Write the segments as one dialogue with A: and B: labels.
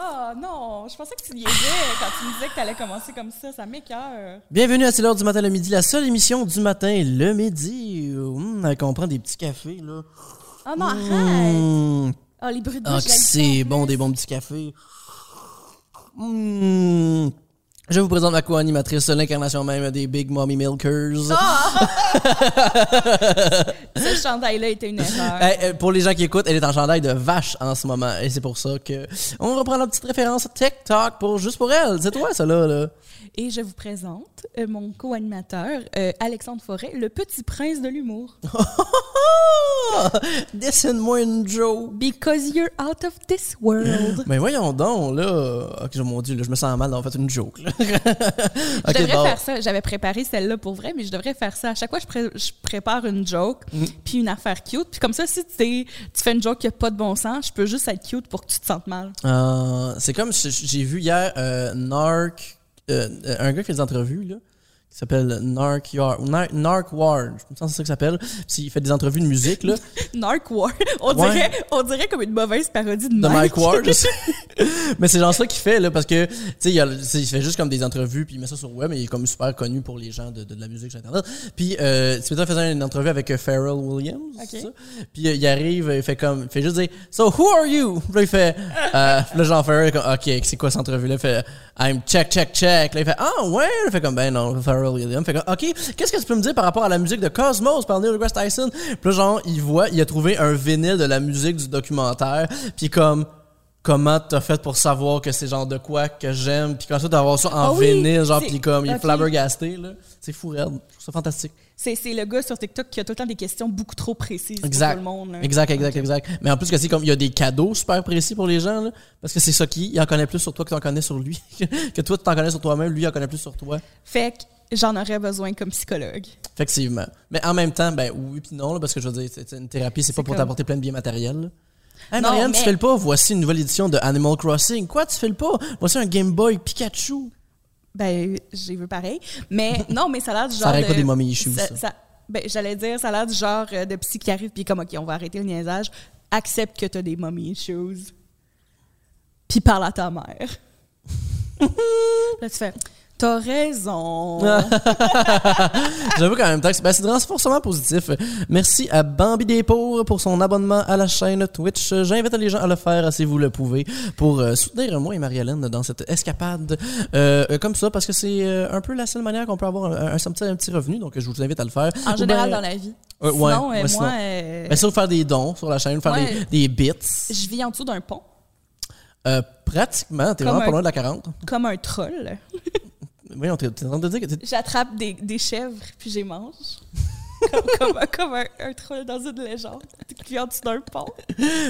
A: Ah non, je pensais que tu niaisais quand tu me disais que tu allais commencer comme ça. Ça m'écœure.
B: Bienvenue à C'est l'heure du matin le midi, la seule émission du matin le midi. Hum, avec on prend des petits cafés, là.
A: Ah non, arrête.
B: Hum,
A: Ah, les bruits de
B: ah,
A: bouche.
B: que
A: je la
B: c'est
A: haïs
B: bon,
A: en plus.
B: des bons petits cafés. Hum. Je vous présente ma co-animatrice, l'incarnation même des Big Mommy Milkers.
A: Ah! Ce chandail-là était une erreur.
B: Hey, euh, pour les gens qui écoutent, elle est en chandail de vache en ce moment. Et c'est pour ça que on reprend la petite référence TikTok pour juste pour elle. C'est toi, ça là. là.
A: Et je vous présente euh, mon co-animateur, euh, Alexandre Forêt, le petit prince de l'humour.
B: Dessine-moi une joke.
A: Because you're out of this world.
B: Mais voyons donc, là. Ok, mon dieu, là, je me sens mal d'avoir fait une joke. Là.
A: je devrais
B: bon.
A: faire ça. J'avais préparé celle-là pour vrai, mais je devrais faire ça. À chaque fois, je, pré- je prépare une joke,
B: Mm.
A: puis une affaire cute. Puis comme ça, si t'es- tu fais une joke qui n'a pas de bon sens, je peux juste être cute pour que tu te sentes mal.
B: Euh, c'est comme je- j'ai vu hier euh, Narc, euh, euh, un gars qui fait des entrevues là, qui s'appelle Narc Yard, ou Nar- Narc Ward, je me sens que c'est ça qu'il s'appelle. Puis Il fait des entrevues de musique là,
A: Narc Ward. On,
B: Ouais.
A: dirait, on dirait comme une mauvaise parodie de,
B: de Mike Ward. aussi. mais c'est genre ça qu'il fait là, parce que tu sais, il, y a le- c'est- il fait juste comme des entrevues puis il met ça sur le web, mais il est comme super connu pour les gens de, de- de la musique sur internet. Puis euh, tu sais, il faisait une entrevue avec euh, Pharrell Williams,
A: Ok.
B: c'est ça? Puis euh, il arrive, il fait comme, il fait juste dire So who are you? Puis là, il fait, euh, puis là genre Pharrell est comme, ok, c'est quoi cette entrevue là? Il fait I'm check check check. Là il fait ah ouais, il fait comme ben non, Pharrell Williams. Fait comme ok, qu'est-ce que tu peux me dire par rapport à la musique de Cosmos par Neil deGrasse Tyson? Puis là genre il voit, il a trouvé un vinyle de la musique du documentaire, puis comme Comment t'as fait pour savoir que c'est genre de quoi que j'aime, puis comme ça d'avoir ça en
A: Ah oui,
B: vinyle, genre
A: c'est-
B: puis comme il est
A: ok.
B: flabbergasté là, c'est fou raide, je trouve ça fantastique.
A: C'est c'est le gars sur TikTok qui a tout le temps des questions beaucoup trop précises
B: Exact.
A: pour tout le monde. là.
B: Exact, exact, exact. Mais en plus que c'est comme il y a des cadeaux super précis pour les gens là, parce que c'est ça qui, il en connaît plus sur toi que tu en connais sur lui, que toi tu t'en connais sur toi-même, lui il en connaît plus sur toi.
A: Fait que j'en aurais besoin comme psychologue.
B: Effectivement. Mais en même temps, ben oui puis non là, parce que je veux dire c'est c'est une thérapie, c'est pas
A: C'est comme-
B: pour t'apporter plein de biens matériels. là. Hey,
A: Non,
B: Marianne, tu
A: mais-
B: fais le pas, voici une nouvelle édition de Animal Crossing. Quoi, tu fais le pas? Voici un Game Boy Pikachu.
A: Ben, j'ai vu pareil. Mais non, mais ça a l'air du genre.
B: arrête
A: de-
B: pas des mommy issues, ça.
A: ben, j'allais dire, ça a l'air du genre euh, de psy qui arrive, puis comme, OK, on va arrêter le niaisage. Accepte que t'as des mommy issues. Puis parle à ta mère. Là, tu fais, t'as raison.
B: Ah. J'avoue qu'en même temps, que c'est- ben, c'est transformation positif. Merci à Bambi Despours pour son abonnement à la chaîne Twitch. J'invite les gens à le faire si vous le pouvez pour euh, soutenir moi et Marie-Hélène dans cette escapade euh, euh, comme ça parce que c'est euh, un peu la seule manière qu'on peut avoir un, un- un petit, un petit revenu. Donc, je vous invite à le faire.
A: En général,
B: Ou ben,
A: dans la vie.
B: euh, ouais,
A: sinon, euh,
B: ouais, sinon.
A: moi, euh,
B: ben, sur faire des dons sur la chaîne, faire
A: Ouais.
B: des, des bits.
A: je vis en dessous d'un pont,
B: Euh, pratiquement, t'es
A: Comme
B: vraiment pas
A: un-
B: loin de la 40.
A: comme un troll.
B: Oui, on t'est t'es en train de dire que t'es-
A: J'attrape des, des chèvres, puis je les mange. Comme, comme un, comme un- un troll dans une légende, qui est en dessous d'un pont.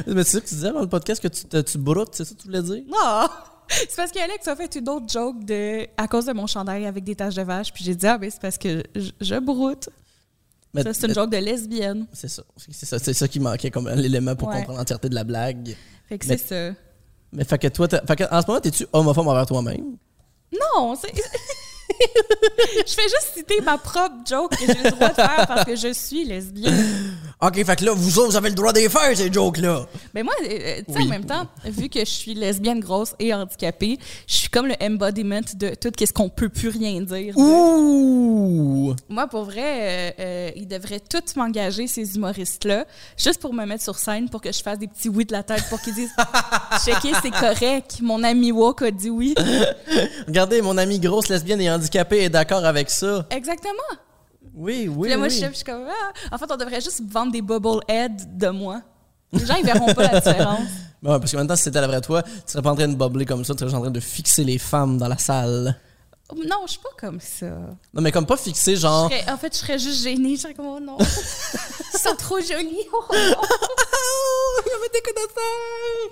B: Mais c'est ça que tu disais avant le podcast que tu, te- tu broutes, c'est ça que tu voulais dire?
A: Non! C'est parce qu'Alex a fait une autre joke de, à cause de mon chandail avec des taches de vache, puis j'ai dit, ah, ben c'est parce que je, je broute.
B: Mais-
A: Ça, c'est une joke de lesbienne.
B: C'est ça. C'est ça, c'est ça qui manquait comme l'élément pour
A: Ouais.
B: comprendre l'entièreté de la blague.
A: Fait que
B: Mais-
A: c'est ça.
B: Mais fait que toi, t'as- fait que en ce moment, t'es-tu homophobe envers toi-même?
A: Non! c'est- je fais juste citer ma propre joke que j'ai le droit de faire parce que je suis lesbienne.
B: Ok, fait que là, vous autres, vous avez le droit d'y faire, ces jokes-là!
A: Mais moi, euh, euh, tu sais,
B: Oui.
A: en même temps, vu que je suis lesbienne grosse et handicapée, je suis comme le embodiment de tout ce qu'on peut plus rien dire.
B: Ouh!
A: Moi, pour vrai, euh, euh, ils devraient tous m'engager, ces humoristes-là, juste pour me mettre sur scène, pour que je fasse des petits oui de la tête, pour qu'ils disent Checker, c'est correct, mon ami Wok a dit oui.
B: Regardez, mon amie grosse, lesbienne et handicapée est d'accord avec ça.
A: Exactement.
B: Oui,
A: Puis
B: oui,
A: là, moi,
B: oui.
A: je, je suis comme Ah! En fait, on devrait juste vendre des bubble heads de moi. Les gens, ils verront pas la différence.
B: Ouais, parce que maintenant, si c'était la vraie toi, tu serais pas en train de bobler comme ça, tu serais juste en train de fixer les femmes dans la salle.
A: Non, je suis pas comme ça.
B: Non, mais comme pas fixer,
A: Je
B: genre...
A: serais- en fait, je serais juste gênée. Je serais comme, oh non, ils sont trop jolis. Oh,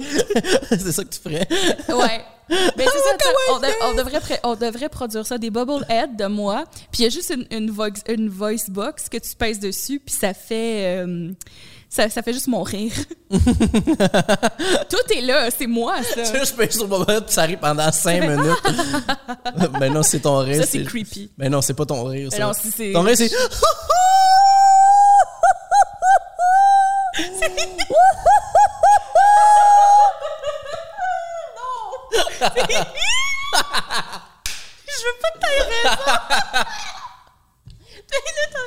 B: c'est ça que tu ferais.
A: non. Ouais. Ben, c'est ça, tu sais, on, de- on devrait pré- on devrait produire ça, des bubble heads de moi. Puis il y a juste une, une, vox- une voice box que tu pèses dessus, puis ça fait, euh, ça, ça fait juste mon rire. Tout est là, c'est moi, ça.
B: Tu sais, je pèse sur le moment, puis ça arrive pendant 5 minutes. ben non, c'est ton rire.
A: Ça, c'est creepy.
B: Ben non, c'est pas ton rire,
A: Mais
B: ça.
A: non, si c'est-
B: Ton rire, c'est...
A: Non! Je veux pas que t'aies raison. T'as t'as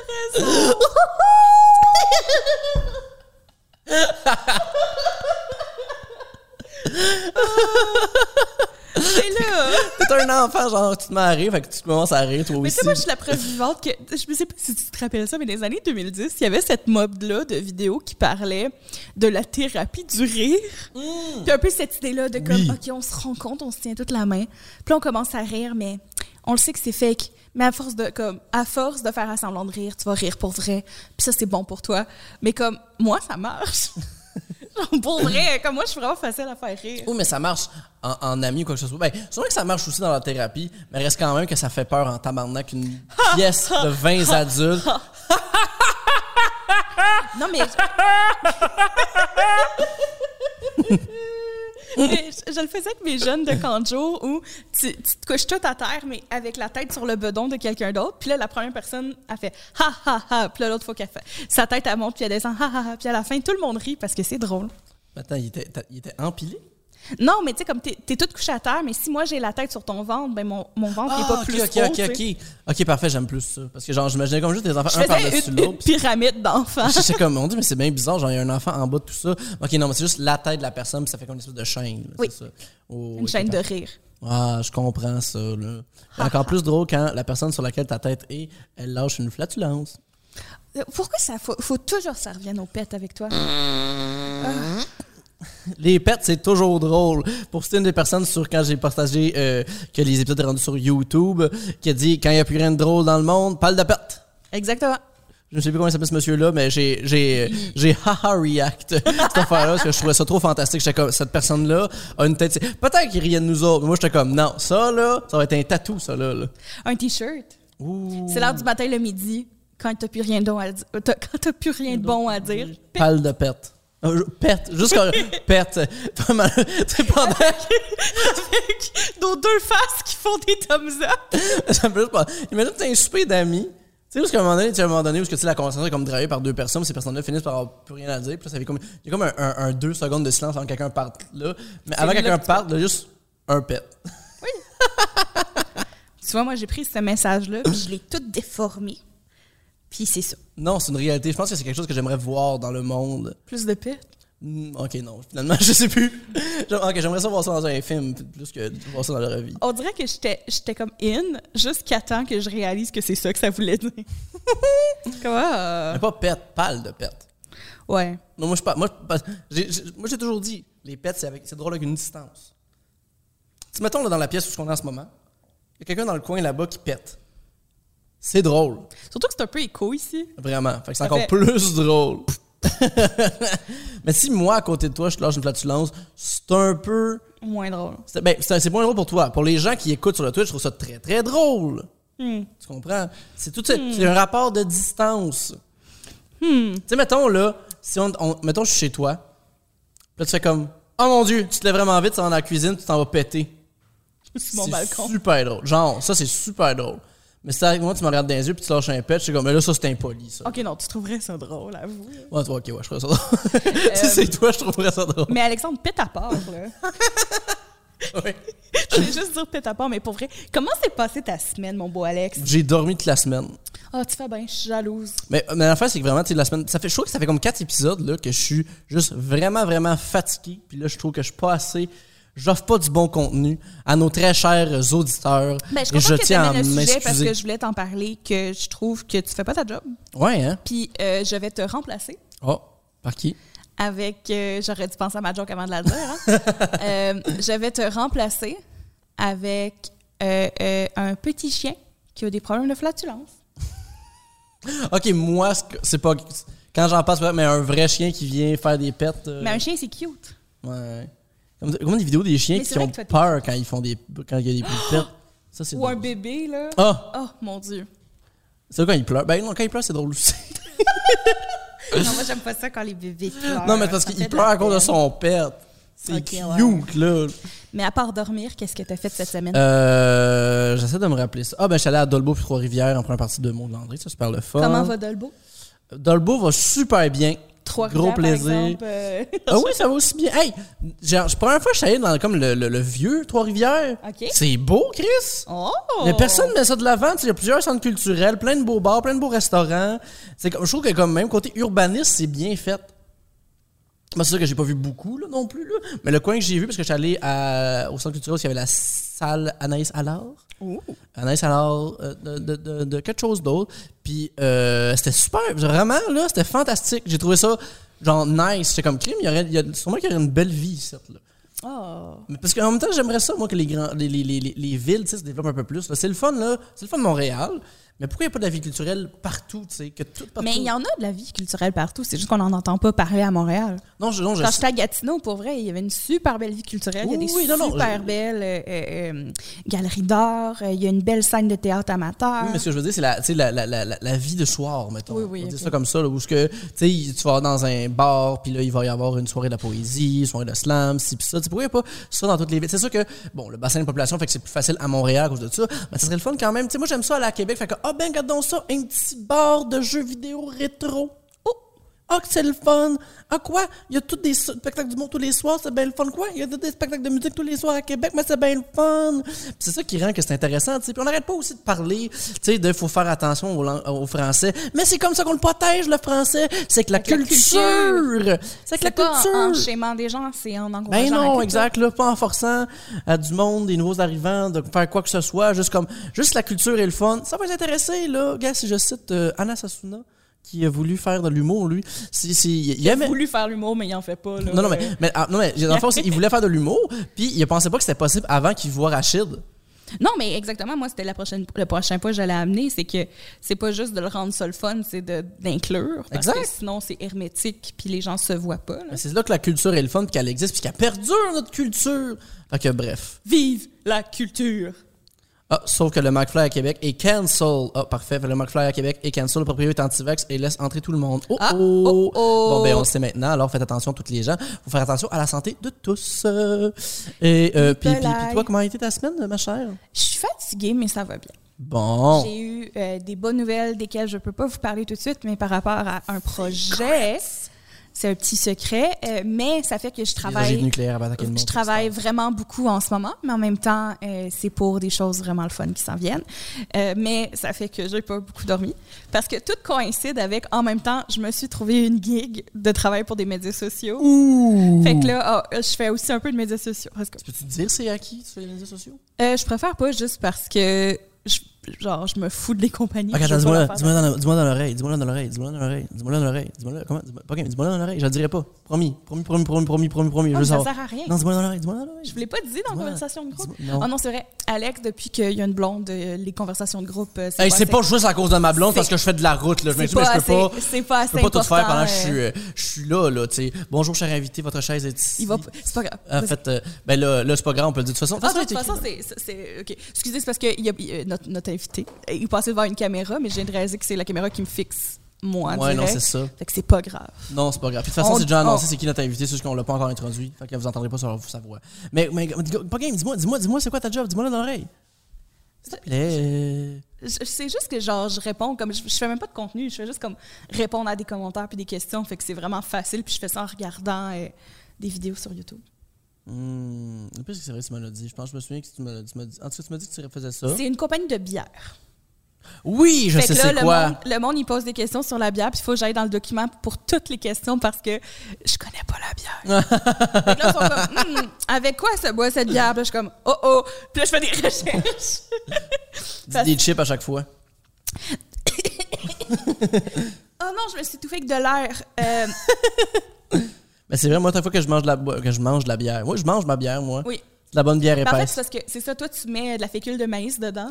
A: raison. Mais là, hein.
B: T'es un enfant, genre, tu te mets à rire, fait que tu commences à rire, toi
A: mais
B: aussi.
A: tu sais, moi, je suis la preuve vivante que. Je ne sais pas si tu te rappelles ça, mais dans les années 2010, il y avait cette mob-là de vidéos qui parlait de la thérapie du rire. Puis un peu cette idée-là de comme,
B: Hmm. Oui.
A: OK, on se rencontre, on se tient toute la main. Puis là, on commence à rire, mais on le sait que c'est fake. Mais à force de, comme, à force de faire un semblant de rire, tu vas rire pour vrai. Puis ça, c'est bon pour toi. Mais comme, moi, ça marche. Genre, pour vrai. Comme moi, je suis vraiment facile à faire rire.
B: Oui, Oh, mais ça marche en, en ami ou quoi que ce soit. Ben, c'est vrai que ça marche aussi dans la thérapie, mais reste quand même que ça fait peur en tabarnak une pièce de 20 adultes.
A: Non, mais. Mais je, je le faisais avec mes jeunes de Kanjo où tu, tu te couches tout à terre, mais avec la tête sur le bedon de quelqu'un d'autre. Puis là, la première personne, elle fait ha ha ha. Puis là, l'autre, faut qu'elle fait sa tête, elle monte, puis elle descend ha ha ha. Puis à la fin, tout le monde rit parce que c'est drôle.
B: Attends, il était, il était empilé?
A: Non, mais tu sais, comme t'es es toute couchée à terre, mais si moi j'ai la tête sur ton ventre, ben mon, mon ventre n'est
B: Ah,
A: pas
B: ok,
A: plus
B: ok,
A: haut.
B: ok,
A: tu sais.
B: ok. Ok, parfait, j'aime plus ça. Parce que genre, j'imaginais comme juste des enfants
A: Je
B: un
A: faisais
B: par-dessus
A: une, une
B: l'autre.
A: pyramide d'enfants.
B: J'étais comme, on dit, mais c'est bien bizarre, genre, il y a un enfant en bas de tout ça. Ok, non, mais c'est juste la tête de la personne, puis ça fait comme une espèce de chaîne. là,
A: Oui.
B: c'est ça. Oh,
A: Une
B: ok,
A: chaîne de
B: parfait.
A: rire.
B: Ah, je comprends ça, là. C'est encore plus drôle quand la personne sur laquelle ta tête est, elle lâche une flatulence.
A: Euh, Pourquoi ça faut, faut toujours que ça revienne aux pets avec toi?
B: Les pets, c'est toujours drôle. Pour citer une des personnes sur quand j'ai partagé euh, que les épisodes étaient rendus sur YouTube, qui a dit quand il n'y a plus rien de drôle dans le monde, parle de pets.
A: Exactement.
B: Je ne sais plus comment il s'appelle ce monsieur-là, mais j'ai, j'ai, j'ai haha react cette affaire-là parce que je trouvais ça trop fantastique. J'étais comme, cette personne-là a une tête. c'est- Peut-être qu'il riait de nous autres, mais moi j'étais comme, non, ça là, ça va être un tatou, ça là. là.
A: Un t-shirt.
B: Ouh.
A: C'est l'heure du matin le midi quand t'as plus rien de bon à dire. Quand t'as plus rien de bon à dire.
B: Pâle de pète. Euh, je- Pète, juste quand pète. euh, Pas mal. C'est pendant.
A: Avec nos deux faces qui font des thumbs up.
B: Ça me fait juste pas. Imagine que t'as un souper d'amis. Tu sais, parce qu'à un moment donné, tu sais, à un moment donné, où ce que, tu sais, la conversation est comme drivée par deux personnes, puis ces personnes-là finissent par avoir plus rien à dire, puis là, ça fait comme. Il y a comme un, un- un deux secondes de silence avant que quelqu'un parte là. Mais avant que
A: là
B: quelqu'un
A: que tu
B: parte, là, juste un pet.
A: Tu vois, moi, j'ai pris ce message-là, puis je l'ai tout déformé. Puis c'est ça.
B: Non, c'est une réalité. Je pense que c'est quelque chose que j'aimerais voir dans le monde.
A: Plus de pets.
B: Hmm, ok, non, finalement, je sais plus. J'aime- Ok, j'aimerais ça voir ça dans un film, plus que voir ça dans la vraie vie.
A: On dirait que j'étais j'étais comme in jusqu'à temps que je réalise que c'est ça que ça voulait dire. Comment? euh,
B: Mais pas pet, pâle de pet.
A: Ouais.
B: Non, moi, je pas. Moi, je- parce- j'ai- j'ai- moi, j'ai toujours dit, les pets, c'est, avec, c'est drôle avec une distance. Tu mettons là, dans la pièce où on est en ce moment, il y a quelqu'un dans le coin là-bas qui pète. C'est drôle,
A: Surtout que c'est un peu écho ici.
B: vraiment. Fait que c'est
A: Ça
B: encore
A: fait-
B: plus drôle. Mais si moi, à côté de toi, je te lâche une flatulence, c'est un peu.
A: Moins drôle.
B: C'est, ben, c'est, c'est moins drôle pour toi. Pour les gens qui écoutent sur le Twitch, je trouve ça très, très drôle.
A: Hmm.
B: Tu comprends? C'est tout cette- c'est un rapport de distance.
A: Hmm.
B: Tu sais, mettons, là, si on, on- mettons, je suis chez toi. Puis Là, tu fais comme, oh mon Dieu, tu te lèves vraiment vite, tu t'en vas dans la cuisine, tu t'en vas péter.
A: Sur mon
B: c'est
A: balcon.
B: super drôle. Genre, ça, c'est super drôle. Mais si t'arrives, moi, tu me regardes dans les yeux, puis tu lâches un pet, je suis comme, mais là, ça, c'est impoli, ça.
A: Ok, non, tu trouverais ça drôle, avoue.
B: Ouais, toi, ok, ouais, je trouve ça drôle.
A: Euh,
B: si c'est toi, je trouverais ça drôle.
A: Mais Alexandre, pète à part, là.
B: Ouais.
A: Je vais juste dire pète à part, mais pour vrai, comment s'est passée ta semaine, mon beau Alex?
B: J'ai dormi toute la semaine.
A: Ah, tu fais bien, je suis jalouse.
B: Mais, euh, mais l'affaire, c'est que vraiment, tu sais, la semaine. Ça fait, je trouve que ça fait comme quatre épisodes là, que je suis juste vraiment, vraiment fatigué. Puis là, je trouve que je suis pas assez. J'offre pas du bon contenu à nos très chers auditeurs.
A: Ben, je
B: Et
A: comprends que
B: tiens à
A: t'amènes le sujet parce
B: m'excuser.
A: que je voulais t'en parler, que je trouve que tu fais pas ta job.
B: Ouais, hein?
A: Puis euh, je vais te remplacer
B: Oh, par qui?
A: avec... euh, J'aurais dû penser à ma joke avant de la dire. hein. Euh, je vais te remplacer avec euh, euh, un petit chien qui a des problèmes de flatulence.
B: Ok, moi, ce que- c'est pas. Quand j'en passe, mais un vrai chien qui vient faire des pets. euh,
A: Mais Ben, un chien, c'est cute.
B: Ouais. Comme, comme des vidéos des chiens
A: Mais c'est
B: qui
A: vrai
B: ont
A: que toi, t'es-
B: peur quand ils font des. quand il y a des bruits de pets. Ça, c'est
A: Ou un
B: drôle.
A: bébé, là. Oh,
B: Ah!
A: mon Dieu.
B: C'est quand il pleure. Ben non, quand il pleure, c'est drôle aussi.
A: Non, moi, j'aime pas ça quand les bébés pleurent.
B: non, mais parce
A: Ça
B: qu'il
A: fait de
B: pleure
A: la
B: à cause de
A: peine.
B: son pet. C'est
A: Ok, ouais.
B: cute, là.
A: Mais à part dormir, qu'est-ce que t'as fait cette semaine?
B: Euh, J'essaie de me rappeler ça. Ah, ben, je suis allé à Dolbeau puis Trois-Rivières en première partie de Monde Landry. Ça, super le fun.
A: Comment va Dolbo?
B: Dolbeau va super bien.
A: trois
B: Gros plaisir.
A: euh,
B: Ah oui, ça va aussi bien. Hey, genre, je- première fois, je suis allé dans comme le, le- le vieux Trois-Rivières.
A: OK.
B: C'est beau, Chris.
A: Oh!
B: Il y a personne qui met ça de l'avant. tu sais, Il y a plusieurs centres culturels, plein de beaux bars, plein de beaux restaurants. C'est comme, je trouve que comme même côté urbaniste, c'est bien fait. Moi, c'est sûr que j'ai pas vu beaucoup là, non plus. Là. Mais le coin que j'ai vu, parce que je suis allé à- au centre culturel, il y avait la salle Anaïs Allard.
A: Ouh.
B: Anaïs alors euh, de, de- de- de quelque chose d'autre. Puis euh, c'était super. Vraiment, là, c'était fantastique. J'ai trouvé ça, genre, nice. C'était comme crime. Il y aurait, il y a, sûrement qu'il y aurait une belle vie, certes. Là.
A: Oh.
B: Mais parce qu'en même temps, j'aimerais ça, moi, que les, grands, les, les, les, les- les villes tu sais, se développent un peu plus. là. C'est le fun, là. C'est le fun de Montréal. Mais pourquoi il n'y a pas de la vie culturelle partout, tu sais, que tout partout.
A: Mais il y en a de la vie culturelle partout, c'est juste qu'on n'en entend pas parler à Montréal.
B: Non, je, non, je
A: Quand j'étais à Gatineau, pour vrai, il y avait une super belle vie culturelle. il y a des
B: Oui, non, non,
A: super
B: je-
A: belles euh, euh, euh, galeries d'art. euh, Il y a une belle scène de théâtre amateur.
B: Oui, mais ce que je veux dire, c'est la, tu sais, la, la, la, la- la vie de soir, mettons.
A: Oui, oui,
B: On dit
A: ok.
B: ça comme ça, là, où ce que, tu sais, tu vas dans un bar, puis là, il va y avoir une soirée de la poésie, une soirée de slam, ci, puis ça. Tu sais, pourquoi il n'y a pas ça dans toutes les villes? C'est sûr que, bon, le bassin de population fait que c'est plus facile à Montréal à cause de ça, mais ça serait le fun quand même. Tu sais, moi, j'aime ça aller à Québec, fait que, ah ben, regardons ça, un petit bar de jeux vidéo rétro. Oh! Ah, que c'est le fun! Ah, quoi? Il y a tous des so- spectacles du monde tous les soirs, c'est bien le fun, quoi? Il y a des spectacles de musique tous les soirs à Québec, mais c'est bien le fun! Puis c'est ça qui rend que c'est intéressant, tu sais. Puis on n'arrête pas aussi de parler, tu sais, de faut faire attention au, lang- au français. Mais c'est comme ça qu'on le protège, le français! C'est que la
A: Avec la
B: culture!
A: culture.
B: C'est que
A: C'est
B: la
A: pas
B: culture!
A: en, en schémant des gens, c'est en encourageant
B: Ben
A: la
B: non,
A: culture.
B: exact, là, pas en forçant à du monde, des nouveaux arrivants, de faire quoi que ce soit, juste comme, juste la culture et le fun. Ça va les intéresser, là. Gars, si je cite euh, Anna Sassouna, qui a voulu faire de l'humour, lui, si, si, il aimait-
A: Il a voulu faire l'humour, mais il en fait pas. là.
B: Non, non, mais, mais, ah, non, mais dans le fond, c'est- il voulait faire de l'humour, puis il pensait pas que c'était possible avant qu'il voit Rachid.
A: Non, mais exactement, moi, c'était la prochaine, le prochain point que j'allais amener, c'est que c'est pas juste de le rendre ça le fun, c'est de- d'inclure. Parce
B: Exact.
A: que sinon, c'est hermétique, puis les gens se voient pas. là.
B: Mais C'est là que la culture est le fun, puis qu'elle existe, puis qu'elle perdure, notre culture. Fait que bref.
A: Vive la culture!
B: Ah, sauf que le McFly à Québec est cancel. Ah, parfait. Le McFly à Québec est cancel. Le propriétaire est anti-vax et laisse entrer tout le monde. Oh,
A: Ah,
B: oh.
A: oh, oh.
B: Bon, ben, on le sait maintenant. Alors, faites attention, toutes les gens. Faut faire attention à la santé de tous. Euh, Et, euh, puis, puis- puis toi, comment a été ta semaine, ma chère?
A: Je suis fatiguée, mais ça va bien.
B: Bon.
A: J'ai eu euh, des bonnes nouvelles desquelles je ne peux pas vous parler tout de suite, mais par rapport à un projet, c'est un petit secret, euh, mais ça fait que je
B: Les ogives
A: travaille.
B: nucléaires va attaquer le monde.
A: Je travaille vraiment beaucoup en ce moment, mais en même temps, euh, c'est pour des choses vraiment le fun qui s'en viennent. Euh, mais ça fait que j'ai pas beaucoup dormi parce que tout coïncide avec, en même temps, je me suis trouvé une gig de travail pour des médias sociaux. Fait que là, ah, je fais aussi un peu de médias sociaux. Parce que-
B: Peux-tu dire c'est à qui sur les médias sociaux?
A: Euh, je préfère pas juste parce que, je, genre, je me fous de les compagnies.
B: Ok,
A: je
B: attends,
A: veux pas
B: dis-moi
A: leur faire
B: là, dis-moi dans la- dis-moi dans l'oreille, dis-moi là dans l'oreille, dis-moi là dans l'oreille, dis-moi là dans l'oreille, dis-moi là, comment, dis-moi ok, dis-moi là dans l'oreille, je le dirai pas. Promis, promis, promis, promis, promis, promis, promis, je
A: Ah, mais
B: veux
A: ça
B: savoir.
A: sert à rien.
B: Non, dis-moi là dans l'oreille, dis-moi là dans l'oreille.
A: je voulais pas te dire dans
B: Dis-moi.
A: conversation de groupe.
B: Dis-moi- non.
A: Oh non, c'est vrai. Alex, depuis qu'il y a une blonde, euh, les conversations de groupe, euh,
B: Hey, c'est
A: assez-
B: pas juste à cause de ma blonde
A: C'est-
B: parce que je fais de la route là, je
A: c'est
B: m'excuse mais je peux
A: assez-
B: pas.
A: C'est pas
B: Je
A: assez
B: peux pas tout faire
A: important,
B: pendant que je
A: euh,
B: suis, euh, je suis là, là, tu sais. Bonjour, cher invité, votre chaise est ici.
A: Il va. p- C'est pas grave.
B: En
A: Vas-y.
B: fait, euh, ben là, là, c'est pas grave, on peut le dire de toute façon.
A: Ah,
B: ça a
A: non, de
B: été
A: toute façon, c'est- c'est- c'est. OK. Excusez, c'est parce que il y a- il y a notre, notre invité, il passait devant une caméra, mais je viens de réaliser que c'est la caméra qui me fixe, moi.
B: Ouais, non,
A: direct.
B: c'est ça.
A: Fait que c'est pas grave.
B: Non, c'est pas grave. Puis de toute façon,
A: On-
B: c'est déjà annoncé
A: on-
B: c'est qui notre invité, c'est juste qu'on l'a pas encore introduit. Fait que vous entendrez pas sur sa voix. Mais, mais pas game, dis-moi, dis-moi, dis-moi, c'est quoi ta job? Dis-moi là dans l'oreille. S'il te plaît.
A: Je- C'est juste que, genre, je réponds comme. Je, je fais même pas de contenu, je fais juste comme répondre à des commentaires puis des questions. Fait que c'est vraiment facile, puis je fais ça en regardant euh, des vidéos sur YouTube.
B: Hmm, En plus, c'est vrai que tu m'as dit. Je pense que je me souviens que tu m'as tu m'as dit. En tout cas, tu m'as dit que tu faisais ça.
A: C'est une compagnie de bière.
B: Oui, je
A: Fait que
B: sais
A: là,
B: c'est
A: le
B: quoi.
A: Monde, le monde, il pose des questions sur la bière, puis il faut que j'aille dans le document pour toutes les questions parce que je connais pas la bière. fait que là, ils sont comme, Hmm, avec quoi se boit cette bière? Puis là, je suis comme, oh oh. Puis là, je fais des recherches.
B: Dis des chips à chaque fois.
A: oh non, je me suis étouffée avec de l'air. Euh,
B: Mais Ben, c'est vrai, moi, chaque fois que je mange de la, bo- que je mange de la bière. Moi, je mange ma bière, moi.
A: oui.
B: De la bonne bière
A: Mais en fait, c'est
B: épaisse.
A: parce que c'est ça, toi, tu mets de la fécule de maïs dedans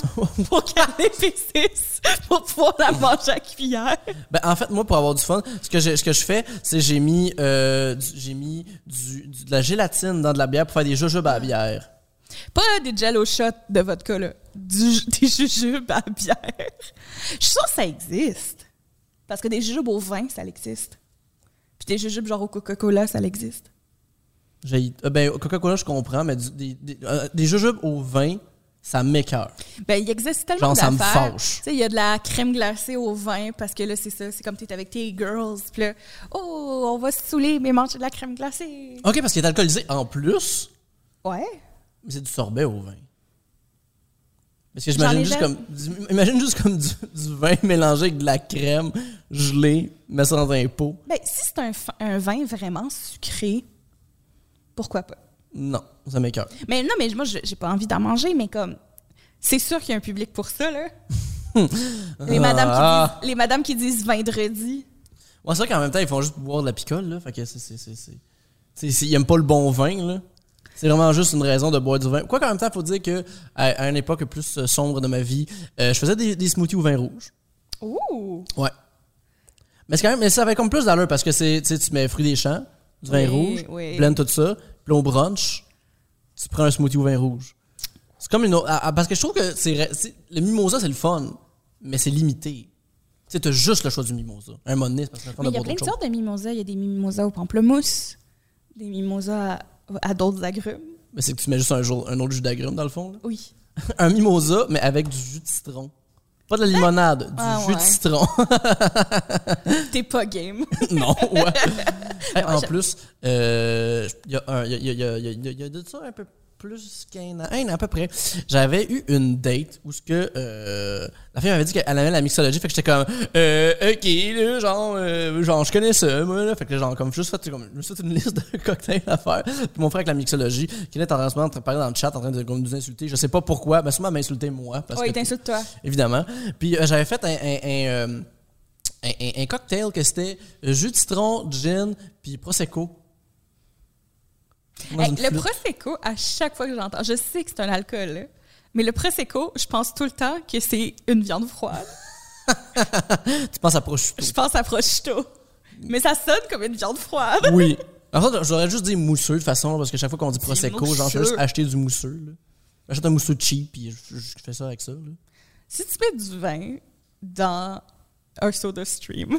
A: pour qu'elle épaississe, pour pouvoir la manger à cuillère.
B: Ben, en fait, moi, pour avoir du fun, ce que je, ce que je fais, c'est j'ai mis, euh, du- j'ai mis du, du- de la gélatine dans de la bière pour faire des jujubes à la bière.
A: Pas des jello shots de vodka, là. Du- des jujubes à bière. Je suis sûre que ça existe. Parce que des jujubes au vin, ça existe. Puis des jujubes genre au Coca-Cola, ça existe.
B: J'ai- euh, ben, Coca-Cola, je comprends, mais du- des, des, euh, des jujubes au vin, ça m'écœure.
A: Ben, il existe tellement
B: Genre, ça me
A: d'affaires.
B: fâche.
A: Tu sais, il y a de la crème glacée au vin parce que là, c'est ça. C'est comme t'es avec tes girls. Puis là, oh, on va se saouler, mais manger de la crème glacée.
B: OK, parce qu'il est alcoolisé en plus,
A: Ouais.
B: mais c'est du sorbet au vin. Parce que
A: J'en
B: j'imagine
A: ai
B: juste,
A: jamais-
B: comme, du- imagine juste comme du, du vin mélangé avec de la crème gelée, mais sans impôt.
A: Ben, si c'est un, fa- un vin vraiment sucré, pourquoi pas?
B: Non, ça m'écoeure.
A: Mais non, mais moi, je- j'ai pas envie d'en manger, mais comme. C'est sûr qu'il y a un public pour ça, là. les, madames
B: Ah.
A: qui disent, les madames qui disent vendredi.
B: Ouais, c'est vrai qu'en même temps, ils font juste boire de la picole, là. Fait que c'est. c'est- c'est- c'est- t'sais, c'est- Ils aiment pas le bon vin, là. C'est vraiment juste une raison de boire du vin. Quoi qu'en même temps, faut dire que à, à une époque plus euh, sombre de ma vie, euh, je faisais des, des smoothies au vin rouge.
A: Ouh!
B: Ouais. Mais c'est quand même. Mais ça avait comme plus d'allure parce que c'est. t'sais, Tu mets fruits des champs, du vin
A: Oui,
B: rouge,
A: oui.
B: blend tout ça, puis au brunch, tu prends un smoothie au vin rouge. C'est comme une autre. ah, ah, parce que je trouve que c'est, ra- c'est- le mimosa, c'est le fun, mais c'est limité. Tu t'as juste le choix du mimosa. Un moment donné, c'est parce que le fun
A: Mais
B: de
A: il y a
B: boire
A: plein
B: d'autres
A: de
B: choses.
A: sortes de mimosas. Il y a des mimosas au pamplemousse, des mimosas à, à d'autres agrumes.
B: Mais c'est que tu mets juste un, jour, un autre jus d'agrumes dans le fond. là.
A: Oui.
B: Un mimosa, mais avec du jus de citron. Pas de la limonade, du
A: Ah,
B: jus de
A: ouais.
B: citron.
A: T'es pas game.
B: non, ouais. Hey, en
A: je-
B: plus, euh, il y a un- il y a- il y a- il y a- il y a- il y a de ça un peu plus qu'un an, un an à peu près. J'avais eu une date où ce que, euh, la fille m'avait dit qu'elle aimait la mixologie, fait que j'étais comme, euh, ok, là, genre, euh, genre, je connais ça, moi, là. Fait que là, genre, comme, juste fait, comme, je me suis fait une liste de cocktails à faire. Puis mon frère avec la mixologie, qui était en ce moment en train de parler dans le chat, en train de comme, nous insulter, je sais pas pourquoi, mais sûrement m'insulter moi. Parce
A: Ouais,
B: que
A: t'insultes toi.
B: évidemment. Puis euh, j'avais fait un, un- un, euh, un- un- un cocktail que c'était euh, jus de citron, gin, puis prosecco. Dans
A: Hey,
B: une
A: le
B: flûte.
A: prosecco, à chaque fois que j'entends, je sais que c'est un alcool, là, mais le prosecco, je pense tout le temps que c'est une viande froide.
B: tu penses à prosciutto.
A: je pense à prosciutto. Mais ça sonne comme une viande froide.
B: oui. En fait, j'aurais juste dit mousseux de toute façon, parce que chaque fois qu'on dit
A: Du
B: prosecco, genre, je vais
A: mousseux.
B: juste acheter du mousseux. là. J'achète un mousseux cheap, puis je, je fais ça avec ça. là.
A: Si tu mets du vin dans un soda stream,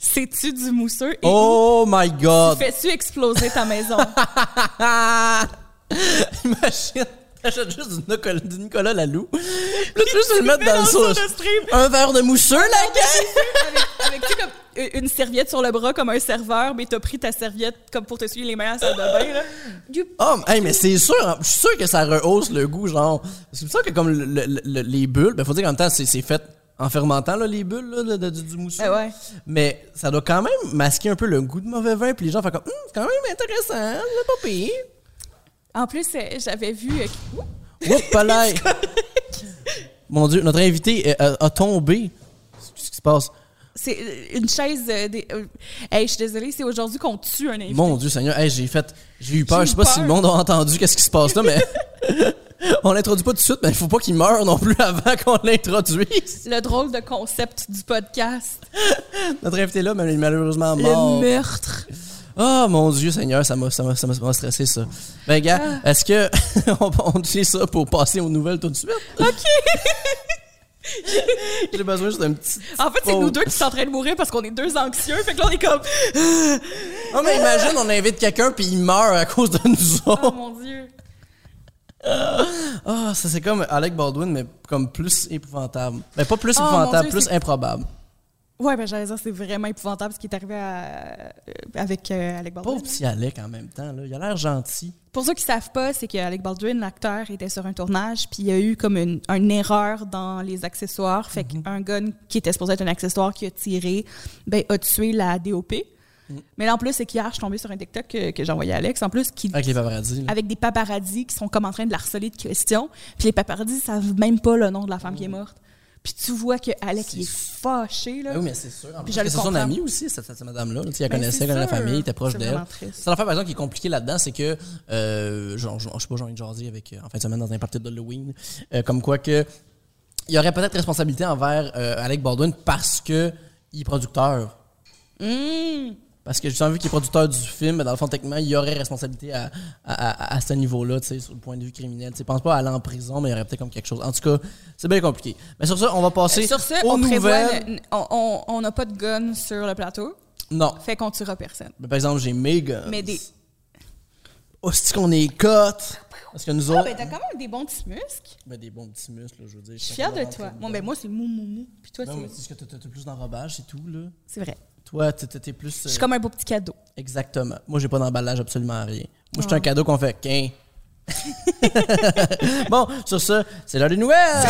A: c'est-tu du mousseux et
B: Oh my
A: ou
B: God!
A: fais-tu exploser ta maison?
B: Imagine, t'achètes juste du Nicolas, du Nicolas Lalou, puis là, tu veux juste le mettre dans le sauce.
A: soda stream.
B: Un verre de mousseux, la gueule!
A: avec, avec, tu sais, comme euh, une serviette sur le bras comme un serveur, mais t'as pris ta serviette comme pour te suivre les mains à la salle de bain. Là. You-
B: Oh, mais- hey, mais c'est sûr, hein, je suis sûr que ça rehausse le goût, genre. C'est pour ça que comme le- le- le- les bulles, ben faut dire qu'en même temps, c'est c'est fait en fermentant là, les bulles là, de- de- du, du mousseux.
A: Ah ouais.
B: Mais ça doit quand même masquer un peu le goût de mauvais vin, puis les gens font comme, Hum, c'est quand même intéressant, hein, c'est pas pire.
A: En plus, euh, j'avais vu... euh, ouh,
B: Oups, palais. Mon Dieu, notre invité euh, a, a tombé. Qu'est-ce qui se passe?
A: c'est euh, une chaise... euh, des, euh, hey, je suis désolée, c'est aujourd'hui qu'on tue un invité.
B: Mon Dieu, Seigneur, hey, j'ai fait, j'ai eu peur.
A: J'ai
B: Je sais
A: eu
B: pas si
A: peur.
B: le monde a entendu qu'est-ce qui se passe là, mais on l'introduit pas tout de suite, mais il faut pas qu'il meure non plus avant qu'on l'introduise.
A: Le drôle de concept du podcast.
B: Notre invité là, mais il est malheureusement
A: Le
B: mort.
A: meurtre.
B: Oh mon Dieu Seigneur, ça m'a, ça m'a, ça m'a- ça m'a stressé ça. Ben gars,
A: Ah.
B: est-ce que on, on fait ça pour passer aux nouvelles tout de suite?
A: OK.
B: J'ai besoin juste d'un petit...
A: En fait, c'est
B: Oh.
A: nous deux qui sommes en train de mourir parce qu'on est deux anxieux. Fait que là, on est comme...
B: Oh mais imagine, on invite quelqu'un puis il meurt à cause de nous
A: Oh,
B: autres.
A: mon Dieu.
B: Ah, ça c'est comme Alec Baldwin, mais comme plus épouvantable. Ben pas plus
A: Oh, mon
B: épouvantable,
A: Dieu,
B: plus
A: c'est-
B: improbable.
A: Ouais, ben j'allais dire, c'est vraiment épouvantable ce qui est arrivé à- euh, avec euh, Alec Baldwin.
B: Pauvre petit Alec en même temps, là. il a l'air gentil.
A: Pour ceux qui savent pas, c'est qu'Alec Baldwin, l'acteur, était sur un tournage, puis il y a eu comme une, une erreur dans les accessoires. Fait qu'un gun qui était supposé être un accessoire qui a tiré, ben, a tué la DOP. Mais là, en plus, c'est qu'hier, je suis tombée sur un TikTok que, que j'ai envoyé à Alex, en plus, qui,
B: Avec les paparazzis. là.
A: avec des paparazzis qui sont comme en train de la harceler de questions. Puis les paparazzis savent même pas le nom de la femme qui est morte. Puis tu vois que Alec, il est fâché, là.
B: Ben oui, mais c'est sûr. En plus,
A: je le
B: c'est son
A: comprends.
B: amie aussi, cette, cette madame-là. Tu sais, Elle
A: Ben,
B: connaissait,
A: c'est
B: connaissait la
A: sûr.
B: famille, était proche
A: C'est
B: d'elle.
A: vraiment triste.
B: C'est l'affaire, par exemple, qui est compliquée là-dedans, c'est que, euh, genre, genre, je sais pas, j'ai envie de jaser avec, euh, en fin de semaine dans un party d'Halloween, euh, comme quoi que, il y aurait peut-être responsabilité envers euh, Alec Baldwin parce que il est producteur.
A: Hum!
B: Parce que justement, vu qu'il est producteur du film, ben, dans le fond, techniquement, il y aurait responsabilité à, à, à- à ce niveau-là, tu sais, sur le point de vue criminel. Tu sais, pense pas à aller en prison, mais il y aurait peut-être comme quelque chose. En tout cas, c'est bien compliqué. Mais sur ça, on va passer
A: Sur ce,
B: aux
A: on prévoit...
B: nouvelles.
A: le- on- on- on n'a pas de gun sur le plateau,
B: Non.
A: fait qu'on tuera personne.
B: Ben, par exemple, j'ai Megan.
A: Mais des-
B: Oh, c'est qu'on est cotes. Parce que nous
A: Ah,
B: autres.
A: ben, t'as quand même des bons petits muscles.
B: ben, des bons petits muscles, là, je veux dire.
A: Je suis fière de toi. Bon, ben, moi, c'est mou, mou, mou. Puis toi,
B: Non, mais
A: c'est-
B: c'est ce que t'as- t'as t'as plus d'enrobage, c'est tout, là.
A: c'est vrai.
B: Toi, t'es- t'es t'es plus.
A: Je
B: euh,
A: suis comme un beau petit cadeau.
B: Exactement. Moi, j'ai pas d'emballage absolument à rien. Moi,
A: Ah.
B: je suis un cadeau qu'on fait. Quin. bon, sur ce, c'est l'heure des nouvelles.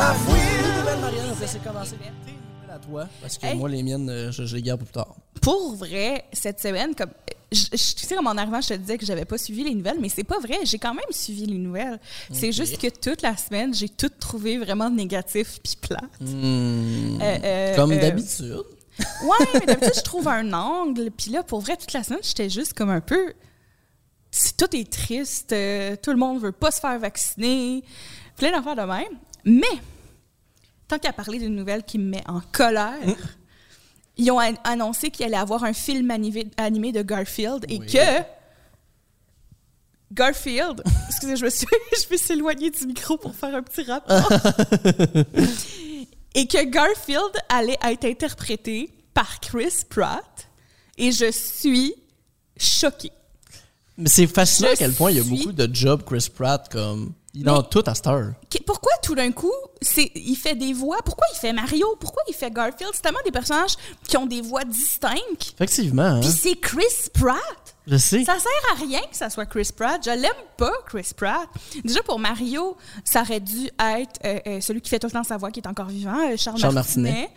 B: Ah, oui, les nouvelles, Marianne, on va laisser commencer tes nouvelles à toi. Parce que
A: Hey.
B: moi, les miennes, euh, je, je les garde pour plus tard.
A: Pour vrai, cette semaine, comme. je- je- Tu sais, comme en arrivant, je te disais que j'avais pas suivi les nouvelles, mais c'est pas vrai. J'ai quand même suivi les nouvelles. C'est juste que toute la semaine, j'ai tout trouvé vraiment négatif puis plate. Euh, euh,
B: Mm. Hmm. Comme
A: euh,
B: d'habitude.
A: Ouais, mais d'habitude, je trouve un angle. Puis là, pour vrai, toute la semaine, j'étais juste comme un peu. si Tout est triste, euh, tout le monde veut pas se faire vacciner, plein d'affaires de même. Mais, tant qu'à parler d'une nouvelle qui me met en colère, ils ont an- annoncé qu'il allait avoir un film animé, animé de Garfield et
B: Oui.
A: que. Garfield, excusez, je me suis, je me suis éloignée du micro pour faire un petit rapport. et que Garfield allait être interprété par Chris Pratt. Et je suis choquée.
B: Mais c'est fascinant
A: Je
B: à quel point il y a
A: suis-
B: beaucoup de jobs Chris Pratt, comme. Il en a tout à cette heure.
A: Qu- Pourquoi tout d'un coup, c'est, il fait des voix? Pourquoi il fait Mario? Pourquoi il fait Garfield? C'est tellement des personnages qui ont des voix distinctes.
B: Effectivement, hein?
A: Puis c'est Chris Pratt!
B: Je sais.
A: Ça sert à rien que ça soit Chris Pratt. Je l'aime pas, Chris Pratt. Déjà, pour Mario, ça aurait dû être euh, euh, celui qui fait tout le temps sa voix, qui est encore vivant, euh, Charles,
B: Charles
A: Martinet.
B: Martinet.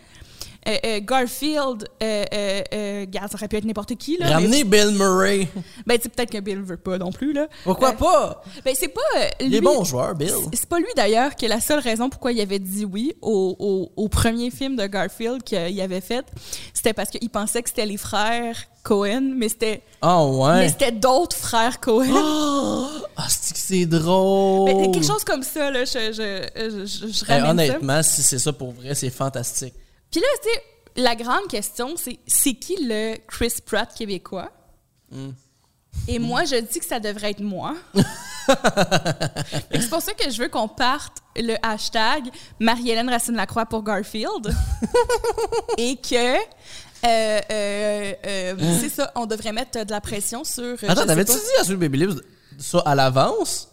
A: Euh, euh, Garfield, euh, euh, euh, regarde, ça aurait pu être n'importe qui. Là, mais-
B: Ramenez Bill Murray.
A: Ben, tu sais, peut-être que Bill veut pas non plus. Là.
B: Pourquoi
A: Euh,
B: pas?
A: Ben, c'est pas. euh,
B: Il est
A: lui-
B: bon joueur, Bill.
A: c'est- C'est pas lui d'ailleurs qui est la seule raison pourquoi il avait dit oui au, au- au premier film de Garfield qu'il avait fait. C'était parce qu'il pensait que c'était les frères Cohen, mais c'était
B: Ah
A: mais
B: ouais.
A: c'était d'autres frères Cohen.
B: Oh, ah, c'est que c'est drôle.
A: Mais quelque chose comme ça, là, je, je, je, je, je
B: Oh! Hey,
A: ramène ça. Euh,
B: honnêtement, si c'est ça pour vrai, c'est fantastique.
A: Puis là, tu sais, la grande question, c'est c'est qui le Chris Pratt québécois?
B: Hmm.
A: Et moi, je dis que ça devrait être moi. Fait que c'est pour ça que je veux qu'on parte le hashtag Marie-Hélène Racine-Lacroix pour Garfield. Et que, euh, euh, euh, c'est ça, on devrait mettre de la pression sur. euh, je
B: Attends,
A: sais
B: t'avais-tu
A: pas.
B: dit à celui de Baby Lips ça à l'avance?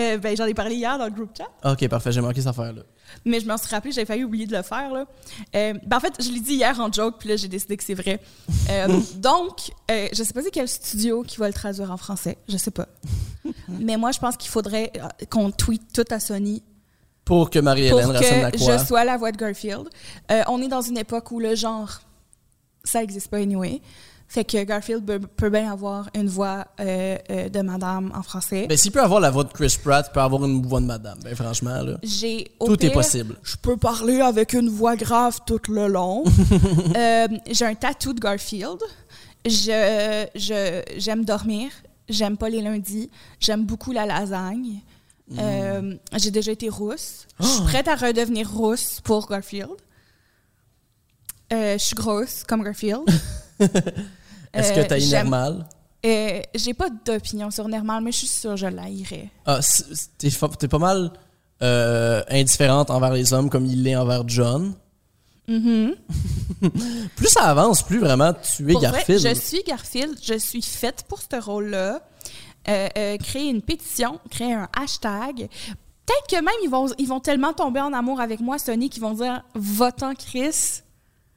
A: Euh, ben, j'en ai parlé hier dans le group chat.
B: Ok, parfait, j'ai manqué cette affaire-là.
A: Mais je m'en suis rappelé, j'avais failli oublier de le faire. Là. Euh, ben en fait, je l'ai dit hier en joke, puis là, j'ai décidé que c'est vrai. Euh, donc, euh, je sais pas c'est quel studio qui va le traduire en français, je sais pas. Mais moi, je pense qu'il faudrait euh, qu'on tweet tout à Sony
B: Pour que Marie-Hélène
A: pour
B: Racine
A: que
B: Lacroix.
A: je sois la voix de Garfield. Euh, on est dans une époque où le genre, ça n'existe pas anyway. Fait que Garfield peut, peut bien avoir une voix euh, euh, de madame en français.
B: Ben, s'il peut avoir la voix de Chris Pratt, il peut avoir une voix de madame. Ben, franchement, là.
A: J'ai au
B: Tout est
A: pire,
B: possible.
A: Je peux parler avec une voix grave tout le long. Euh, j'ai un tatou de Garfield. Je je- j'aime dormir. J'aime pas les lundis. J'aime beaucoup la lasagne.
B: Mm.
A: Euh, j'ai déjà été rousse. Je
B: Ah.
A: suis prête à redevenir rousse pour Garfield. Euh, je suis grosse comme Garfield.
B: Est-ce
A: Euh,
B: que t'as une
A: j'aime-
B: normale?
A: Euh, j'ai pas d'opinion sur Nermal, mais je suis sûre que je l'haïrais.
B: Ah, c'est- c'est- t'es fa- t'es pas mal euh, indifférente envers les hommes comme il l'est envers John. plus ça avance, plus vraiment tu es
A: Mm-hmm. Pour vrai,
B: Garfield.
A: je suis Garfield. Je suis faite pour ce rôle-là. Euh, euh, créer une pétition, créer un hashtag. Peut-être que même ils vont, ils vont tellement tomber en amour avec moi, Sony, qu'ils vont dire votant Chris.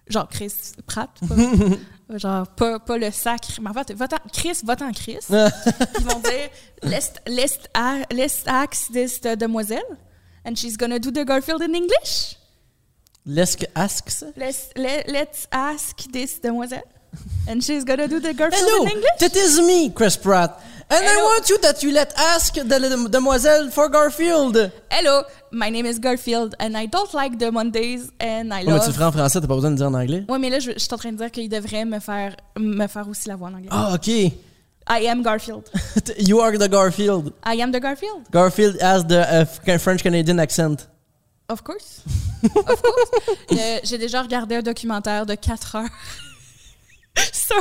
A: Genre Chris Pratt. pas- genre pas, pas le sacre. Mais en fait, votant Chris, votant Chris. ils vont dire let's, let's, ah, let's axe this uh, demoiselle. And she's gonna do the Garfield in English.
B: Laisse que ask ça.
A: Let's, let, let's ask this demoiselle. And she's gonna do the girlfriend
B: Hello,
A: in English.
B: that is me, Chris Pratt. And I
A: Hello.
B: want you that you let ask the, the demoiselle for Garfield.
A: Hello, my name is Garfield and I don't like the Mondays and I
B: Oh, mais tu le
A: love. Oh.
B: feras en français, t'as pas besoin de dire en anglais.
A: Ouais, mais là, je, je suis en train de dire qu'il devrait me faire, me faire aussi la voix en anglais.
B: Ah, ok. Ah.
A: I am Garfield.
B: you are the Garfield.
A: I am the Garfield.
B: Garfield has the uh, F- French Canadian accent.
A: Of course. Of course. Euh, J'ai déjà regardé un documentaire de 4 heures sur.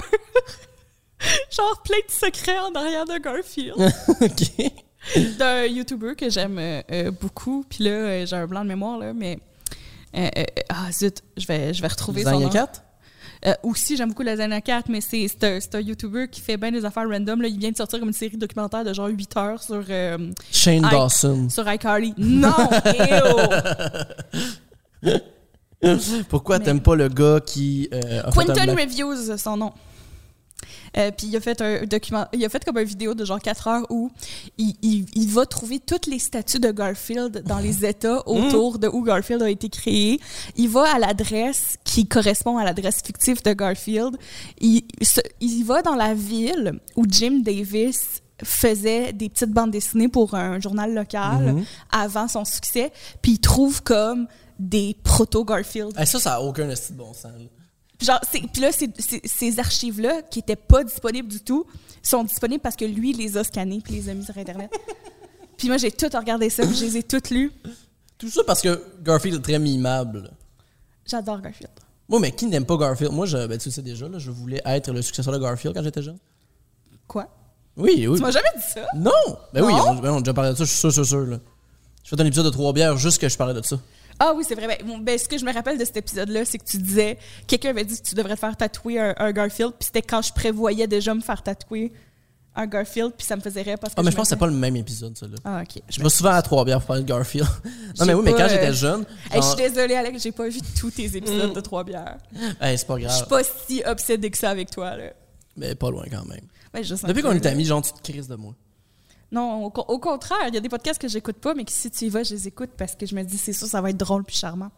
A: Genre plein de secrets en arrière de Garfield.
B: ok.
A: d'un YouTuber que j'aime euh, euh, beaucoup. Puis là, euh, j'ai un blanc de mémoire, là, mais. euh, euh, ah, zut, je vais, je vais retrouver son
B: Zang
A: nom.
B: 4?
A: Euh, aussi, j'aime beaucoup le Zana 4, mais c'est c'est un, c'est un YouTuber qui fait bien des affaires random. Là. Il vient de sortir comme une série documentaire de genre 8 heures sur, euh,
B: Shane
A: Ike.
B: Dawson.
A: sur iCarly. Non! ew!
B: Pourquoi
A: Mais-
B: t'aimes pas le gars qui. euh, a fait un
A: Quentin
B: black-
A: Reviews, son nom. Euh, puis il a fait un document, il a fait comme une vidéo de genre 4 heures où il, il- il va trouver toutes les statues de Garfield dans les
B: Mm.
A: États autour de où Garfield a été créé. Il va à l'adresse qui correspond à l'adresse fictive de Garfield. Il, se- il va dans la ville où Jim Davis faisait des petites bandes dessinées pour un journal local
B: Mm-hmm.
A: avant son succès, puis il trouve comme des proto-Garfield
B: Eh, ça, ça a aucun esti de bon sens. là.
A: Genre, c'est- puis là, c'est- c'est- ces archives-là, qui n'étaient pas disponibles du tout, sont disponibles parce que lui, il les a scannées puis les a mis sur Internet. puis moi, j'ai tout regardé ça, puis je les ai toutes lues.
B: Tout ça parce que Garfield est très mimable.
A: J'adore Garfield.
B: Moi, mais qui n'aime pas Garfield? Moi, je, ben, tu le sais déjà, là, je voulais être le successeur de Garfield quand j'étais jeune.
A: Quoi?
B: Oui, oui.
A: Tu m'as jamais dit ça?
B: Non! Ben oui,
A: Non?
B: on, ben, on a déjà parlé de ça, je suis sûr, sûr, sûr. Là. Je fais un épisode de Trois bières juste que je parlais de ça.
A: Ah oui, c'est vrai. Ben, bon, ben, ce que je me rappelle de cet épisode-là, c'est que tu disais, quelqu'un avait dit que tu devrais te faire tatouer un, un Garfield, puis c'était quand je prévoyais déjà me faire tatouer un Garfield, puis ça me faisait rire parce que.
B: Ah, mais je pense que c'est pas le même épisode, ça. Là.
A: Ah, ok.
B: Je vais souvent à Trois bières pour parler de Garfield. non,
A: J'ai
B: mais oui, mais
A: pas,
B: quand
A: euh,
B: j'étais jeune.
A: Hey, je
B: genre-
A: suis désolée, Alex, j'ai pas vu tous tes épisodes
B: Mm.
A: de Trois Bières.
B: Hey, c'est pas
A: Je suis
B: grave.
A: pas si obsédée que ça avec toi, là.
B: Mais pas loin quand même.
A: Ouais, juste un
B: Depuis
A: peu,
B: qu'on est
A: là.
B: amis, genre, tu te crises de moi.
A: Non, au, co- au contraire, il y a des podcasts que j'écoute pas, mais que si tu y vas, je les écoute parce que je me dis, c'est sûr, ça va être drôle puis charmant.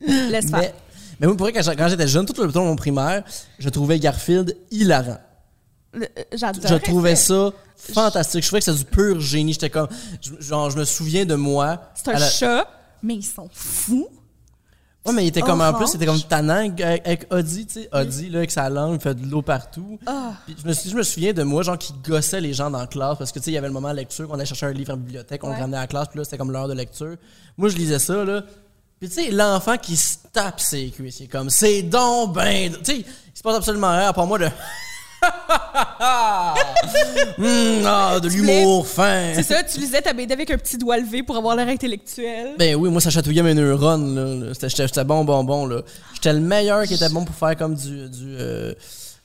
A: Laisse
B: Mais,
A: faire.
B: mais oui, pour vrai, quand j'a- quand j'étais jeune, tout le temps de mon primaire, je trouvais Garfield hilarant.
A: Le- euh, J'adore.
B: Je trouvais ça fantastique. Je trouvais que c'était du pur génie. J'étais comme. je- Genre, je me souviens de moi.
A: C'est un
B: à la-
A: chat, mais ils sont fous.
B: Ouais, mais il était comme. En plus,
A: orange.
B: c'était comme tannant avec- avec Audi, tu sais. Audi, là, avec sa langue, il fait de l'eau partout.
A: Ah.
B: Puis je, me suis- je me souviens de moi, genre, qui gossait les gens dans la classe parce que, tu sais, il y avait le moment de lecture, on allait chercher un livre en bibliothèque, on
A: Ouais.
B: le ramenait à la classe, puis là, c'était comme l'heure de lecture. Moi, je lisais ça, là. Puis, tu sais, l'enfant qui se tape ses cuisses, il est comme, c'est donc ben. drôle. Tu sais, il se passe absolument rien, à part moi, de. Hum, ah, de
A: voulais-
B: l'humour fin.
A: C'est ça, tu lisais ta BD avec un petit doigt levé pour avoir l'air intellectuel.
B: Ben oui, moi ça chatouillait mes neurones là. là. C'était- J'étais j'étais bon, bon, bon là. J'étais le meilleur qui était bon pour faire comme du du, euh,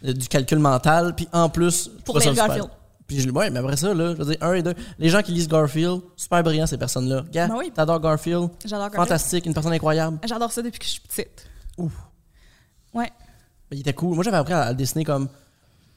B: du calcul mental. Puis en plus, je
A: Pour
B: trouvais ça
A: lire
B: super.
A: Garfield.
B: Puis je, ouais, mais après ça là, je veux dire un et deux, les gens qui lisent Garfield, super brillants ces personnes là. Gars,
A: Ben oui.
B: t'adores Garfield,
A: J'adore Garfield.
B: fantastique, une personne incroyable.
A: J'adore ça depuis que je suis petite.
B: Ouf.
A: Ouais.
B: Ben, il était cool. Moi j'avais appris à, à le dessiner comme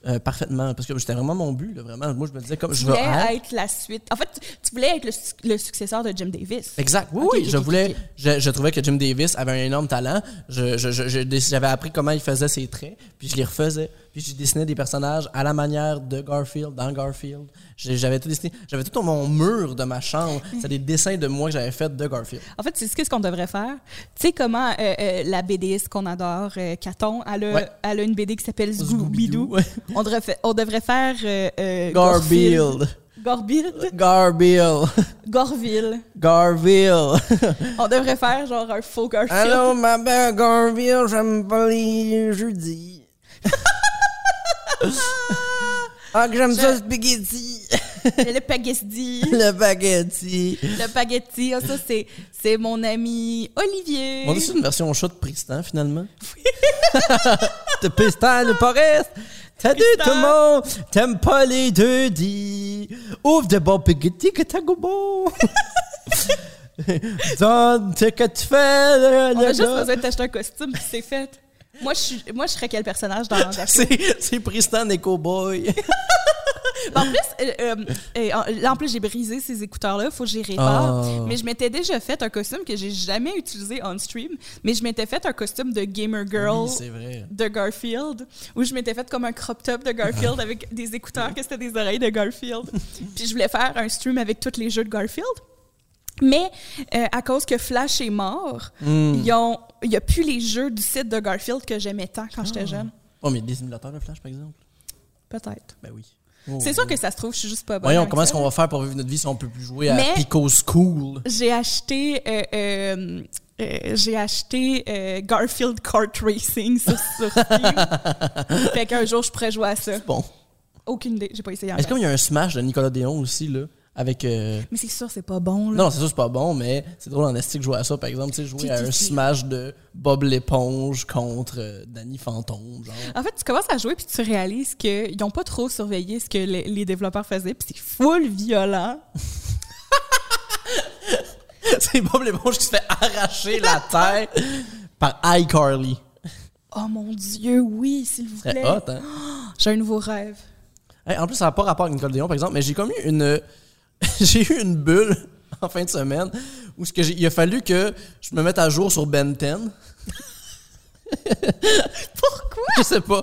B: euh, parfaitement parce que c'était vraiment mon but là, vraiment. Moi je me disais comme
A: Tu
B: je veux
A: voulais être la suite. En fait, tu- tu voulais être le, su- le successeur de Jim Davis.
B: Exact. Oui,
A: Ok,
B: oui.
A: ok,
B: je
A: ok,
B: voulais.
A: ok.
B: Je, je trouvais que Jim Davis avait un énorme talent. Je, je- je- je dé- j'avais appris comment il faisait ses traits, puis je les refaisais. Puis je dessinais des personnages à la manière de Garfield, dans Garfield. J'ai- J'avais tout dessiné. J'avais tout mon mur de ma chambre. C'était des dessins de moi que j'avais fait de Garfield.
A: En fait, c'est ce qu'est-ce qu'on devrait faire. Tu sais comment euh, euh, la BDiste qu'on adore, euh, Caton, elle a,
B: Ouais.
A: elle a une BD qui s'appelle
B: Scooby-Doo,
A: Scooby-Doo.
B: ouais.
A: on, devrait fa- on devrait faire... euh, euh,
B: Garfield.
A: Gorfield.
B: Garfield.
A: Gorville.
B: Garfield.
A: On devrait faire genre un faux Garfield.
B: Allô, ma belle Garfield, j'aime pas les jeudis. ah, que j'aime ça, spaghetti.
A: le spaghetti.
B: Le spaghetti.
A: le spaghetti. Ah, ça, c'est, c'est mon ami Olivier.
B: On dit c'est une version chat de Pristan, finalement. de Pristan, le Forest. Salut
A: Pristan.
B: tout le monde. T'aimes pas les deux dits. Ouvre de bon spaghetti que t'as go bon. Donne ce que tu fais. le-
A: On a
B: le
A: juste
B: gars.
A: besoin de t'acheter un costume, puis c'est fait. Moi je, suis, moi, je serais quel personnage dans Garfield?
B: C'est c'est Pristan et Cowboy.
A: Mais en plus, euh, euh, euh, en- là, en plus, j'ai brisé ces écouteurs-là, faut que j'y répare.
B: Ah.
A: Mais je m'étais déjà fait un costume que j'ai jamais utilisé on stream, mais je m'étais fait un costume de gamer girl.
B: Ah Oui, c'est vrai.
A: de Garfield, où je m'étais fait comme un crop top de Garfield
B: Ah.
A: avec des écouteurs que c'était des oreilles de Garfield. Puis je voulais faire un stream avec tous les jeux de Garfield. Mais euh, à cause que Flash est mort,
B: Hmm.
A: ils ont- il n'y a plus les jeux du site de Garfield que j'aimais tant quand j'étais jeune.
B: Oh, mais des simulateurs de Flash, par exemple.
A: Peut-être.
B: Ben oui.
A: C'est sûr que ça se trouve, je suis juste pas bonne.
B: Voyons,
A: avec
B: comment est-ce
A: ça.
B: qu'on va faire pour vivre notre vie si on peut plus jouer à
A: Mais-
B: Pico School?
A: J'ai acheté, euh, euh, euh, j'ai acheté euh, Garfield Kart Racing sur, sur Steam. fait qu'un jour, je pourrais jouer à ça.
B: Bon.
A: Aucune idée, j'ai pas essayé
B: Ah, Est-ce
A: encore.
B: qu'il y a un smash de Nicolas Déon aussi, là? avec. euh,
A: Mais c'est sûr, c'est pas bon. Là.
B: Non, c'est sûr, c'est pas bon, mais c'est drôle en esti que jouer à ça, par exemple. Tu sais, jouer
A: Qui-
B: à
A: qui-
B: un
A: qui-
B: smash de Bob l'éponge contre euh, Danny Fantôme, genre.
A: En fait, tu commences à jouer puis tu réalises qu'ils n'ont pas trop surveillé ce que les, les développeurs faisaient, puis c'est full violent.
B: c'est Bob l'éponge qui se fait arracher la tête par iCarly.
A: Oh mon Dieu, oui, s'il vous
B: Très
A: plaît.
B: hot, hein?
A: J'ai un nouveau rêve.
B: Hey, en plus, ça n'a pas rapport avec Nicole Déon, par exemple, mais j'ai comme eu une. j'ai eu une bulle en fin de semaine où ce que j'ai- il a fallu que je me mette à jour sur Ben 10.
A: Pourquoi?
B: Je sais pas.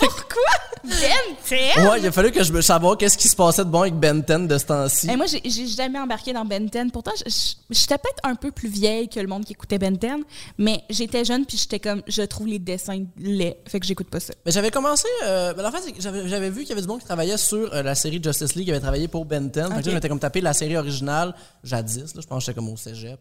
A: Pourquoi? Ben 10?
B: Ouais, il a fallu que je me savoir qu'est-ce qui se passait de bon avec Ben 10 de ce temps-ci.
A: Et moi, j'ai- j'ai jamais embarqué dans Ben 10. Pourtant, je- je- j'étais peut-être un peu plus vieille que le monde qui écoutait Ben 10, mais j'étais jeune puis j'étais comme, je trouve les dessins laids, fait que j'écoute pas ça.
B: Mais j'avais commencé. Euh, ben, en fait, c'est que j'avais j'avais vu qu'il y avait du monde qui travaillait sur euh, la série Justice League, qui avait travaillé pour Ben 10. Fait que là,
A: Ok.
B: je m'étais comme tapé la série originale, jadis, là, je pense que j'étais comme au cégep.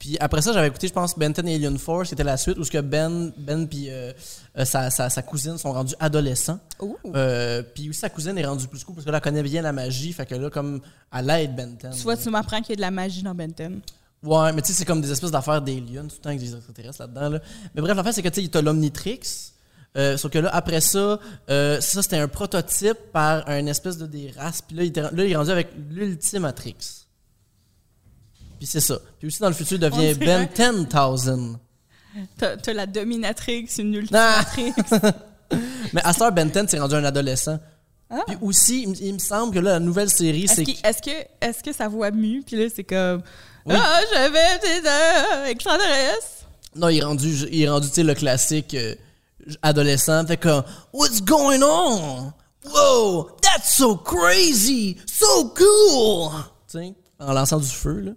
B: Puis après ça, j'avais écouté, je pense, Ben 10 et Alien Force, c'était la suite où ce que Ben, Ben puis euh, euh, sa, sa- sa cousine sont rendus adolescents.
A: Oh.
B: Euh, puis aussi, sa cousine est rendue plus cool parce que là, elle connaît bien la magie. Fait que là, comme, elle aide Ben 10.
A: Tu vois, tu m'apprends qu'il y a de la magie dans Ben 10.
B: Ouais, mais tu sais, c'est comme des espèces d'affaires d'aliens, tout le temps avec des extraterrestres là-dedans. Là. Mais bref, l'affaire, c'est que tu sais, t'as l'Omnitrix. Euh, sauf que là, après ça, euh, ça, c'était un prototype par un espèce de des races. Puis là, il, était- là, il est rendu avec l'Ultimatrix. Puis c'est ça. Puis aussi, dans le futur, il devient
A: On
B: Ben
A: dirait-
B: 10000.
A: T'as t'as la dominatrix, une
B: Ah!
A: ultimatrix.
B: Mais à ce Ben 10, c'est rendu un adolescent.
A: Ah.
B: Puis aussi, il, me- il me semble que là, la nouvelle série,
A: Est-ce
B: c'est...
A: qu'il- est-ce que, est-ce que sa voix mue? Puis là, c'est comme.
B: Oui.
A: Ah, je vais, t'es euh, extraterrestre.
B: Non, il est rendu, il est rendu, tu sais, le classique euh, adolescent. Fait comme, What's going on? Whoa, that's so crazy, so cool! Tu sais, en lançant du feu, là.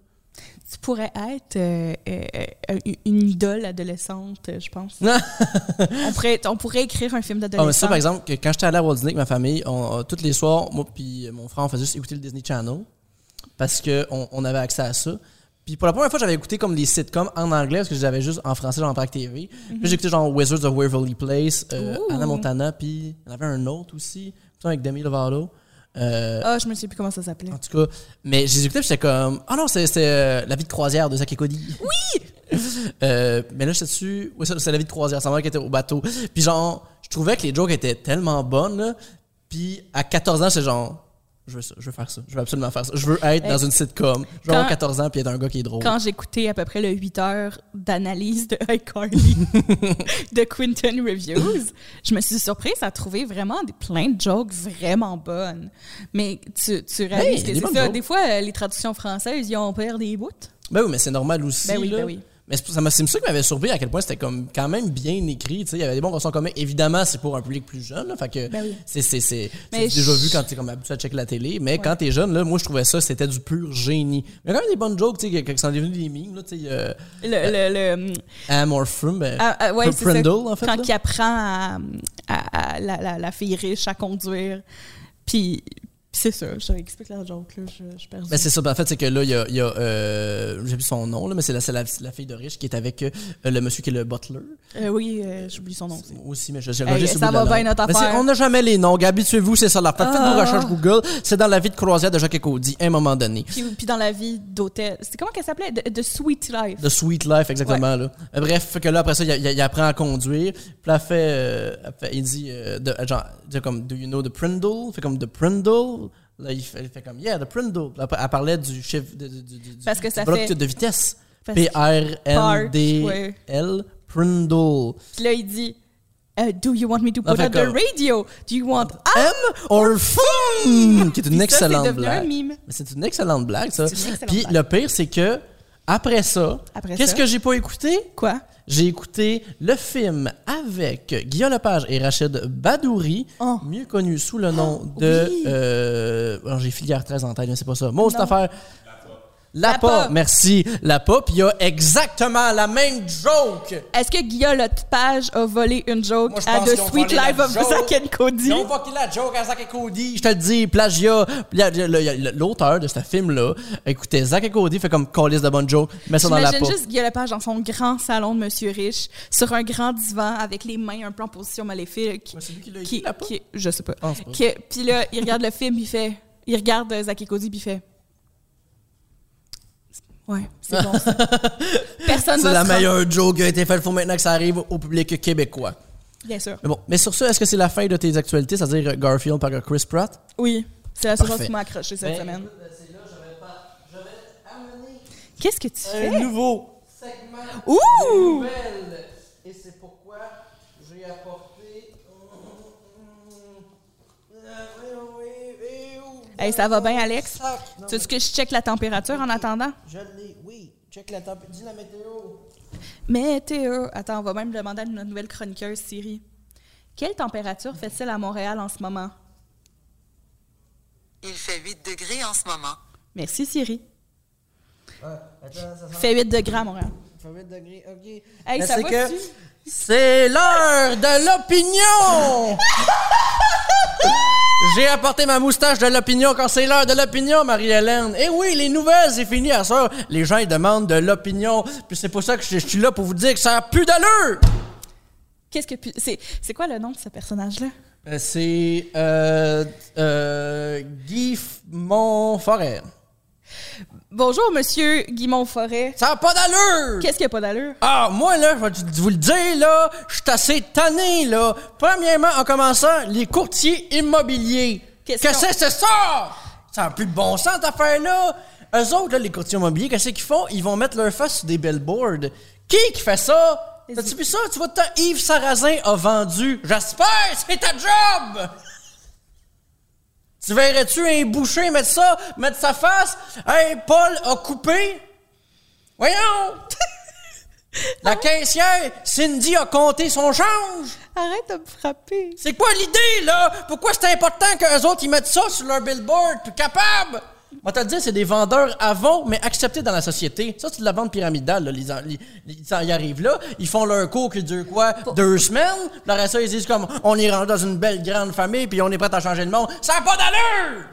A: Tu pourrais être euh, euh, euh, une idole adolescente, euh, je pense. on, pourrait, on pourrait écrire un film
B: Ah, mais
A: d'adolescent.
B: ça, par exemple, que quand j'étais allé à Walt Disney avec ma famille, on, euh, tous les soirs, moi puis mon frère, on faisait juste écouter le Disney Channel parce qu'on on avait accès à ça. Puis pour la première fois, j'avais écouté comme les sitcoms en anglais parce que j'avais juste en français, genre en prac TV. Puis j'ai écouté genre Wizards of Waverly Place, euh,
A: Ooh.
B: Anna Montana, puis il y en avait un autre aussi, putain, avec Demi Lovato. Euh,
A: Ah, je me sais plus comment ça s'appelait.
B: en tout cas, mais j'ai écouté, puis j'étais comme, ah non, c'est c'est, euh, la vie de croisière de Zach et Cody. Oui! mais là, j'étais dessus, oui, ça, c'est la vie de croisière, ça m'a qui était au bateau. Puis genre, je trouvais que les jokes étaient tellement bonnes, là. Puis à 14 ans, j'étais genre, je veux ça, je veux faire ça, je veux absolument faire ça. Je veux être
A: Hey.
B: dans une sitcom. Je veux avoir
A: Quand-
B: 14 ans puis être un gars qui est drôle.
A: Quand j'écoutais à peu près le 8 heures d'analyse de iCarly de Quinton Reviews, je me suis surprise à trouver vraiment des, plein de jokes vraiment bonnes. Mais tu, tu
B: Hey,
A: réalises
B: des
A: que
B: bonnes
A: c'est ça.
B: jokes.
A: Des fois, euh, les traductions françaises, ils ont perdu des bouts.
B: Ben oui, mais c'est normal aussi,
A: Ben oui,
B: là.
A: ben oui.
B: Mais c'est ça m'a- c'est ça qui m'avait surpris à quel point c'était comme quand même bien écrit. tu sais. Il y avait des bons ressorts communs. Évidemment, c'est pour un public plus jeune. Là, fait que
A: Ben oui.
B: c'est c'est- c'est-
A: Mais
B: c'est déjà
A: je-
B: vu quand t'es comme habitué à checker la télé. Mais quand t'es jeune, là, moi, je trouvais ça, c'était du pur génie. Mais quand même des bonnes jokes, tu sais, qui sont devenues des mimes. Là, tu sais, euh,
A: Le, le, le,
B: Am or Frum, ben,
A: Ah, ah, ouais,
B: Pr-
A: c'est ça.
B: Prindle, en fait.
A: Quand
B: là.
A: il apprend à, à- à la, la- la fille riche à conduire, puis puis c'est ça, je explique la joke, là, je, je perds.
B: Ben, c'est ça. Ben, en fait, c'est que là, il y a, il y a euh, j'ai plus son nom, là, mais c'est la, c'est la, la fille de riche qui est avec euh, le monsieur qui est le butler.
A: Euh, oui, euh, j'oublie son nom. c'est-
B: Aussi, mais je, je,
A: Hey,
B: j'ai sur
A: ça
B: le bout de
A: va
B: la
A: bien,
B: langue.
A: notre
B: Mais c'est-
A: affaire.
B: On n'a jamais les noms. Gabi, tuez-vous, c'est ça. La faites
A: Ah.
B: vos recherches Google. C'est dans la vie de croisière de Jacques et Cody, à un moment donné.
A: Puis, puis dans la vie d'hôtel, c'est comment qu'elle s'appelait? The, The Sweet Life.
B: The Sweet Life, exactement. Là. Euh, Bref, fait que là, après ça, il, il- il apprend à conduire. Puis là, elle fait, euh, elle fait- il dit, euh, de- genre, il dit comme, Do you know the Prindle? Il fait comme, The Prindle? Là, il fait, il fait comme, Yeah, the Prindle. Puis là, elle parlait du chiffre de, du- du- du-
A: Parce que
B: du
A: ça
B: bloc
A: fait-
B: de vitesse.
A: Parce que-
B: P-R-N-D-L,
A: ouais.
B: Prindle.
A: Puis là, il dit, euh, Do you want me to
B: Non,
A: put
B: fait
A: on the
B: comme-
A: radio? Do you want. Ah!
B: M or Fum, qui
A: Puis
B: est une
A: ça, c'est
B: excellente
A: devenu un
B: blague.
A: mime.
B: Mais c'est une excellente blague, ça.
A: C'est une excellente
B: Puis
A: blague.
B: le pire, c'est que après ça,
A: Après
B: qu'est-ce
A: ça.
B: que j'ai pas écouté?
A: Quoi?
B: J'ai écouté le film avec Guillaume Lepage et Rachid Badouri,
A: Oh.
B: mieux connu sous le nom de.
A: oui.
B: euh, alors, j'ai filière 13 en tête, mais c'est pas ça. Moi, cette
A: Non.
B: affaire. La
A: La
B: pas,
A: Pop.
B: merci. La pas, puis il y a exactement la même joke.
A: Est-ce que Guillaume Lepage a volé une joke
B: Moi, je
A: à
B: pense
A: The
B: qu'ils ont
A: Sweet
B: volé la
A: Life of
B: joke.
A: Zack and Cody?
B: Ils ont fucké la joke à Zach et Cody. Je te le dis, plagiat. Puis la- la- la- L'auteur de ce film-là, écoutez, Zach et Cody fait comme Callis de bonne joke, mets ça dans la
A: J'imagine
B: peau.
A: juste Guy Lepage dans son grand salon de Monsieur Riche, sur un grand divan, avec les mains un peu en position maléfique.
B: Ouais, c'est lui qui l'a écrit,
A: qui,
B: la peau?
A: qui- Je sais pas.
B: Ah, c'est pas
A: Que- Puis là, il regarde le film, il fait... Il regarde euh, Zack et Cody, puis il fait... Ouais, c'est bon ça. Personne
B: C'est
A: va
B: la
A: se rendre-
B: meilleure joke qui a été faite. Faut maintenant que ça arrive au public québécois.
A: Bien sûr.
B: Mais bon, mais sur ce, est-ce que c'est la fin de tes actualités, c'est-à-dire Garfield par Chris Pratt?
A: Oui, c'est la seule chose
B: Parfait.
A: qui m'a accroché cette
B: Ben,
A: semaine.
B: Je Euh, vais
A: Qu'est-ce que tu fais?
B: amener un nouveau segment
A: Ouh!
B: nouvelles. Et c'est pourquoi j'ai apporté...
A: Hey, ça va bien, Alex? Tu veux que je check la température en attendant?
B: Ah, Je l'ai, oui. Check la température. Dis la météo.
A: Météo. Attends, on va même demander à notre nouvelle chroniqueuse, Siri. Quelle température fait-il à Montréal en ce moment?
C: Il fait 8 degrés en ce moment.
A: Merci, Siri.
B: attends, ça
A: Fait 8 degrés à Montréal.
B: fait 8 degrés. OK.
A: Hey, ça
B: c'est
A: va-tu?
B: que c'est l'heure de l'opinion! J'ai apporté ma moustache de l'opinion quand c'est l'heure de l'opinion, Marie-Hélène. Et oui, les nouvelles, c'est fini à ça. Les gens, ils demandent de l'opinion. Puis c'est pour ça que je, je suis là pour vous dire que ça a plus d'allure!
A: Qu'est-ce que... pu- C'est c'est quoi le nom de ce personnage-là?
B: Euh, C'est euh, euh, Guy F- Montforêt.
A: Bonjour, monsieur Guimont Forêt.
B: Ça a pas d'allure!
A: Qu'est-ce qu'il n'y a pas d'allure?
B: Ah, moi, là, je vais t- vous le dire, là, je suis assez tanné, là. Premièrement, en commençant, les courtiers immobiliers. Qu'est-ce
A: Question.
B: que c'est, c'est ça? Ça n'a plus de bon sens, cette affaire-là. Eux autres, là, les courtiers immobiliers, qu'est-ce qu'ils font? Ils vont mettre leur face sur des billboards. Qui qui fait ça?
A: Les-
B: T'as-tu vu ça? Tu vois, tout le temps, Yves Sarrazin a vendu. J'espère, c'est ta job! Tu verrais-tu un boucher mettre ça, mettre sa face? Hey, Paul a coupé. Voyons! La caissière, Cindy a compté son change.
A: Arrête de me frapper.
B: C'est quoi l'idée, là? Pourquoi c'est important qu'eux autres, ils mettent ça sur leur billboard? Plus capable! On te le dire, c'est des vendeurs avant, mais acceptés dans la société. Ça, c'est de la vente pyramidale, là. Les, en- les- les- ils en- ils arrivent là, ils font leur cours qui dure quoi? Deux semaines? Puis Après ça, ils disent comme, on est rendu dans une belle grande famille, puis on est prêt à changer le monde. Ça n'a pas d'allure!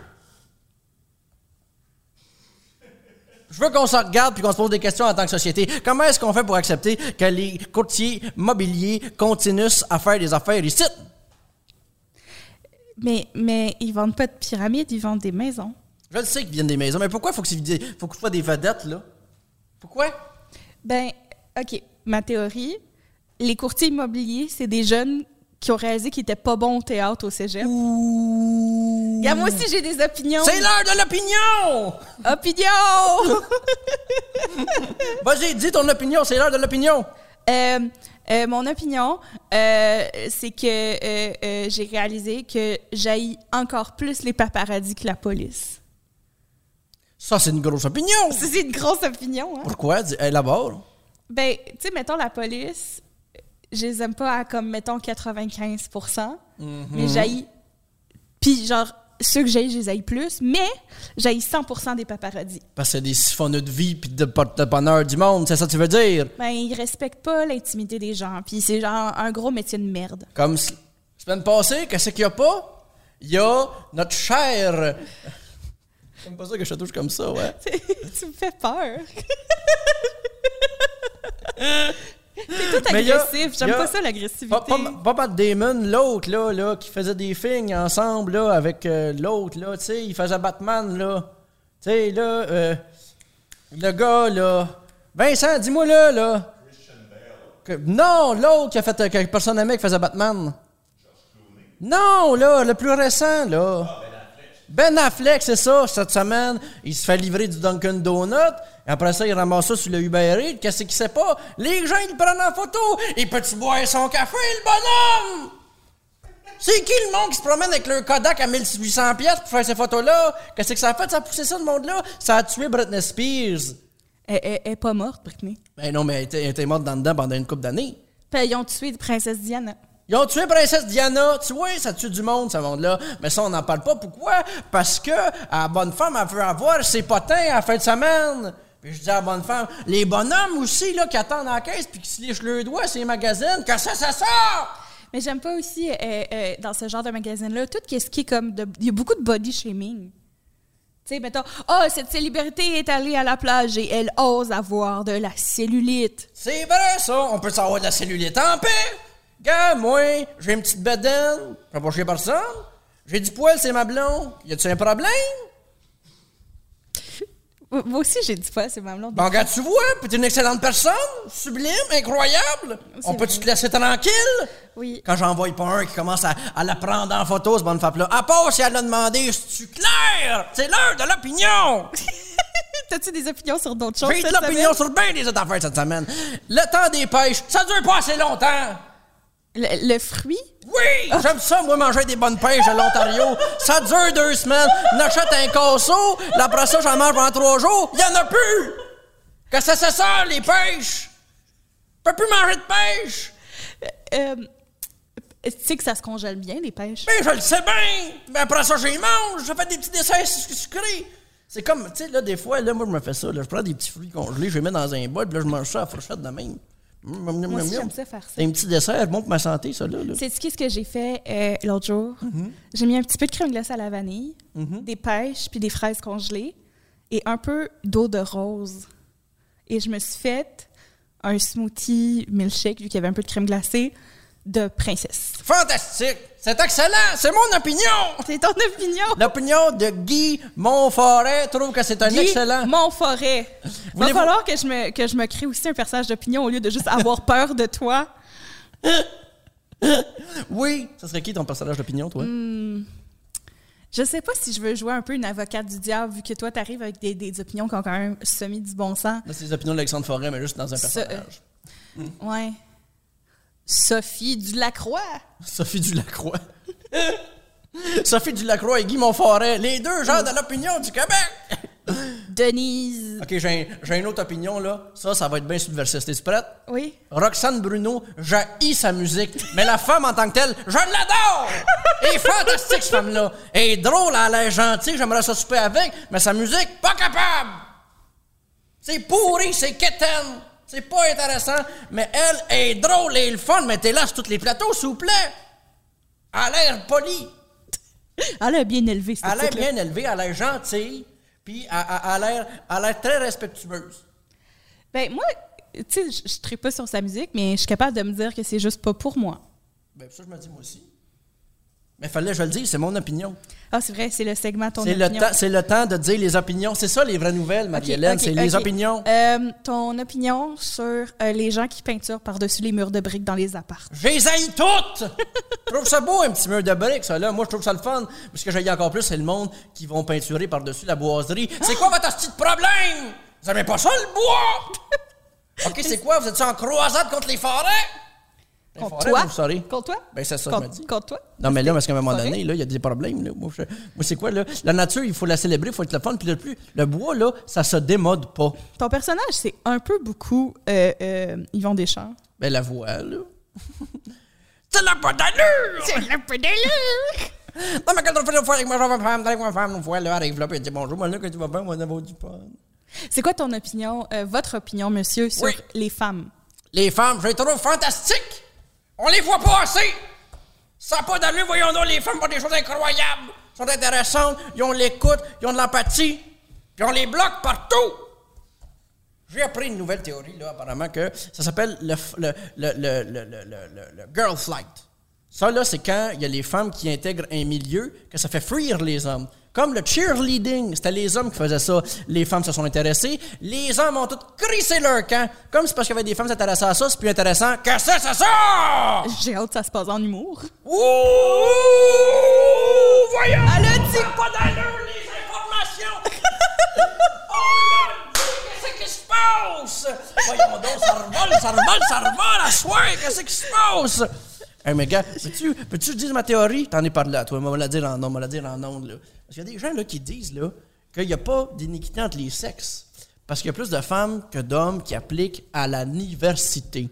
B: Je veux qu'on se regarde puis qu'on se pose des questions en tant que société. Comment est-ce qu'on fait pour accepter que les courtiers mobiliers continuent à faire des affaires ici?
A: Mais, mais ils vendent pas de pyramide, ils vendent des maisons.
B: Je le sais qu'ils viennent des maisons, mais pourquoi faut que c'est- faut que ce soit des vedettes, là? Pourquoi?
A: Ben, OK. Ma théorie, les courtiers immobiliers, c'est des jeunes qui ont réalisé qu'ils étaient pas bons au théâtre au cégep. Regarde, moi aussi, j'ai des opinions.
B: C'est l'heure de l'opinion!
A: Opinion!
B: Vas-y, dis ton opinion, c'est l'heure de l'opinion!
A: Euh, euh, mon opinion, euh, c'est que euh, euh, j'ai réalisé que j'haïs encore plus les paparazzis que la police.
B: Ça, c'est une grosse opinion!
A: Ça, C'est une grosse opinion, hein?
B: Pourquoi? Dis, élabore.
A: Ben, tu sais, mettons la police, je les aime pas à comme, mettons, 95 mais j'haïs. Puis, genre, ceux que j'haïs, je les haïs plus, mais j'haïs 100 des paparazzis.
B: Parce que c'est des siphonneux de vie pis de, pot- de bonheur du monde, c'est ça que tu veux dire?
A: Ben, ils respectent pas l'intimité des gens, puis c'est genre un gros métier de merde.
B: Comme s- semaine passée, qu'est-ce qu'il y a pas? Il y a notre cher. J'aime pas ça que je te touche comme ça, ouais.
A: tu me fais peur. T'es tout
B: Mais y a-
A: agressif, j'aime
B: y a-
A: pas ça l'agressivité.
B: Pas, pas, pas Matt Damon, l'autre, là, là, qui faisait des films ensemble, là, avec euh, l'autre, là, tu sais, il faisait Batman, là. Tu sais, là, euh, le gars, là. Vincent, dis-moi, là, là. Que- non, l'autre qui a fait, euh, que personne aimait, qui faisait Batman. Non, là, le plus récent, là. Ben Affleck, c'est ça, cette semaine, il se fait livrer du Dunkin' Donut, et après ça, il ramasse ça sur le Uber Eats, qu'est-ce qu'il sait pas? Les gens, ils le prennent en photo, il peut-tu boire son café, le bonhomme? C'est qui le monde qui se promène avec leur Kodak à 1800 pièces pour faire ces photos-là? Qu'est-ce que ça a fait? Ça a poussé ça, le monde-là? Ça a tué Britney Spears.
A: Elle, elle- elle est pas morte, Britney.
B: Ben non, mais elle était, elle était morte dans le dedans pendant une couple d'années.
A: Puis Ben, ils ont tué Princesse Diana.
B: Ils ont tué Princesse Diana, tu vois, ça tue du monde, ce monde-là. Mais ça, on n'en parle pas. Pourquoi? Parce que la bonne femme, elle veut avoir ses potins à la fin de semaine. Puis je dis à la bonne femme, les bonhommes aussi, là, qui attendent en caisse puis qui se lichent le doigt, c'est les magazines, que ça, ça sort!
A: Mais j'aime pas aussi, euh, euh, dans ce genre de magazine-là, tout ce qui est comme... de- Il y a beaucoup de body shaming. Tu sais, mettons, « Oh, cette célébrité est allée à la plage et elle ose avoir de la cellulite.
B: C'est vrai, ça! On peut savoir de la cellulite en paix! Gars, moi, j'ai une petite bedaine, je vais pas chez personne. J'ai du poil, c'est ma blonde. Y a-tu un problème? »
A: Moi aussi, j'ai du poil, c'est mamelon.
B: Bon, regarde, tu vois, puis t'es une excellente personne, sublime, incroyable.
A: C'est
B: On peut-tu te laisser tranquille?
A: Oui.
B: Quand j'en vois pas un qui commence à, à la prendre en photo, ce bonne femme-là, à part si elle a demandé, c'est-tu clair? C'est l'heure de l'opinion!
A: T'as-tu des opinions sur d'autres choses?
B: J'ai de
A: cette
B: l'opinion
A: semaine?
B: sur bien des autres affaires cette semaine. Le temps des pêches, ça dure pas assez longtemps!
A: Le, le fruit?
B: Oui! J'aime ça, moi, manger des bonnes pêches de l'Ontario. Ça dure deux semaines. J'achète un casseau, là, après ça, j'en mange pendant trois jours. Il y en a plus! Que ça, c'est ça, les pêches! Je peux plus manger de pêche!
A: Euh, tu sais que ça se congèle bien, les pêches?
B: Mais Ben, je le sais bien! Mais après ça, j'y mange! Je fais des petits desserts suc- sucrés! C'est comme, tu sais, là, des fois, là, moi, je me fais ça. Là, je prends des petits fruits congelés, je les mets dans un bol, puis là, je mange ça à la fourchette de même. Mmh, Moi
A: aussi, j'aime ça faire ça.
B: Un petit dessert, bon pour ma santé, ça, là. là.
A: C'est ce que j'ai fait euh, l'autre jour.
B: Mm-hmm.
A: J'ai mis un petit peu de crème glacée à la vanille, des pêches puis des fraises congelées et un peu d'eau de rose. Et je me suis faite un smoothie milkshake vu qu'il y avait un peu de crème glacée de princesse.
B: Fantastique! C'est excellent! C'est mon opinion!
A: C'est ton opinion.
B: L'opinion de Guy Montforêt trouve que c'est un
A: Guy
B: excellent.
A: Montforêt. Va
B: Voulez-vous-
A: falloir que je me que je me crée aussi un personnage d'opinion au lieu de juste avoir peur de toi.
B: Oui. Ça serait qui ton personnage d'opinion, toi?
A: Mmh. Je sais pas si je veux jouer un peu une avocate du diable, vu que toi, t'arrives avec des, des opinions qui ont quand même semé du bon sens.
B: Là, c'est les opinions d'Alexandre Forêt, mais juste dans un
A: Ça, euh,
B: personnage. Mm.
A: Ouais. Sophie Dulacroix.
B: Sophie Dulacroix. Sophie Dulacroix et Guy Montforêt, les deux gens de l'opinion du Québec!
A: Denise.
B: OK, j'ai un- j'ai une autre opinion, là. Ça, ça va être bien subversif. T'es prête?
A: Oui.
B: Roxane Bruno, j'haïs sa musique, mais la femme en tant que telle, je l'adore! Elle est fantastique, cette femme-là. Elle est drôle, elle est gentille, j'aimerais ça souper avec, mais sa musique, pas capable! C'est pourri, c'est quétaine, c'est pas intéressant, mais elle est drôle et le fun, mais t'es là sur tous les plateaux, s'il vous plaît! Elle a l'air polie,
A: Elle a bien élevé, cette
B: elle a l'air
A: petite-là.
B: bien élevée, elle a l'air gentille, puis elle, elle- elle a l'air- elle a l'air très respectueuse.
A: Ben, moi, tu sais, je- je ne pas sur sa musique, mais je suis capable de me dire que c'est juste pas pour moi.
B: Ben, ça, je me dis, moi aussi. Mais fallait que je le dise, c'est mon opinion.
A: Ah, c'est vrai, c'est le segment ton
B: C'est le,
A: opinion.
B: temps, c'est le temps de dire les opinions. C'est ça, les vraies nouvelles,
A: Ok,
B: Marie-Hélène.
A: ok,
B: c'est les
A: ok.
B: opinions.
A: Euh, ton opinion sur euh, les gens qui peinturent par-dessus les murs de briques dans les apparts.
B: Je les haïs toutes! je trouve ça beau, un petit mur de briques, ça, là. Moi, je trouve ça le fun. Mais ce que j'aille encore plus, c'est le monde qui vont peinturer par-dessus la boiserie. C'est quoi votre petit problème? Vous aimez pas ça, le bois? OK, c'est quoi? Vous êtes en croisade contre les forêts? Les
A: Contre
B: forêts,
A: toi?
B: Ben, vous saurez.
A: Contre toi?
B: Ben, c'est ça, je me dis.
A: Contre, contre toi?
B: Non, mais là, parce qu'à un moment
A: Forêt?
B: donné, là, il y a des problèmes. Là. Moi, je- moi, c'est quoi, là? La nature, il faut la célébrer, il faut être le fun. Puis le plus, le bois, là, ça se démode pas.
A: Ton personnage, c'est un peu beaucoup euh, euh, Yvon Deschamps.
B: Ben, la voix, là. Ça n'a pas d'allure!
A: un peu délire!
B: Non, mais quand on fait une fois avec ma femme, femme, avec ma femme, une fois, là, arrive là, puis elle dit bonjour, moi, là, que tu vas bien, moi, niveau du fun.
A: C'est quoi ton opinion, euh, votre opinion, monsieur, sur
B: Oui.
A: les femmes?
B: Les femmes, je les trouve fantastiques! On les voit pas assez! Ça n'a pas d'allure, voyons donc, les femmes font des choses incroyables! Elles sont intéressantes, ils ont l'écoute, ils ont de l'empathie, puis on les bloque partout! J'ai appris une nouvelle théorie, là, apparemment, que ça s'appelle le, f- le, le, le, le, le, le- le- le girl flight. Ça, là, c'est quand il y a les femmes qui intègrent un milieu, que ça fait fuir les hommes. Comme le cheerleading, c'était les hommes qui faisaient ça. Les femmes se sont intéressées. Les hommes ont tout crissé leur camp. Comme c'est parce qu'il y avait des femmes qui s'intéressaient à ça, c'est plus intéressant que ça, c'est ça!
A: J'ai hâte que ça se passe en humour.
B: Ouh! Voyons! Elle a dit pas d'allure, les informations! oh mon Dieu, qu'est-ce qui se passe? Voyons donc, ça revole, ça revole, ça revole à soir, qu'est-ce qui se passe? Hey, mais gars, peux-tu, peux-tu dire ma théorie? T'en es parlé à toi, mais on va la dire en ondes, on va la dire en ondes, là. Parce qu'il y a des gens, là, qui disent, là, qu'il n'y a pas d'iniquité entre les sexes. Parce qu'il y a plus de femmes que d'hommes qui appliquent à l'université.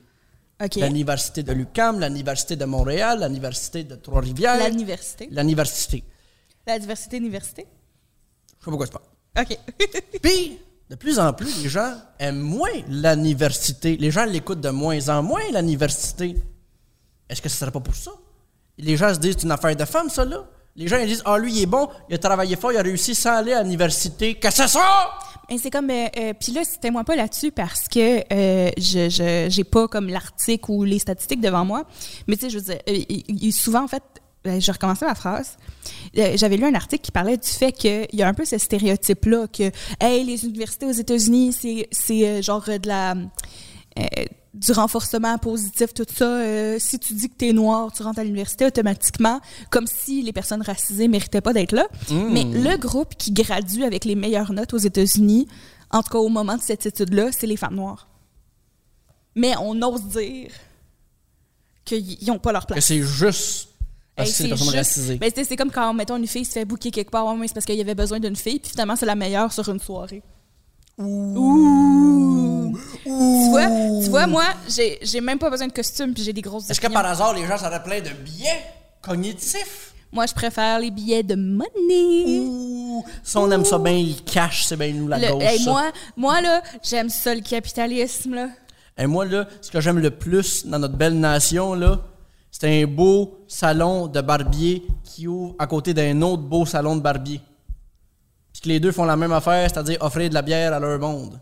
A: OK.
B: L'université de l'UQAM, l'université de Montréal, l'université de Trois-Rivières.
A: Euh, L'université.
B: L'université.
A: La diversité, université.
B: Je sais pas pourquoi je parle.
A: OK.
B: Puis, de plus en plus, les gens aiment moins l'université. Les gens l'écoutent de moins en moins, l'université. Est-ce que ce serait pas pour ça? Les gens se disent, c'est une affaire de femme, ça, là. Les gens, ils disent, ah, lui, il est bon, il a travaillé fort, il a réussi sans aller à l'université. Que c'est ça?
A: Mais c'est comme. euh, euh, Puis là, citez-moi pas là-dessus parce que euh, je je- j'ai pas comme l'article ou les statistiques devant moi. Mais tu sais, je veux dire, euh, il- il- souvent, en fait, euh, je recommençais ma phrase. Euh, J'avais lu un article qui parlait du fait qu'il y a un peu ce stéréotype-là que, hey, les universités aux États-Unis, c'est- c'est euh, genre euh, de la. euh, du renforcement positif, tout ça. Euh, si tu dis que t'es noir, tu rentres à l'université automatiquement, comme si les personnes racisées méritaient pas d'être là. Mais le groupe qui gradue avec les meilleures notes aux États-Unis, en tout cas au moment de cette étude-là, c'est les femmes noires. Mais on ose dire qu'ils n'ont pas leur place.
B: Que c'est juste
A: Hey,
B: parce que Ah, c'est des personnes
A: juste-
B: racisées.
A: Ben, c'est c'est comme quand, mettons, une fille se fait bouquer quelque part, ouais, mais c'est parce qu'il y avait besoin d'une fille, puis finalement, c'est la meilleure sur une soirée. Ouh. Tu vois, tu vois moi, j'ai j'ai même pas besoin de costume, puis j'ai des grosses
B: Est-ce que
A: opinions.
B: par hasard, les gens s'en plein de biais cognitifs?
A: Moi, je préfère les billets de money.
B: Ouh, ça, on aime ça bien, il cache, c'est bien nous, la
A: Le-
B: gauche.
A: hey,
B: ça.
A: moi, moi, là, j'aime ça, le capitalisme, là.
B: Et moi, là, ce que j'aime le plus dans notre belle nation, là, c'est un beau salon de barbier qui ouvre à côté d'un autre beau salon de barbier. Puis que les deux font la même affaire, c'est-à-dire offrir de la bière à leur monde.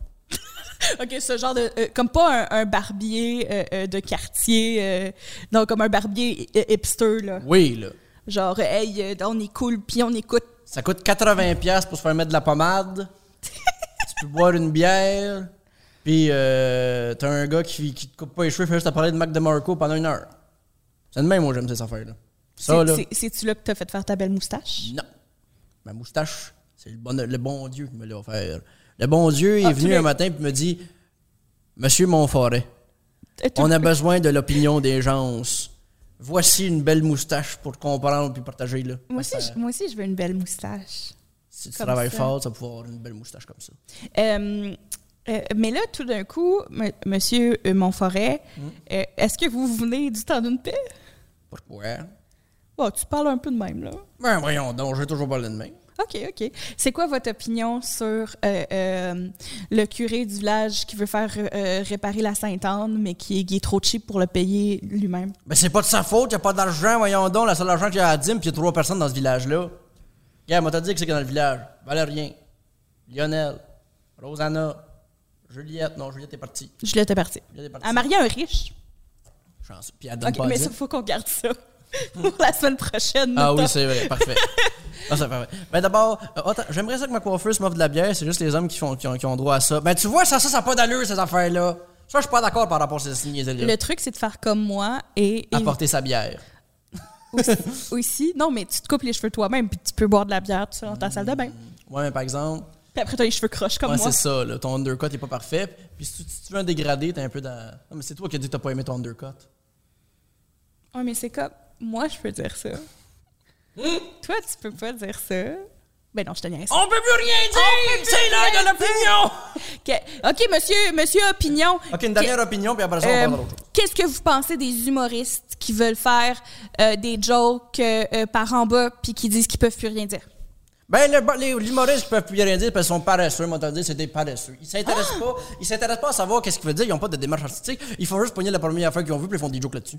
A: OK, ce genre de... euh, comme pas un, un barbier euh, euh, de quartier, euh, non, comme un barbier hi- hipster, là.
B: Oui, là.
A: Genre, hey, euh, on est cool, puis on écoute
B: Ça coûte 80$ piastres pour se faire mettre de la pommade. tu peux boire une bière. Puis euh, t'as un gars qui, qui te coupe pas les cheveux, fait juste à parler de Mac DeMarco pendant une heure. C'est de même, moi, j'aime ces affaires-là. Ça,
A: C'est-
B: là.
A: c'est- C'est-tu là que t'as fait faire ta belle moustache?
B: Non. Ma moustache, c'est le bon, le bon Dieu qui me l'a offert. Le bon Dieu est
A: Ah, tu
B: venu
A: l'as-
B: un matin et me dit Monsieur Montforêt,
A: Euh, tout-
B: on a besoin de l'opinion des gens. Voici une belle moustache pour comprendre puis partager. Là.
A: moi, aussi, je, moi aussi, je veux une belle moustache.
B: Si tu
A: comme
B: travailles
A: ça.
B: fort, tu vas pouvoir avoir une belle moustache comme ça.
A: Euh, euh, mais là, tout d'un coup, m- Monsieur euh, Montforêt,
B: Hmm.
A: euh, est-ce que vous venez du temps d'une paix?
B: Pourquoi
A: Bon, tu parles un peu de même, là.
B: Ben voyons donc, j'ai toujours parlé de main.
A: OK, OK. C'est quoi votre opinion sur euh, euh, le curé du village qui veut faire euh, réparer la Sainte-Anne, mais qui est, qui est trop cheap pour le payer lui-même?
B: Ben c'est pas de sa faute, y a pas d'argent, voyons donc. La seule argent qu'il y a à Dim, puis y a trois personnes dans ce village-là. Regarde, moi t'as dit que c'est que dans le village. Valérien, Lionel, Rosanna, Juliette. Non, Juliette est partie.
A: Je l'ai parti.
B: Juliette est partie.
A: À marier un riche.
B: Chance. Puis elle donne
A: OK,
B: pas à
A: mais
B: Dim.
A: il faut qu'on garde ça pour la semaine prochaine.
B: Ah
A: notre
B: oui, c'est vrai, parfait. Ah, c'est parfait. Ben d'abord, euh, attends, j'aimerais ça que ma coiffeuse m'offre de la bière, c'est juste les hommes qui, font, qui, ont, qui ont droit à ça. Ben tu vois, ça, ça, ça n'a pas d'allure, ces affaires-là. Ça, je suis pas d'accord par rapport à ces signes là
A: Le truc, c'est de faire comme moi et, et
B: Apporter sa bière.
A: aussi, aussi- Non, mais tu te coupes les cheveux toi-même, puis tu peux boire de la bière tout seul dans ta salle de bain.
B: Ouais, mais par exemple,
A: Puis après, t'as les cheveux croches comme
B: Mm. Ouais,
A: moi.
B: c'est ça, là. Ton undercut n'est pas parfait. Puis si tu, si tu veux un dégradé, t'es un peu dans. Non, mais c'est toi qui as dit que t'as pas aimé ton undercut.
A: Ouais, mais c'est comme. Moi, je peux dire ça. toi, tu peux pas dire ça. Ben non, je te niaise.
B: On peut plus rien dire! C'est l'heure de l'opinion!
A: Ok, OK, monsieur, monsieur Opinion.
B: Ok, une dernière opinion, puis après ça, on
A: Euh,
B: parle d'autre chose.
A: Qu'est-ce que vous pensez des humoristes qui veulent faire euh, des jokes euh, euh, par en bas puis qui disent qu'ils peuvent plus rien dire?
B: Ben, le- les les humoristes qui peuvent plus rien dire parce qu'ils sont paresseux, moi, t'as dit, c'est des paresseux. Ils s'intéressent pas, ils s'intéressent pas à savoir qu'est-ce qu'ils veulent dire, ils ont pas de démarche artistique, ils font juste pogner la première affaire qu'ils ont vue, puis ils font des jokes là-dessus.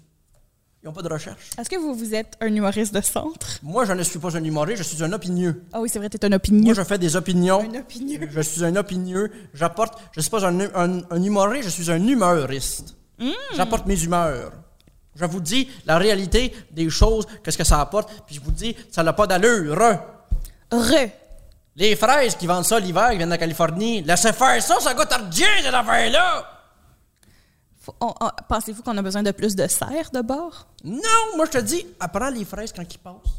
B: Ils ont pas de recherche.
A: Est-ce que vous, vous êtes un humoriste de centre?
B: Moi, je ne suis pas un humoriste, je suis un opinieux.
A: Ah oui, c'est vrai, t'es un opinion.
B: Moi, je fais des opinions.
A: Un opinieux.
B: Je suis un opinieux. J'apporte. Je suis pas un, un, un humoriste, je suis un humoriste. J'apporte mes humeurs. Je vous dis la réalité des choses, qu'est-ce que ça apporte, puis je vous dis, ça n'a pas d'allure.
A: Re.
B: Les fraises qui vendent ça l'hiver, qui viennent de la Californie, laissez faire ça, ça goûte à rien, cette affaire-là!
A: Faut- on- on- Pensez-vous qu'on a besoin de plus de serre de bord?
B: Non, moi, je te dis, apprends les fraises quand ils passent.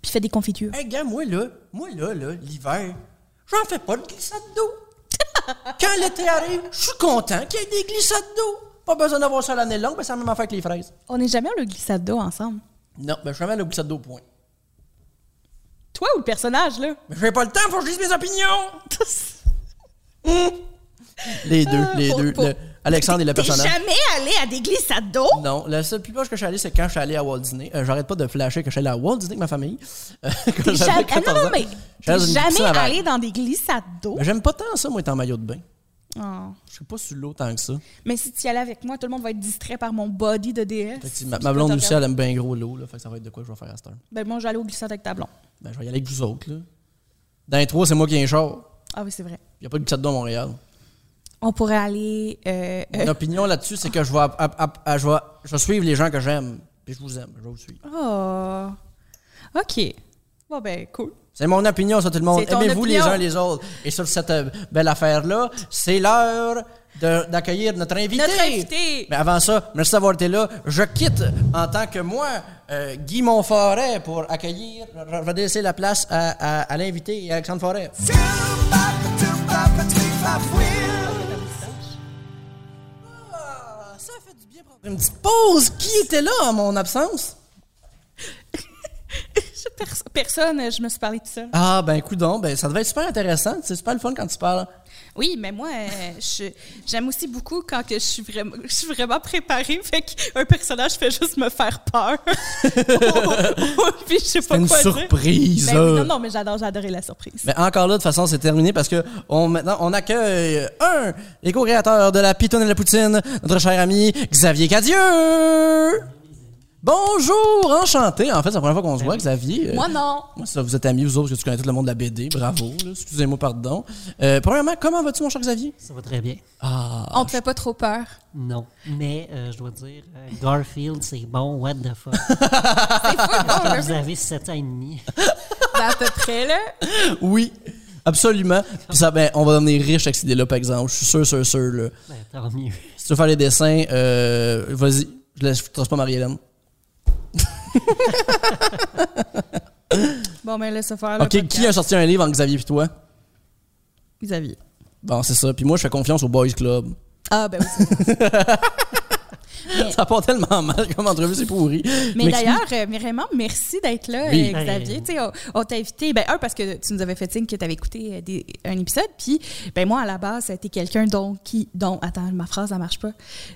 A: Puis fait des confitures.
B: Hey, gars, moi, là, moi, là, là, l'hiver, j'en fais pas de glissade d'eau. Quand l'été arrive, je suis content qu'il y ait des glissades d'eau. Pas besoin d'avoir ça l'année longue, ben, c'est la même affaire que les fraises.
A: On n'est jamais allé au glissade d'eau ensemble.
B: Non, ben, je fais mal aux glissades d'eau, point.
A: Toi ou le personnage, là?
B: Mais j'ai pas le temps, faut que je dise mes opinions. Les deux, les
A: Pour-
B: deux.
A: pour-
B: le- Alexandre et le
A: T'es
B: personnage.
A: jamais allé à des glissades d'eau?
B: Non, la seule plus proche que je suis allé, c'est quand je suis allé à Walt Disney. Euh, J'arrête pas de flasher que je suis allé à Walt Disney avec ma famille. Euh, quand
A: T'es
B: j'avais
A: jamais, ah,
B: 14
A: non, non,
B: ans.
A: mais
B: J'étais dans
A: t'es
B: une
A: jamais
B: piscine à vagues.
A: allé dans des glissades d'eau?
B: Ben, J'aime pas tant ça, moi, être en maillot de bain.
A: Oh.
B: Je suis pas sur l'eau tant que ça.
A: Mais si tu y allais avec moi, tout le monde va être distrait par mon body de DS.
B: Fait que ma, ma blonde Lucie, elle aime bien gros l'eau, là. Fait que ça va être de quoi que je vais faire à cette heure.
A: Ben moi, j'allais au glissade avec ta blonde.
B: Ben, je vais y aller avec vous autres, là. Dans les trois, c'est moi qui ai un char.
A: Ah oui, c'est vrai.
B: Il n'y a pas de glissade d'eau à Montréal.
A: On pourrait aller... euh, euh,
B: Mon opinion là-dessus, c'est que je vais, app- app- app- je, vais, je vais suivre les gens que j'aime. Puis je vous aime. Je vais vous suivre.
A: Oh. OK. Bon, ben, cool.
B: C'est mon opinion sur tout le monde.
A: C'est ton
B: Aimez-vous les
A: opinion.
B: uns les autres. Et sur cette euh, belle affaire-là, c'est l'heure de- d'accueillir notre invité.
A: Notre invité.
B: Mais avant ça, merci d'avoir été là. Je quitte en tant que moi, euh, Guy Montforêt, pour accueillir, je vais laisser la place à, à- à l'invité et à Alexandre Forêt. Ah, ça fait du bien prendre Une petite pause. Qui était là en mon absence?
A: Je- pers- personne, je me suis parlé tout seul.
B: Ah, ben, coudon, ben, ça devait être super intéressant. C'est super le fun quand tu parles.
A: Oui, mais moi, euh, je- j'aime aussi beaucoup quand que je, suis vraiment, je suis vraiment préparée. Fait qu'un personnage fait juste me faire peur. Oh, Puis je sais pas
B: une
A: quoi dire.
B: surprise.
A: Ben oui, non, non, mais j'adore, j'ai adoré la surprise.
B: Mais encore là, de toute façon, c'est terminé parce que on, maintenant, on accueille euh, un les co-créateurs de la Pitoune et la Poutine, notre cher ami Xavier Cadieux. Bonjour, enchanté. En fait, c'est la première fois qu'on se voit, Xavier. Euh,
A: Moi, non.
B: Moi, ça, vous êtes amis, vous autres, parce que tu connais tout le monde de la BD. Bravo. là. Excusez-moi, pardon. Euh, premièrement, comment vas-tu, mon cher Xavier?
D: Ça va très bien.
A: On te fait pas trop peur.
D: Non. Mais euh, je dois dire, euh, Garfield, c'est bon, what the fuck.
A: C'est fou, bon,
D: Vous
A: là.
D: avez 7 ans et demi.
A: Ben, à peu près, là.
B: Oui, absolument. Puis ça, ben, on va devenir riche avec cette idée-là, par exemple. Je suis sûr, sûr, sûr. Là.
D: Ben, tant mieux.
B: Si tu veux faire les dessins, euh, vas-y. Je ne trace pas Marie-Hélène.
A: Bon, ben, laisse
D: Ah,
A: faire. le
B: OK, qui a
A: podcast.
B: sorti un livre entre Xavier et toi?
A: Xavier.
B: Bon, c'est ça. Puis moi, je fais confiance au Boys Club.
A: Ah, ben oui. c'est vrai.
B: Ça part tellement mal comme entrevue, c'est pourri.
A: Mais
B: M'explique-
A: d'ailleurs, euh, mais vraiment, merci d'être là,
B: Oui.
A: euh, Xavier. Tu sais, on on t'a invité, ben, un, parce que tu nous avais fait signe que tu avais écouté euh, des- un épisode. Puis, ben, moi, à la base, t'es quelqu'un dont, qui, dont, attends, ma phrase, ça marche pas,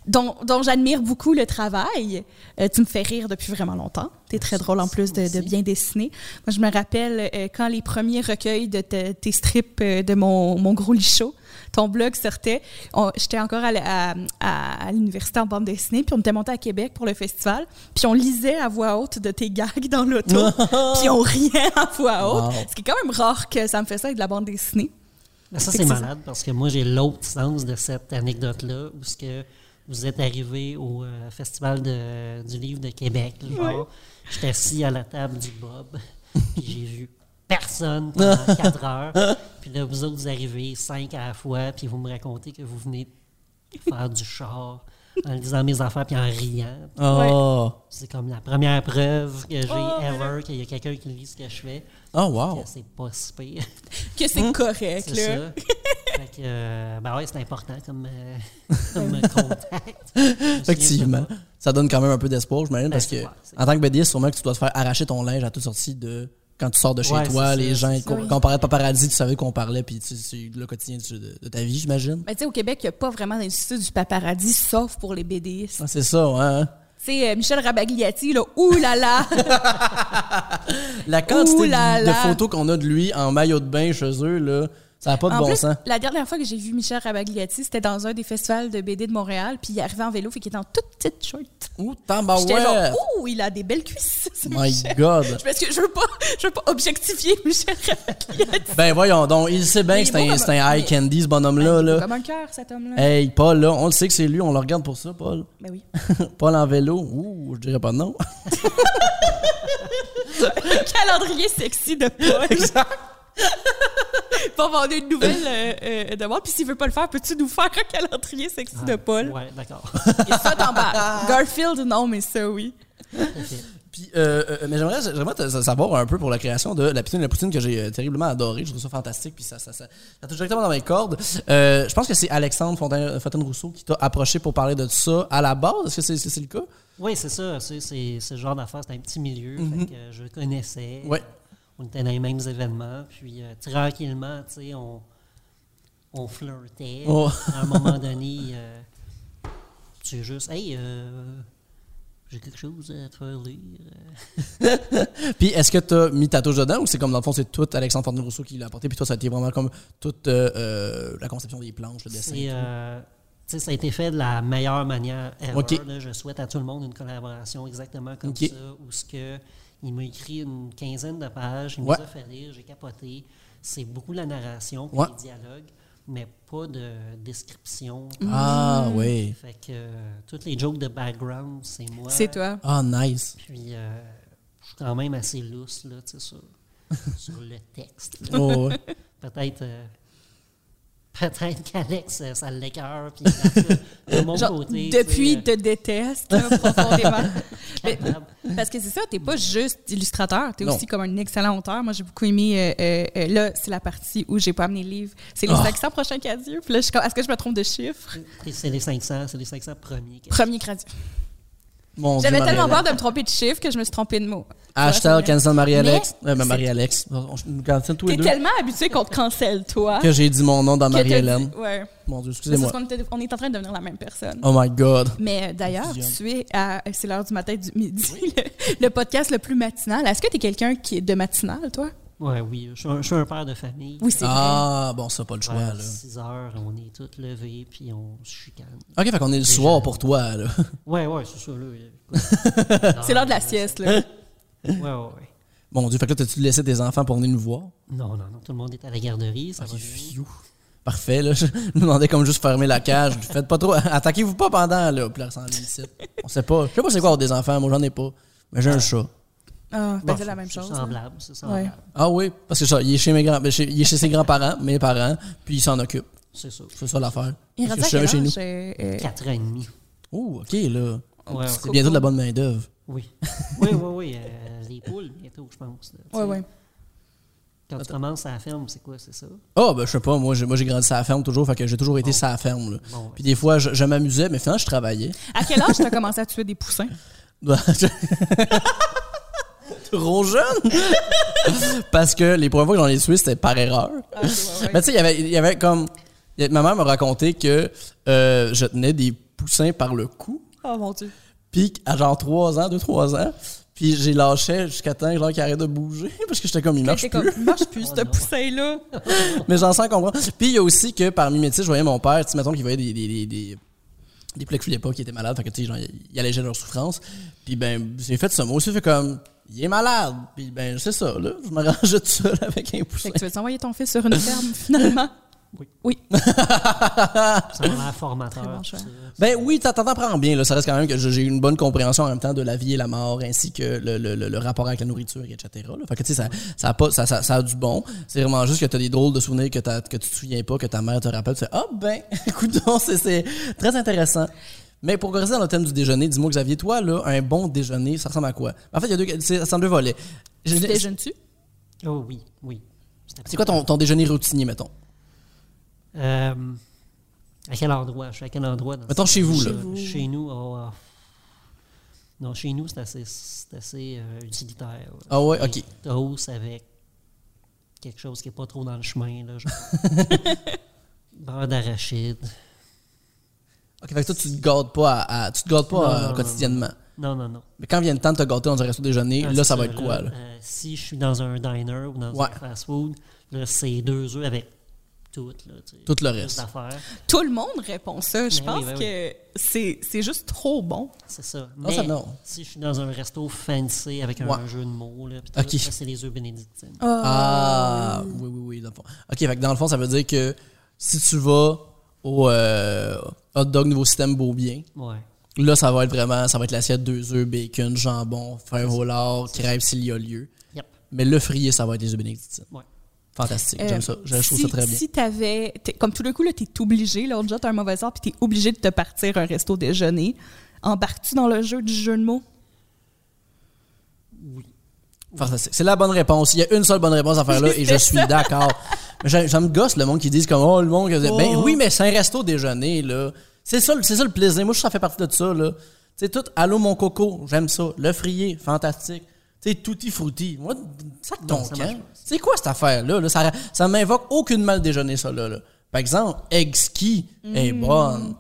A: dont, dont j'admire beaucoup le travail. Euh, tu me fais rire depuis vraiment longtemps. T'es très drôle en plus de, de bien dessiner. Moi, je me rappelle euh, quand les premiers recueils de te- tes strips euh, de mon, mon gros lichot, ton blog sortait. On- J'étais encore à, l- à- à- à l'université en bande dessinée, puis on était monté à Québec pour le festival, puis on lisait à voix haute de tes gags dans l'auto, puis on riait à voix haute.
B: Wow.
A: Ce qui est quand même rare que ça me fait ça avec de la bande dessinée.
D: Ben, ça,
A: Fait
D: c'est
A: que c'est
D: malade parce que moi, j'ai l'autre sens de cette anecdote-là où ce que vous êtes arrivé au euh, Festival de- du Livre de Québec. genre. J'étais assis à la table du Bob, puis j'ai vu personne pendant 4 heures. Puis là, vous autres, vous arrivez 5 à la fois, puis vous me racontez que vous venez faire du char en lisant mes affaires, puis en riant.
B: Oh.
D: C'est comme la première preuve que j'ai
A: Oh, mais là-
D: ever qu'il y a quelqu'un qui lit ce que je fais.
B: Oh, wow.
D: que C'est pas si pire.
A: Que c'est correct,
D: C'est
A: là.
D: ça. fait que, euh, ben ouais, c'est important comme, euh, comme contact.
B: Effectivement. Ça donne quand même un peu d'espoir, je m'imagine, parce que
D: c'est clair, c'est
B: en tant que BDiste, sûrement que tu dois te faire arracher ton linge à toute sortie de. Quand tu sors de chez
D: Ouais,
B: toi,
D: c'est
B: les
D: ça,
B: gens,
D: c'est
B: quand
D: ça.
B: quand on parlait de paparazzi, tu savais qu'on parlait, puis tu- c'est le quotidien de, de ta vie, j'imagine.
A: Mais tu sais, au Québec, il n'y a pas vraiment d'industrie du paparazzi, sauf pour les BDistes.
B: Ah, c'est ça, hein?
A: Tu sais, euh, Michel Rabagliati, là, oulala!
B: La quantité
A: Ouh là
B: de- de
A: là.
B: photos qu'on a de lui en maillot de bain chez eux, là, ça n'a pas de
A: en
B: bon
A: plus,
B: sens.
A: la dernière fois que j'ai vu Michel Rabagliati, c'était dans un des festivals de BD de Montréal, puis il arrivait en vélo, fait qu'il était en toute petite short.
B: Ouh, tambarouette!
A: J'étais genre, ouh, il a des belles cuisses. ce
B: My
A: Michel.
B: God!
A: Je, parce que je veux pas, je veux pas objectifier Michel Rabagliati.
B: Ben voyons donc, il sait bien
A: Mais
B: que c'est
A: il est
B: un,
A: beau
B: c'est
A: comme-
B: un high candy, ce bonhomme-là. Là.
A: Comme un cœur, cet homme-là.
B: Hey, Paul, là, on le sait que c'est lui, on le regarde pour ça, Paul.
A: Ben oui.
B: Paul en vélo, ouh, je dirais pas non.
A: Calendrier sexy de Paul. Exact. Pour vendre une nouvelle euh, euh, demande. Puis s'il veut pas le faire, peux-tu nous faire un calendrier sexy
B: Ah,
A: de Paul?
D: Ouais, d'accord.
A: Et ça, t'en bats. Garfield, non, mais ça, oui.
B: Puis, euh, euh, mais j'aimerais j'aimerais te- savoir un peu pour la création de la poutine et la poutine que j'ai euh, terriblement adoré. Je trouve ça fantastique, puis ça, ça, ça, ça touche directement dans mes cordes. Euh, je pense que c'est Alexandre Fontaine, Rousseau qui t'a approché pour parler de ça à la base. Est-ce que c'est c'est- c'est le cas?
D: Oui, c'est ça. C'est, c'est- ce genre d'affaires, c'est un petit milieu. fait que, euh, je le connaissais.
B: Mhm. Ouais.
D: On était dans les mêmes événements. Puis euh, tranquillement, tu sais, on, on flirtait.
B: Oh.
D: À un moment donné, euh, tu juste, hey, euh, j'ai quelque chose à te faire lire.
B: Puis, est-ce que t'as mis ta touche dedans ou c'est comme dans le fond, c'est tout Alexandre Fontaine Rousseau qui l'a apporté, puis toi, ça a été vraiment comme toute euh, euh, la conception des planches, le dessin?
D: C'est, euh, tu sais, ça a été fait de la meilleure manière ever,
B: Ok.
D: là. je souhaite à tout le monde une collaboration exactement comme
B: Ok.
D: ça, où ce que il m'a écrit une quinzaine de pages, il
B: Ouais.
D: nous a fait rire, j'ai capoté. C'est beaucoup la narration, puis
B: Ouais.
D: les dialogues, mais pas de description.
A: euh,
B: Ah,
A: mm.
B: oui.
D: Fait que euh, toutes les jokes de background, c'est moi.
A: C'est toi.
B: Ah, nice.
D: Puis euh, je suis quand même assez lousse là, tu sais, sur, sur le texte. là.
B: Oh, ouais.
D: Peut-être euh, peut-être qu'Alex, euh, ça l'écœure. Puis en tout cas, de mon
A: Genre,
D: côté. tu sais, ah,
A: depuis,
D: euh,
A: il te déteste là, profondément. Mais-
D: capable.
A: parce que c'est ça, t'es pas juste illustrateur, t'es
B: Non.
A: aussi comme un excellent auteur. Moi, j'ai beaucoup aimé. euh, euh, euh, là, c'est la partie où j'ai pas amené le livre. C'est les
B: Oh.
A: 500 prochains casiers. Puis là, je suis comme, est-ce que je me trompe de chiffre?
D: Et C'est les 500, c'est les 500 premiers. que-
A: Premier crédit.
B: Mon Dieu,
A: J'avais tellement peur
B: Marie-Alex.
A: de me tromper de chiffre que je me suis trompée de mot.
B: Hashtag cancel Marie-Alex.
A: Mais-
B: Euh, ben, Marie-Alex. On on nous cancelle tous les
A: T'es
B: deux.
A: tellement habitué qu'on te cancelle, toi.
B: Que j'ai dit mon nom dans
A: que t'as dit-
B: Marie-Hélène.
A: Ouais.
B: Mon Dieu,
A: C'est parce
B: excusez-moi.
A: qu'on était- on est en train de devenir la même personne.
B: Oh my God.
A: Mais euh, d'ailleurs,
B: Fusionne.
A: tu es à. euh, C'est l'heure du matin du midi, le, le podcast le plus matinal. Est-ce que tu es quelqu'un qui est de matinal, toi?
D: Ouais, oui, je suis, un, je suis un père de famille.
A: Oui, c'est
B: Ah, bon, ça, pas le choix,
D: À
B: là.
D: 6 heures, on est tous levés, puis on se chicane.
B: OK, fait qu'on est le soir pour toi, là.
D: Ouais, ouais, c'est ça, là. euh,
A: vrai. C'est l'heure de la sieste,
B: Hein?
A: là.
D: Ouais, ouais, ouais.
B: Mon Dieu, fait que là, t'as-tu laissé tes enfants pour venir nous voir?
D: Non, non, non, tout le monde est à la garderie,
A: Ben Ah,
D: ça
B: Ok,
D: va bien.
B: fiou. Parfait, là. Je me demandais comme juste fermer la cage. Faites pas trop. Attaquez-vous pas pendant, là. Puis là, sans limite. On sait pas. Je sais pas c'est quoi avoir des enfants. Moi, j'en ai pas. Mais j'ai un chat.
A: Ah, ben,
D: Bon,
A: c'est la même chose.
D: C'est
A: hein.
D: semblable, c'est semblable.
A: Ouais.
B: Ah oui, parce que ça, il est chez mes grands, ben, chez- il est chez ses grands-parents, mes parents, puis il s'en occupe.
D: C'est ça.
B: C'est ça l'affaire.
A: Il est
B: Parce
A: rendu
B: que
A: à
B: je suis
A: quel
B: chez
A: âge,
B: nous.
A: euh, euh,
D: Quatre ans et demi.
B: Oh, ok, là.
D: Ouais,
B: C'est
D: ouais.
B: bientôt de la bonne main d'œuvre.
D: Oui, oui, oui, oui. euh, les poules, bientôt, je pense. là, tu
A: ouais,
D: sais.
A: ouais.
D: Quand tu commences à la ferme, c'est quoi, c'est ça?
B: Ah, ben, je sais pas. Moi, j'ai moi, j'ai grandi sur la ferme toujours, fait que j'ai toujours été sur la ferme, là.
D: Bon, ouais.
B: Puis des fois, je, je m'amusais, mais finalement, je travaillais.
A: À quel âge tu as commencé à tuer des poussins?
B: Trop jeune! Parce que les premières fois que j'en ai tué, c'était par erreur.
A: Ah, ouais, ouais.
B: Mais tu sais, il y avait- il y avait comme. il y a- Ma mère me racontait que euh, je tenais des poussins par le cou.
A: Oh mon Dieu.
B: Puis à genre 3 ans, 2-3 ans, puis j'ai lâché jusqu'à temps genre, qu'il arrête de bouger parce que j'étais comme il marche
A: T'es
B: plus.
A: comme, marche plus,
D: Oh
A: ce
D: non.
A: poussin-là.
B: Mais j'en sens comprendre. Puis il y a aussi que par mimétisme, je voyais mon père, tu sais, mettons qu'il voyait des. des, des, des des plaies que je filais pas, qui étaient malades, fait que, tu sais, genre, il allégeait leur souffrance. Puis, ben, j'ai fait ça. Moi aussi, j'ai fait comme, il est malade. Puis, ben, c'est ça, là. Je m'arrangeais tout seul avec un poussin.
A: Fait que tu veux envoyer ton fils sur une ferme, finalement?
D: Oui.
A: Oui.
D: Ça m'a l'air formateur.
A: Très bon
D: tout
A: choix.
D: ça.
B: Ben oui, t'en- t'en prends bien. Là. Ça reste quand même que je- j'ai une bonne compréhension en même temps de la vie et la mort, ainsi que le, le- le- le rapport avec la nourriture, etc. Là. Fait que, tu sais, ça, ça, a pas- ça, ça, ça a du bon. C'est vraiment juste que t'as des drôles de souvenirs que, t'as- que tu te souviens pas, que ta mère te rappelle. Tu fais, ah ben, coudonc, c'est- c'est très intéressant. Mais pour rester dans le thème du déjeuner, dis-moi, Xavier, toi, là, un bon déjeuner, ça ressemble à quoi? En fait, il y a deux, c'est- ça ressemble à deux volets. Je-
A: Tu déjeunes-tu?
D: Oh oui, oui. C'était-
B: C'est quoi ton, ton déjeuner routinier, mettons?
D: Euh, à quel endroit? Je suis à quel endroit? Dans
B: Mettons
D: ce-
B: chez vous,
D: Chez,
B: là.
D: chez nous, oh, ah. non, chez nous, c'est assez, c'est assez euh, utilitaire. là.
B: Ah ouais,
D: Des
B: ok.
D: Toasts avec quelque chose qui n'est pas trop dans le chemin, là, genre beurre d'arachide.
B: Ok, fait que toi, tu te gardes pas, à, à- tu te gardes pas
D: Non,
B: euh,
D: non, non,
B: quotidiennement.
D: Non, non, non.
B: Mais quand vient le temps de te gâter dans un resto déjeuner,
D: Ah,
B: là,
D: c'est
B: ça va être quoi? Là?
D: Euh, si je suis dans un diner ou dans
B: Ouais.
D: un fast-food, là, c'est deux œufs avec tout, là, tu sais,
B: Tout le
D: plus
B: reste.
D: d'affaires.
A: Tout le monde répond ça. Je
D: Ben oui,
A: pense
D: ben oui.
A: que c'est c'est juste trop bon.
D: C'est ça.
B: Ah,
D: Mais
B: ça, non.
D: si je suis dans un resto fancy avec un
B: Ouais.
D: jeu de mots, là, pis tout,
B: Ok.
D: là, c'est les œufs bénédictines.
B: Ah, oui, oui, oui, dans le fond. OK, fait que dans le fond, ça veut dire que si tu vas au euh, hot dog nouveau système beau bien,
D: Ouais.
B: là, ça va être vraiment, ça va être l'assiette deux œufs, bacon, jambon, fin roulard, crêpes s'il y a lieu.
D: Yep.
B: Mais le frier, ça va être les œufs bénédictines.
D: Ouais.
B: Fantastique,
A: Euh,
B: j'aime ça. Je trouve
A: si,
B: ça très bien.
A: Si t'avais, t'es- comme tout le coup, là, t'es obligé, là, on déjà, t'as un mauvais sort, puis t'es obligé de te partir un resto déjeuner, embarques-tu dans le jeu du jeu de mots?
B: Fantastique. C'est la bonne réponse. Il y a une seule bonne réponse à faire là et je
A: C'est
B: suis
A: ça.
B: d'accord. Mais ça ça me gosse le monde qui disent comme oh le monde qui dit, ben
A: Oh.
B: oui mais c'est un resto déjeuner là. C'est ça, le- c'est ça le plaisir. Moi je ça fait partie de ça là. C'est tout allô mon coco, j'aime ça. Le frier, fantastique. Tu sais tutti frutti. Moi ça te
D: Non, ça marche
B: conquête.
D: pas.
B: C'est quoi cette affaire là, ça ça m'invoque aucune mal déjeuner ça là. là. Par exemple, egg ski est
A: Mm.
B: bonne.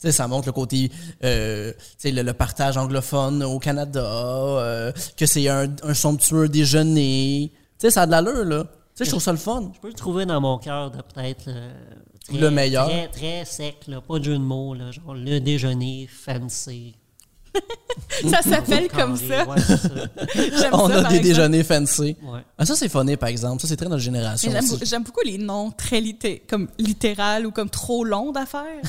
B: Tu sais, ça montre le côté, euh, tu sais, le, le partage anglophone au Canada, euh, que c'est un, un somptueux déjeuner. Tu sais, ça a de l'allure, là. Tu sais, je trouve ça le fun.
D: Je peux le trouver dans mon cœur de peut-être euh, très-
B: Le meilleur.
D: Très, très sec, là, pas de jeu de mots, là, genre le déjeuner fancy.
A: Ça s'appelle comme
D: Carré,
A: ça.
D: Ouais, c'est ça.
A: J'aime
B: On
A: ça,
B: a
A: par
B: des
A: exemple.
B: déjeuners fancy.
D: Ouais.
B: Ah, ça, c'est funny, par exemple. Ça, c'est très notre génération.
A: Mais j'aime
B: aussi.
A: beau- J'aime beaucoup les noms très litté- comme littéral ou comme trop long d'affaires.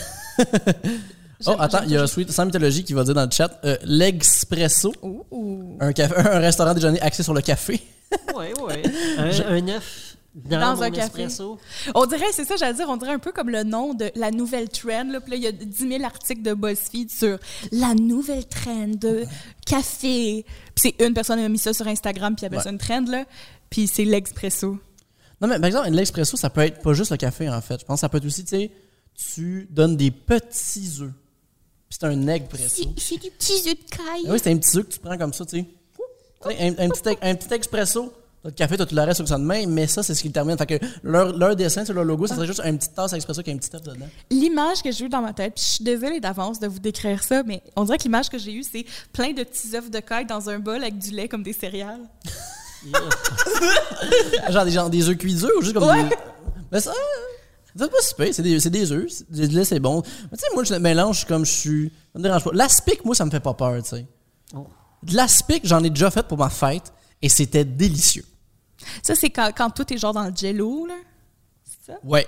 B: Oh, attends, il y a Sweet sans mythologie qui va dire dans le chat euh, l'expresso,
A: Ouh.
B: un, café- un restaurant déjeuner axé sur le café.
D: Oui, oui. Un, un œuf dans,
A: Dans
D: mon
A: un café.
D: espresso.
A: On dirait, c'est ça, j'allais dire, on dirait un peu comme le nom de la nouvelle trend. Là. Puis là, il y a 10 000 articles de BuzzFeed sur la nouvelle trend de café. Puis c'est une personne qui a mis ça sur Instagram, puis il appelle
B: Ouais.
A: ça une trend, là. Puis c'est l'expresso.
B: Non, mais par exemple, l'expresso, ça peut être pas juste le café, en fait. Je pense que ça peut être aussi, tu sais, tu donnes des petits œufs. Puis c'est un egg presso.
A: C'est du petit jus de caille.
B: Ah oui, c'est un petit œuf que tu prends comme ça, tu sais. Tu sais, Un, un petit, e, un petit expresso. Notre café, toi, tu le restes sur le sein de main, mais ça, c'est ce qui le termine. Fait que leur, leur dessin sur leur logo, ça serait juste une petite tasse à expresso qui a un petit œuf dedans.
A: L'image que j'ai eue dans ma tête, puis je suis désolée d'avance de vous décrire ça, mais on dirait que l'image que j'ai eue, c'est plein de petits œufs de caille dans un bol avec du lait comme des céréales.
B: Genre des, genre, des œufs cuits durs ou juste comme
A: Ouais.
B: des. Mais ça. C'est pas super, c'est des, c'est des œufs. c'est- Du lait, c'est bon. Mais tu sais, moi, je le mélange comme je suis. Ça me dérange pas. L'aspic, moi, ça me fait pas peur, tu sais.
D: Oh.
B: De l'aspic, j'en ai déjà fait pour ma fête et c'était délicieux.
A: Ça, c'est quand, quand tout est genre dans le jello, là.
B: Ouais.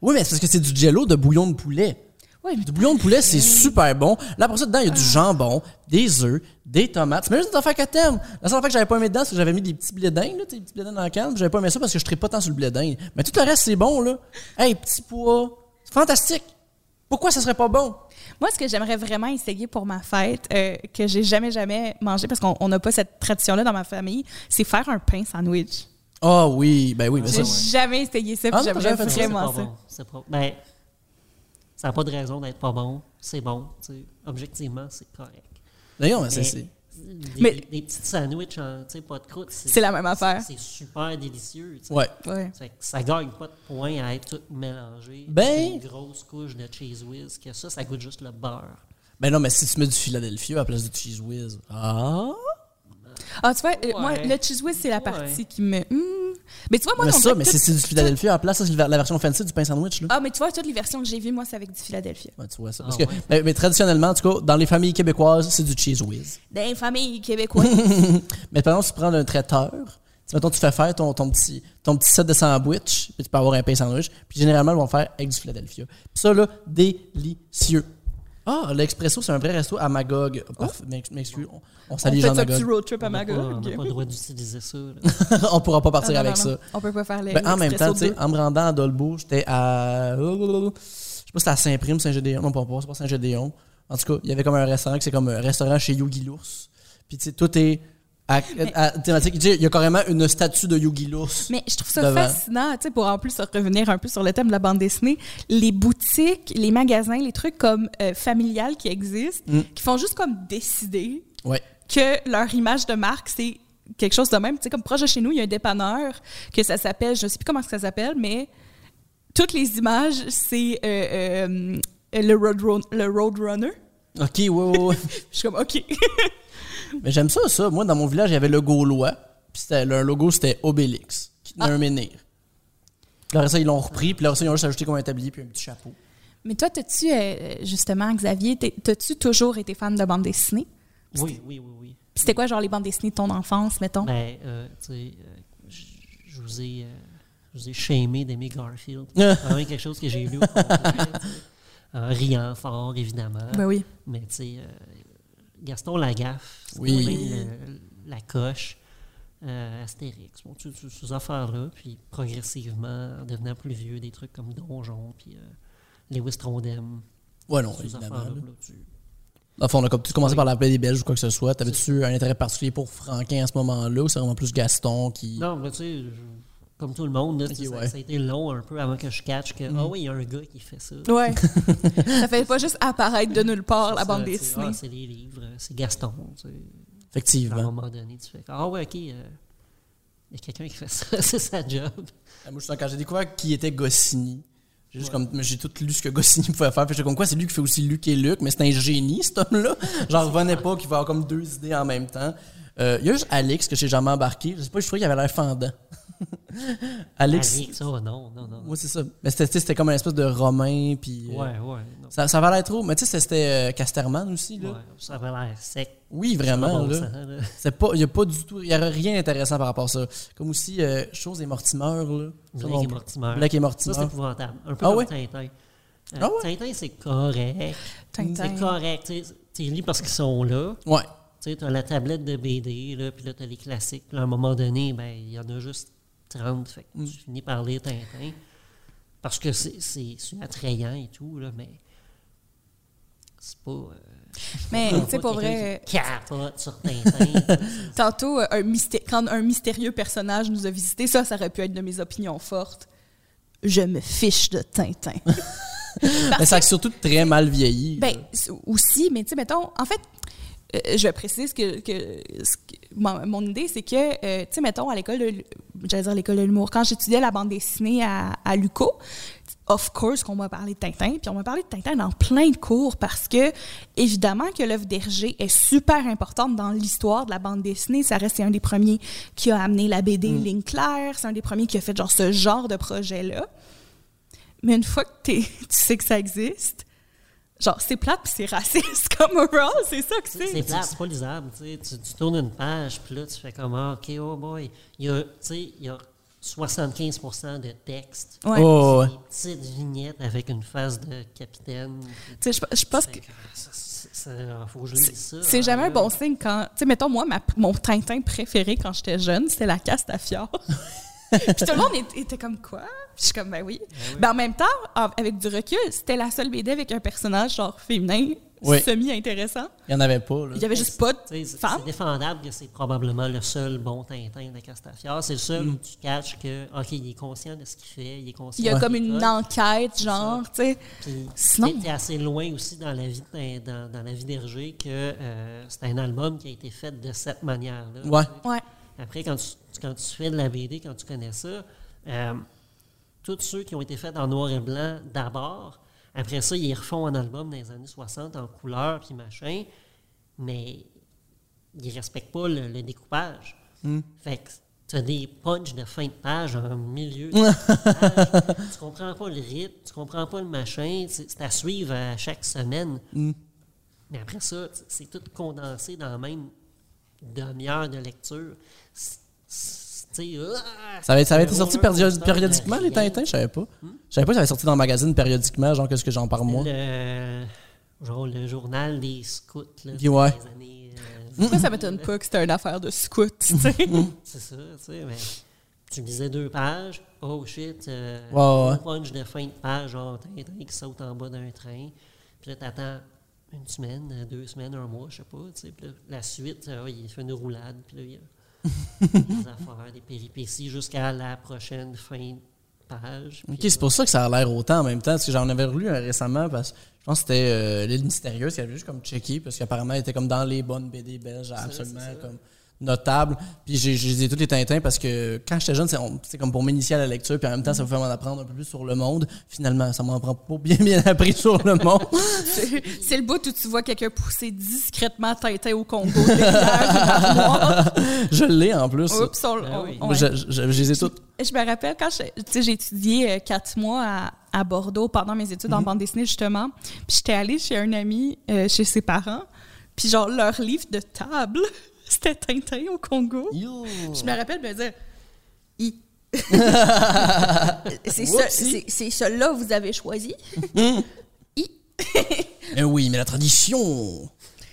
B: Oui, mais c'est parce que c'est du jello de bouillon de poulet.
A: Ouais, mais
B: Du bouillon de poulet, c'est super bon. Là, pour ça, dedans, il y a du jambon, des œufs, des tomates. C'est même juste des affaires qu'à thème. La seule affaire que j'avais pas aimé dedans, c'est que j'avais mis des petits blés d'Inde, là, tu sais, des petits blés d'Inde dans la canne. puis J'avais pas aimé ça parce que je traite pas tant sur le blé d'Inde. Mais tout le reste, c'est bon, là. Hey, petit pois. C'est fantastique. Pourquoi ça serait pas bon?
A: Moi, ce que j'aimerais vraiment essayer pour ma fête, euh, que j'ai jamais, jamais mangé, parce qu'on on n'a pas cette tradition-là dans ma famille, c'est faire un pain sandwich.
B: Ah oui, ben oui, ben ça.
A: J'ai jamais essayé ça, puis
B: Ah non, t'as
A: j'aimerais
B: jamais fait ça,
D: C'est
A: vraiment
D: pas
A: ça.
D: bon. C'est pas Ben, ça n'a pas de raison d'être pas bon. C'est bon. tu sais. Objectivement, c'est correct.
B: D'ailleurs, ben, ça,
D: Mais
B: c'est.
D: Des,
A: Mais-
D: des petites sandwichs en tu sais, pas de croûte,
A: C'est la même affaire.
D: C'est super délicieux. tu sais.
B: Ouais.
A: Ouais.
D: Fait que ça gagne pas de points à être tout mélangé.
B: Ben-
D: Une grosse couche de cheese whiz, que ça, ça goûte juste le beurre.
B: Ben non, mais si tu mets du Philadelphia à la place du Cheese Whiz. Ah!
A: Ah, tu vois, euh, moi,
D: Ouais.
A: le cheese whiz, c'est la
D: Ouais.
A: partie qui me. Hmm. Mais tu vois, moi,
B: mais
A: on
B: ça,
A: dirait
B: mais
A: tout-
B: c'est c'est du Philadelphia à la place, ça, c'est la la version fancy du pain sandwich, là.
A: Ah, mais tu vois, toutes les versions que j'ai vues, moi, c'est avec du Philadelphia.
B: Ouais, tu vois ça.
D: Ah,
B: Parce que, ben,
D: ouais.
B: mais, mais traditionnellement, en tout cas, dans les familles québécoises, c'est du cheese whiz.
A: Des familles québécoises.
B: Mais par exemple, tu prends un traiteur, tu, mettons, tu fais faire ton, ton, petit, ton petit set de sandwich, puis tu peux avoir un pain sandwich, puis généralement, ils vont le faire avec du Philadelphia. Puis ça, là, délicieux. Ah, l'Expresso, c'est un vrai resto à Magog. Parfait, m'ex- M'excuse, on, on
A: Oh! on
B: salue
A: fait
B: Jean
A: un petit
B: Magog.
A: road trip à
D: On n'a pas, Ah, on
A: Magog.
D: n'a pas le droit d'utiliser ça. là.
B: on pourra pas partir
A: Ah, non,
B: avec
A: non,
B: ça.
A: non. On peut pas faire les.
B: Ben, en même temps, tu sais,
A: l'expresso
B: en me rendant à Dolbeau, j'étais à. Je sais pas si c'était à Saint-Prime, Saint-Gédéon. Non, pas, pas, c'est pas Saint-Gédéon. En tout cas, il y avait comme un restaurant qui c'est comme un restaurant chez Yogi Lours. Puis, tu sais, tout est à, à thématique. Tu sais, Il y a carrément une statue de Yogi Lours.
A: Mais je trouve ça
B: Devant.
A: fascinant, tu sais, pour en plus revenir un peu sur le thème de la bande dessinée, les boutiques, les magasins, les trucs comme euh, familiales qui existent, qui font juste comme décider
B: Ouais.
A: que leur image de marque, c'est quelque chose de même. Tu sais, comme proche de chez nous, il y a un dépanneur que ça s'appelle, je sais plus comment ça s'appelle, mais toutes les images, c'est euh, euh, le, road Run- le Roadrunner.
B: OK, ouais, ouais, ouais.
A: Je suis comme, OK.
B: Mais j'aime ça, ça. Moi, dans mon village, il y avait le Gaulois. Puis, c'était- leur logo, c'était Obélix, qui tenait un menhir. Puis, après ça, ils l'ont repris. Puis, après ça, ils ont juste ajouté comme un tablier, puis un petit chapeau.
A: mais toi, t'as-tu, euh, justement, Xavier, t'es- t'as-tu toujours été fan de bande dessinée?
D: oui, oui, oui, oui.
A: Puis C'était quoi, genre, les bandes dessinées de ton enfance, mettons?
D: Ben, euh, tu sais, euh, je je vous ai, euh, je vous ai shamé d'aimer Garfield.
A: Ah.
D: C'est vraiment quelque chose que j'ai lu au complet, tu sais. En riant fort, évidemment.
A: Ben oui.
D: Mais tu sais, euh, Gaston Lagaffe, c'est
B: Oui.
D: quand même le- la coche, euh, Astérix, bon, tu, tu- ces affaires-là, puis progressivement, en devenant plus vieux, des trucs comme Donjon, puis euh, Lewis Trondheim,
B: Ouais, non,
D: ces
B: évidemment.
D: affaires-là.
B: là.
D: là, tu-
B: Dans le fond, on a comme- tu commençais par l'appeler des Belges ou quoi que ce soit. T'avais-tu un intérêt particulier pour Franquin à ce moment-là ou c'est vraiment plus Gaston qui.
D: Non, mais tu sais, je- comme tout le monde, là,
B: Ok,
D: tu sais, ça,
B: ouais. Mm.
D: ça a été long un peu avant que je catch que, ah oui, il y a un gars qui fait ça.
A: Ouais. ça fait pas juste apparaître de nulle part, la
D: Ça,
A: bande
D: tu sais,
A: dessinée.
D: Ah, c'est les livres, c'est Gaston. tu sais. À un
B: Effectivement.
D: moment donné, tu fais, ah ouais, ok, euh, il y a quelqu'un qui fait ça, c'est sa job.
B: Moi, je sens- quand j'ai découvert qui était Goscinny, j'ai juste comme. J'ai tout lu ce que Goscinny pouvait faire. Puis j'étais comme quoi, c'est lui qui fait aussi Luc et Luc, mais c'est un génie, cet homme-là. J'en revenais pas qu'il va avoir comme deux idées en même temps. Euh, Il y a juste Alex que j'ai jamais embarqué. Je sais pas, je trouvais qu'il avait l'air fendant. Alex.
D: Alex, oh non, non, non.
B: Moi, c'est ça. Mais c'était tu sais, c'était comme un espèce de Romain, puis. euh,
D: Ouais, ouais. non.
B: Ça, ça valait trop. Mais tu sais, c'était euh, Casterman aussi, là.
D: Ouais, ça avait l'air sec.
B: Oui,
D: pas
B: vraiment,
D: bon
B: là.
D: sens, là.
B: C'est pas, il y a pas du tout, il y aura rien d'intéressant par rapport à ça. Comme aussi, euh, chose et Mortimer là. Ça,
D: Blake
B: on-
D: et Mortimer.
B: Blake et Mortimer.
D: Ça, c'est épouvantable. Un peu
B: Ah
D: comme
B: ouais?
D: Tintin. Euh,
B: Ah ouais?
D: Tintin, c'est correct.
A: Tintin.
D: C'est correct. tu sais, Tu les lis parce qu'ils sont là.
B: Ouais.
D: Tu sais, t'as la tablette de BD, là, puis là, t'as les classiques. Puis là, à un moment donné, ben, il y en a juste 30. Fait que tu finis par lire Tintin. Parce que c'est- c'est c'est attrayant et tout, là, mais c'est pas. euh,
A: Mais,
D: on
A: tu sais,
D: voit
A: pour
D: quelqu'un
A: vrai,
D: qui Capote sur Tintin.
A: tantôt, euh, un mysté- quand un mystérieux personnage nous a visités, ça, ça aurait pu être de mes opinions fortes. Je me fiche de Tintin.
B: Mais ça a surtout très mal vieilli.
A: Ben,
B: là.
A: s- aussi, mais tu sais, mettons, en fait, euh, je précise que, que ce que- mon, mon idée, c'est que, euh, tu sais, mettons, à l'école de, l- j'allais dire l'école de l'humour, quand j'étudiais la bande dessinée à, à Luco, of course qu'on m'a parlé de Tintin, puis on m'a parlé de Tintin dans plein de cours parce que, évidemment, que l'œuvre d'Hergé est super importante dans l'histoire de la bande dessinée. Ça reste, c'est un des premiers qui a amené la BD Ligne Claire, c'est un des premiers qui a fait genre ce genre de projet-là. Mais une fois que t'es- tu sais que ça existe, genre, c'est plate puis c'est raciste comme overall, c'est ça que c'est.
D: C'est plate, c'est pas lisable. tu sais. Tu, tu tournes une page, puis là, tu fais comme, ah, OK, oh boy. Il y a, tu sais, il y a 75 de texte.
A: Ouais.
B: Oh, ouais.
D: Des petites vignettes avec une face de capitaine. puis
A: Tu sais, je, je pense que
D: tu fais comme, Ah, ça, ça, ça, faut que je lise ça.
A: c'est
D: hein,
A: jamais un
D: là.
A: bon signe quand. Tu sais, mettons, moi, ma- mon Tintin préféré quand j'étais jeune, c'était la Castafiore. puis tout le monde est- était comme quoi? Puis je suis comme, ben oui. Ben, en même temps, en- avec du recul, c'était la seule BD avec un personnage genre féminin
B: Oui.
A: semi-intéressant.
B: Il n'y en avait pas. Là.
A: Il y avait juste pas
D: Tu
A: de
D: sais, C'est
A: femme.
D: c'est défendable que c'est probablement le seul bon Tintin de Castafiore. C'est le seul où tu catches que, OK, il est conscient de ce qu'il fait, il est conscient
A: Mm. Il y a
D: de
A: comme
D: ce qu'il
A: une
D: fait.
A: enquête, genre, tu sais.
D: Puis
A: Sinon-
D: t'es- t'es assez loin aussi dans la vie de- dans, dans la vie d'Hergé que euh, c'est un album qui a été fait de cette manière-là.
B: Ouais.
A: Ouais.
D: Après, quand tu, quand tu fais de la BD, quand tu connais ça, euh, tous ceux qui ont été faits en noir et blanc d'abord, après ça, ils les refont en album dans les années 60 en couleur puis machin, mais ils respectent pas le, le découpage.
B: Hmm.
D: Fait que tu as des punchs de fin de page en milieu. de page. tu comprends pas le rythme, tu comprends pas le machin, c'est c'est à suivre à chaque semaine.
B: Hmm.
D: Mais après ça, t- c'est tout condensé dans la même demi-heure de lecture. C'est- c'est- tu sais, ah,
B: Ça avait, ça avait été
D: un
B: sorti
D: roller
B: périodi-
D: coaster de
B: périodiquement, les
D: rien.
B: Tintins, je savais pas. Je savais pas que ça avait sorti dans le magazine périodiquement, genre, qu'est-ce que j'en parle moi.
D: Hmm? Le, genre le journal des scouts là,
B: Puis ouais.
D: des années. euh,
A: Moi, ça m'étonne pas que c'était une affaire de scout, tu sais.
D: C'est ça, tu sais, mais tu lisais deux pages, oh shit, euh,
B: Ouais, ouais, ouais.
D: un punch de fin de page, genre Tintin qui saute en bas d'un train, puis là t'attends une semaine, euh, deux semaines, un mois, je sais pas, tu sais, puis là, la suite, euh, il fait une roulade, puis là il y a des affaires, des péripéties jusqu'à la prochaine fin de page. puis
B: Ok, c'est pour ça que ça a l'air autant en même temps, parce que j'en avais relu un récemment, parce que je pense que c'était euh, L'île mystérieuse, qui avait juste comme checké, parce qu'apparemment, elle était comme dans les bonnes BD belges, absolument comme notable. Puis j'ai j'ai lisé tous les Tintins, parce que quand j'étais jeune, c'est- on- c'était comme pour m'initier à la lecture, puis en même temps, ça me fait m'en apprendre un peu plus sur le monde. Finalement, ça m'en prend pas bien, bien appris sur le monde.
A: C'est c'est le bout où tu vois quelqu'un pousser discrètement Tintin au Congo derrière une armoire.
B: je l'ai en plus.
A: Oups, on-
D: Ah
A: on-
D: oui.
A: on-
B: Moi, je- je- je les ai toutes.
A: Je me rappelle quand j'ai- tu sais, j'ai étudié euh, quatre mois à, à Bordeaux pendant mes études en bande dessinée, justement. Puis j'étais allée chez un ami, euh, chez ses parents. Puis genre, leur livre de table, c'était Tintin au Congo. Je me rappelle me dire I. c'est ce-
B: Whoopsie.
A: c'est- c'est celui-là que vous avez choisi. I.
B: Mais Eh oui, mais la tradition.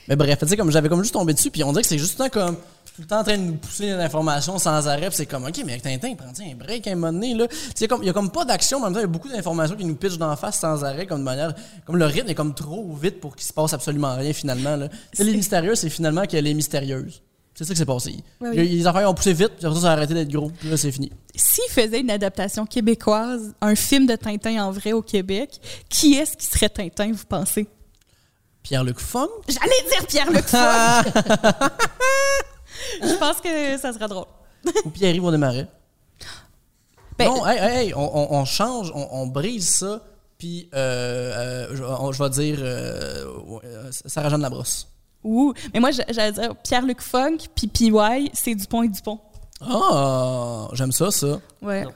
B: Mais bref, tu sais, comme j'avais comme juste tombé dessus, puis on dirait que c'est juste tout le temps comme tout le temps en train de nous pousser des informations sans arrêt, puis c'est comme ok, mais avec Tintin, prends un break à un moment donné là. Tu sais, comme il y a comme pas d'action, mais en même temps il y a beaucoup d'informations qui nous pitchent d'en face sans arrêt, comme de manière, comme le rythme est comme trop vite pour qu'il se passe absolument rien finalement là. Tu sais, les mystérieuses, c'est finalement qu'elle est mystérieuse. C'est ça qui s'est passé.
A: Oui, oui.
B: Les- Les affaires ont poussé vite, puis après ça, ça a arrêté d'être gros, puis là, c'est fini.
A: S'il faisait une adaptation québécoise, un film de Tintin en vrai au Québec, qui est-ce qui serait Tintin, vous pensez?
B: Pierre-Luc Funk?
A: J'allais dire Pierre-Luc Foy. Je pense que ça serait drôle.
B: ou Pierre-Yves Desmarais.
A: Ben-
B: non, hein. hey, hey, hey, on, on- on change, on, on brise ça, puis euh, euh, je, on- je vais dire euh, euh, Sarah-Jeanne Labrosse.
A: Ouh. Mais moi, j'a- j'allais dire Pierre-Luc Funk, puis PY, c'est Dupont et Dupont.
B: Ah, j'aime ça, ça.
A: Ouais.
D: Non,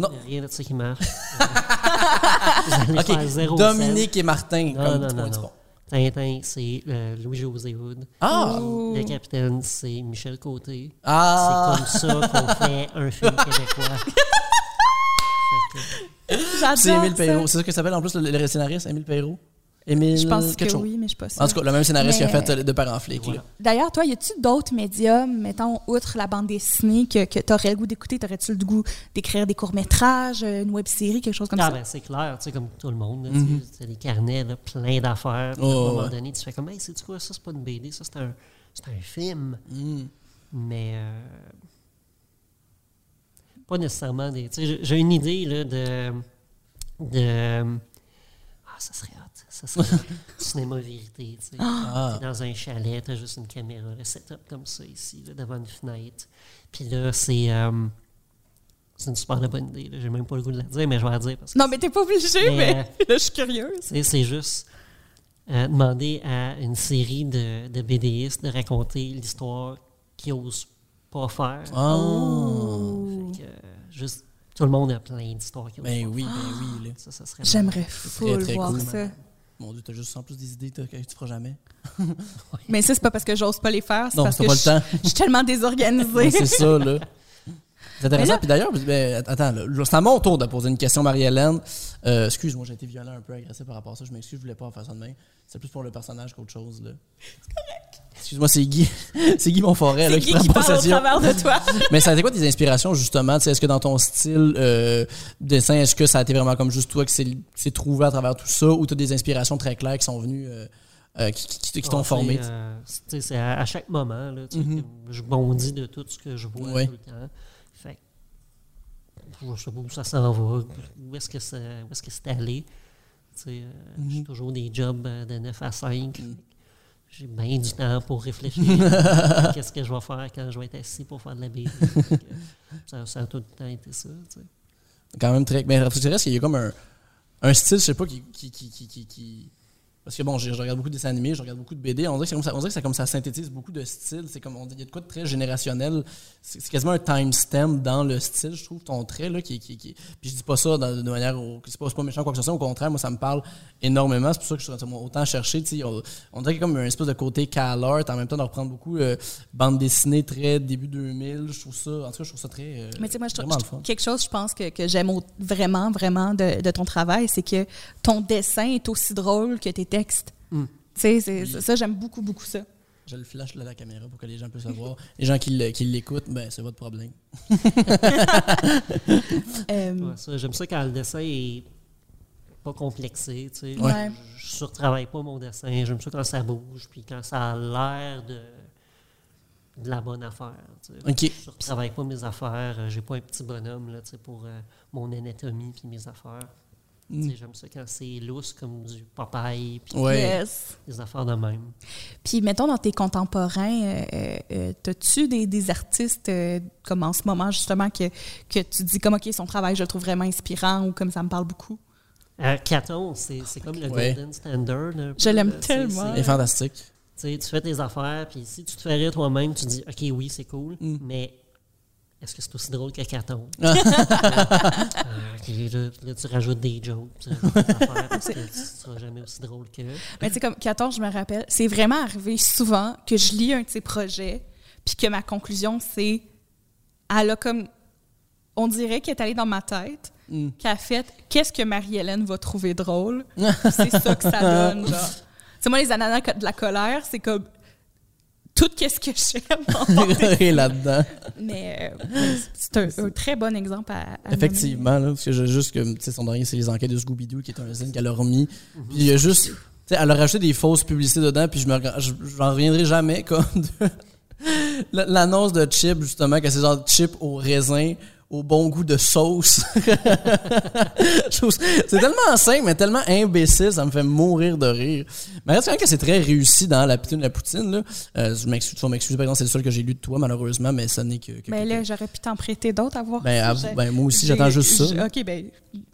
D: non,
B: Non.
D: y a rien de ça qui marche. Euh, vous allez faire zéro
B: OK, Dominique et Martin,
D: scène. Non,
B: comme
D: non,
B: du
D: non,
B: point du
D: non.
B: pont.
D: Tintin, c'est euh, Louis-José Hood.
B: Ah!
A: Ouh.
D: Le capitaine, c'est Michel Côté.
B: Ah!
D: C'est comme ça qu'on fait un film québécois. Fait que,
A: J'adore
B: C'est Émile
A: ça.
B: Perrault. C'est ça que ça s'appelle en plus le, le scénariste, Émile Perrault. Émile
A: Je pense que
B: quelque chose.
A: oui, mais je suis pas sûre.
B: En tout cas, le même scénariste qui a
A: Mais,
B: fait euh, De Parents flics.
D: Voilà.
B: là.
A: D'ailleurs, toi, y a-tu d'autres médiums, mettons, outre la bande dessinée, que, que t'aurais le goût d'écouter? T'aurais-tu le goût d'écrire des courts-métrages, euh, une web-série, quelque chose comme
D: Ah,
A: ça?
D: ben, c'est clair, tu sais, comme tout le monde. là, tu sais, Tu as des carnets, là, plein d'affaires. puis à
B: Mm-hmm. Oh,
D: un moment
B: ouais.
D: donné, tu fais comme, hey, c'est quoi, ça, c'est pas une BD, ça, c'est un, c'est un film.
B: Hmm.
D: Mais. euh, pas nécessairement des. Tu sais, j'ai- j'ai une idée, là, de. de ah, ça serait hot. Ça serait cinéma vérité, tu sais.
B: Ah.
D: T'es dans un chalet, t'as juste une caméra, le setup comme ça ici, là, devant une fenêtre. Puis là, c'est. euh, c'est une super bonne idée. là. J'ai même pas le goût de la dire, mais je vais la dire parce que
A: Non, mais t'es pas obligé,
D: Mais, euh,
A: mais, là, je suis curieuse.
D: tu sais, c'est juste euh, demander à une série de, de BDistes de raconter l'histoire qu'ils n'osent pas faire.
B: Oh.
D: Fait que, euh, juste, tout le monde a plein d'histoires qu'ils n'osent
B: Ben
D: pas
B: oui, ben oui. là.
D: faire. Ça, ça serait
A: J'aimerais
B: très,
A: full
B: très
A: voir
B: cool. hein.
A: ça.
B: Mon Dieu, t'as juste en plus des idées t'as- que tu feras jamais.
A: Mais ça, c'est pas parce que j'ose pas les faire, c'est
B: Non,
A: parce
B: t'as
A: que
B: pas
A: je
B: le temps.
A: je suis tellement
B: Ouais,
A: désorganisée.
B: c'est ça, là. C'est
A: Mais
B: intéressant.
A: là-
B: Puis d'ailleurs, ben, attends, là, c'est à mon tour de poser une question, Marie-Hélène. Euh, excuse-moi, j'ai été violent, un peu agressif par rapport à ça. Je m'excuse, je voulais pas en faire ça de même. C'est plus pour le personnage qu'autre chose, là. Excuse-moi, c'est Guy. c'est Guy Monforêt, là,
A: C'est
B: qui,
A: Guy qui
B: prend
A: parle au
B: possession.
A: travers de toi.
B: Mais ça a été quoi tes inspirations, justement? Tu sais, Est-ce que dans ton style euh, dessin, est-ce que ça a été vraiment comme juste toi qui s'est- qui s'est trouvé à travers tout ça ou tu as des inspirations très claires qui sont venues, euh, euh, qui, qui- qui- qui t'ont
D: Ah,
B: formé?
D: c'est, euh, c'est- tu sais, c'est à, à chaque moment, là, tu sais, que je bondis de tout ce que je vois
B: Ouais.
D: tout le temps. Fait que, je sais pas où ça s'en va, où est-ce que, ça, où est-ce que c'est allé. Tu sais, euh, J'ai toujours des jobs euh, de 9 à 5. J'ai bien du temps pour réfléchir. Qu'est-ce que je vais faire quand je vais être assis pour faire de la BD? Fait que, ça, ça a tout le temps été ça. tu sais.
B: quand même très. Mais Raphaël Ceres, il y a comme un, un style, je sais pas, qui. qui, qui, qui, qui- qui- Parce que bon, je, je regarde beaucoup de dessins animés, je regarde beaucoup de BD. On dirait que c'est comme ça, on dirait que ça, comme ça synthétise beaucoup de styles. C'est comme on dit, il y a de quoi de très générationnel. C'est c'est quasiment un timestamp dans le style, je trouve, ton trait. Là, qui, qui, qui- Puis je dis pas ça dans- de manière. au- C'est pas, c'est pas méchant, quoi que ce soit. Au contraire, moi, ça me parle énormément. C'est pour ça que je suis autant- autant cherché. tu sais, On, on dirait qu'il y a comme un espèce de côté cal art. En même temps, de reprendre beaucoup euh, bande dessinée très début 2000. Je trouve ça. En tout cas, je trouve ça très. euh,
A: Mais tu sais, moi, je trouve,
B: vraiment
A: je
B: le
A: trouve
B: fun.
A: quelque chose, je pense, que, que j'aime au- vraiment, vraiment de, de ton travail, c'est que ton dessin est aussi drôle que tes textes.
B: Hmm.
A: Tu sais, c'est- c'est- ça, j'aime beaucoup, beaucoup ça.
B: Je le flash là, à la caméra pour que les gens puissent le voir. Les gens qui le- qui l'écoutent, ben c'est votre problème.
A: Euh,
D: Ouais, ça, J'aime ça quand le dessin est pas complexé. Tu sais.
A: Ouais.
D: Je surtravaille pas mon dessin. J'aime ça quand ça bouge, puis quand ça a l'air de, de la bonne affaire. tu sais.
B: OK.
D: Je surtravaille pas mes affaires. euh, J'ai pas un petit bonhomme là, tu sais, pour euh, mon anatomie puis mes affaires. Tu
A: Mm.
D: sais, J'aime ça quand c'est lousse comme du papaye puis
B: Ouais.
A: yes.
D: des affaires de même.
A: Puis, mettons, dans tes contemporains, euh, euh, euh, t'as-tu des, des artistes, euh, comme en ce moment, justement, que, que tu dis comme, OK, son travail, je le trouve vraiment inspirant ou comme ça me parle beaucoup?
D: Euh, Caton, c'est c'est comme le
B: Ouais.
D: golden standard. là, un
A: Je
D: peu,
A: l'aime
D: là, tu sais,
A: tellement.
D: c'est-
B: Il est fantastique.
D: Tu sais, tu fais tes affaires, puis si tu te fais rire toi-même, tu dis, OK, oui, c'est cool, mais est-ce que c'est aussi drôle que Caton? Euh, OK, là, là, tu rajoutes des jokes, tu rajoutes des affaires, parce que tu seras jamais aussi drôle que.
A: Mais Ben, tu sais, comme 14, je me rappelle, c'est vraiment arrivé souvent que je lis un de ses projets, puis que ma conclusion, c'est. Elle a comme. On dirait qu'elle est allée dans ma tête,
B: Hmm.
A: qu'elle a fait Qu'est-ce que Marie-Hélène va trouver drôle C'est ça que ça donne, genre. Tu sais, moi, les ananas co- de la colère, c'est comme. Tout qu'est-ce que j'aime.
B: Il est là-dedans.
A: Mais euh, c'est un, un très bon exemple à. à
B: Effectivement, là, parce que j'ai juste que tu sais, son dernier, c'est les enquêtes de Scooby-Doo, qui est un zine qu'elle a remis. Puis il y a juste. tu sais, Elle a rajouté des fausses publicités dedans, puis je me rega- je- j'en reviendrai jamais comme de- L- l'annonce de chip, justement, que c'est genre chip au raisin, au bon goût de sauce. Je trouve- c'est tellement simple, mais tellement imbécile, ça me fait mourir de rire. Mais reste quand même que c'est très réussi dans la poutine, la poutine là. Euh, je m'excuse, tu vas m'excuser, par exemple, c'est le seul que j'ai lu de toi, malheureusement, mais ça n'est que. que-
A: Mais Ben,
B: que-
A: là, j'aurais pu t'en prêter d'autres à voir.
B: Ben, à-
A: J'ai-
B: ben, moi aussi,
A: j'ai-
B: j'attends juste ça.
A: j'ai- OK, ben.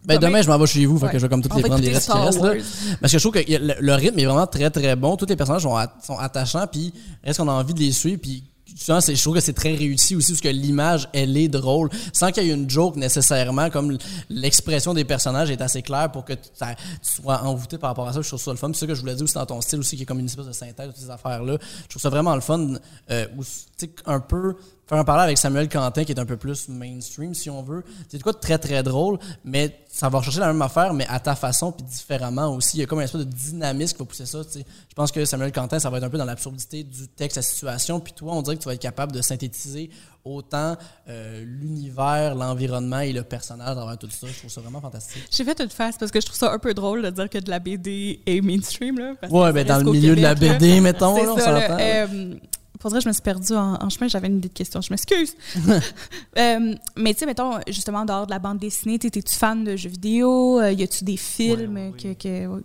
B: Ben, demain, je m'en vais chez vous, fait
A: Ouais.
B: que je vais comme toutes
A: On
B: les
A: va
B: prendre les
A: écouter
B: restes qui
A: Star
B: restent. là.
A: Wars.
B: Parce que je trouve que y a le, le rythme est vraiment très très bon. Tous les personnages sont, at- sont attachants, puis est-ce qu'on a envie de les suivre, puis souvent, c'est- je trouve que c'est très réussi aussi, parce que l'image, elle est drôle, sans qu'il y ait une joke nécessairement, comme l'expression des personnages est assez claire pour que tu ça- tu sois envoûté par rapport à ça. Je trouve ça le fun. C'est ça que je voulais dire aussi dans ton style aussi, qui est comme une espèce de synthèse de toutes ces affaires-là. Je trouve ça vraiment le fun, euh, où, tu sais, un peu faire un parallèle avec Samuel Quentin, qui est un peu plus mainstream, si on veut. C'est de quoi de très, très drôle, mais ça va rechercher la même affaire, mais à ta façon, puis différemment aussi. Il y a comme une espèce de dynamisme qui va pousser ça. tu sais. Je pense que Samuel Quentin, ça va être un peu dans l'absurdité du texte, la situation, puis toi, on dirait que tu vas être capable de synthétiser autant euh, l'univers, l'environnement et le personnage à travers tout ça. Je trouve ça vraiment fantastique.
A: J'ai fait une face parce que je trouve ça un peu drôle de dire que de la BD est mainstream. Là, parce que
B: Ouais,
A: ça
B: ben, dans
A: reste
B: le
A: qu'au
B: milieu de la
A: Québec, là.
B: BD, mettons,
A: C'est
B: là, on
A: ça, là.
B: s'entend.
A: Euh, pour vrai, je me suis perdue en, en chemin, j'avais une idée de question, je m'excuse. Euh, mais tu sais, mettons, justement, en dehors de la bande dessinée, tu tu fan de jeux vidéo? Euh, y a-tu des films
D: Ouais, ouais,
A: que.
D: ouais.
A: que- ouais.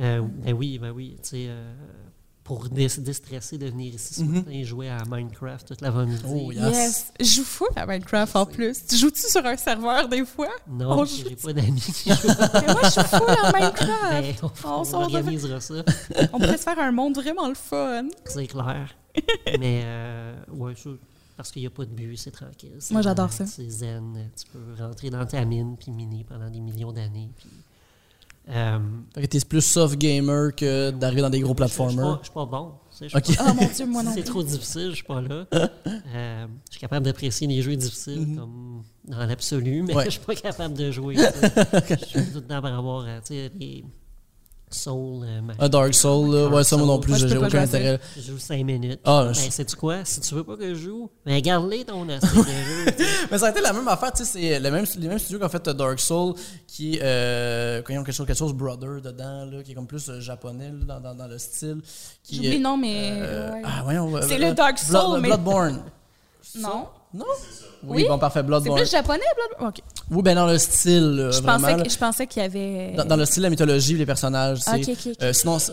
D: Euh, ben oui, ben oui. Tu sais, euh, pour dé- déstresser de venir ici ce matin jouer à Minecraft toute l'avant-midi.
B: Oh, yeah. Yes.
A: Yes. Je Joue fou à Minecraft en
D: Je sais.
A: plus. Tu joues-tu sur un serveur des fois?
D: Non,
A: On
D: j'ai
A: joue-
D: pas d'amis qui jouent.
A: Mais moi, je suis fou en Minecraft.
D: Ben, on,
A: Ah, on
D: on
A: s'en
D: organisera ça,
A: On pourrait se faire un monde vraiment le fun.
D: c'est clair. Mais euh, ouais, ça, parce qu'il n'y a pas de but, c'est tranquille. c'est
A: Moi, j'adore
D: relax,
A: ça.
D: C'est zen. Tu peux rentrer dans ta mine puis miner pendant des millions d'années. puis, euh,
B: Fait que t'es plus soft gamer que d'arriver dans des gros
D: je- je- Je suis
B: platformers.
D: pas- je suis pas bon. tu sais, je suis
B: Ok.
A: Oh mon Dieu, moi non.
D: c'est
A: plus.
D: trop difficile, je suis pas là. Euh, je suis capable d'apprécier les jeux difficiles comme dans l'absolu, mais
B: Mm-hmm. Ouais.
D: je suis pas capable de jouer. tu sais. je suis tout le temps par rapport à tu sais, les Soul, euh, ma-
B: Un Dark Soul, là. ouais, ça, moi non
D: Dark
B: plus,
A: Souls. Moi, je
B: j'ai
A: peux pas
B: aucun
A: jouer à ça.
B: intérêt.
D: je joue 5 minutes.
B: Ah,
D: ben,
B: je-
D: sais-tu quoi? Si tu veux pas que je joue, ben garde-les ton assiette de jeu. tu sais.
B: Mais ça a été la même affaire, tu sais, c'est euh, le même, les mêmes studios qui ont fait euh, Dark Soul, qui est, euh, quand ils ont quelque chose, quelque chose Brother dedans, là, qui est comme plus euh, japonais là, dans, dans, dans le style. qui
A: J'oublie
B: est-
A: le nom, mais.
B: euh,
A: ouais.
B: Ah, voyons. euh,
A: C'est
B: euh,
A: le Dark
B: Blood-
A: Soul, mais-
B: Bloodborne.
A: non.
B: Non? Oui,
A: Oui?
B: bon, parfait,
A: C'est
B: Bloodborne.
A: plus japonais, blablabla. Ok.
B: Oui, ben dans le style, là,
A: Je
B: vraiment.
A: pensais,
B: là.
A: que- je pensais qu'il y avait. euh,
B: Dans, dans le style de la mythologie, les personnages, c'est...
A: Ok, ok, ok.
B: euh, sinon... c'est-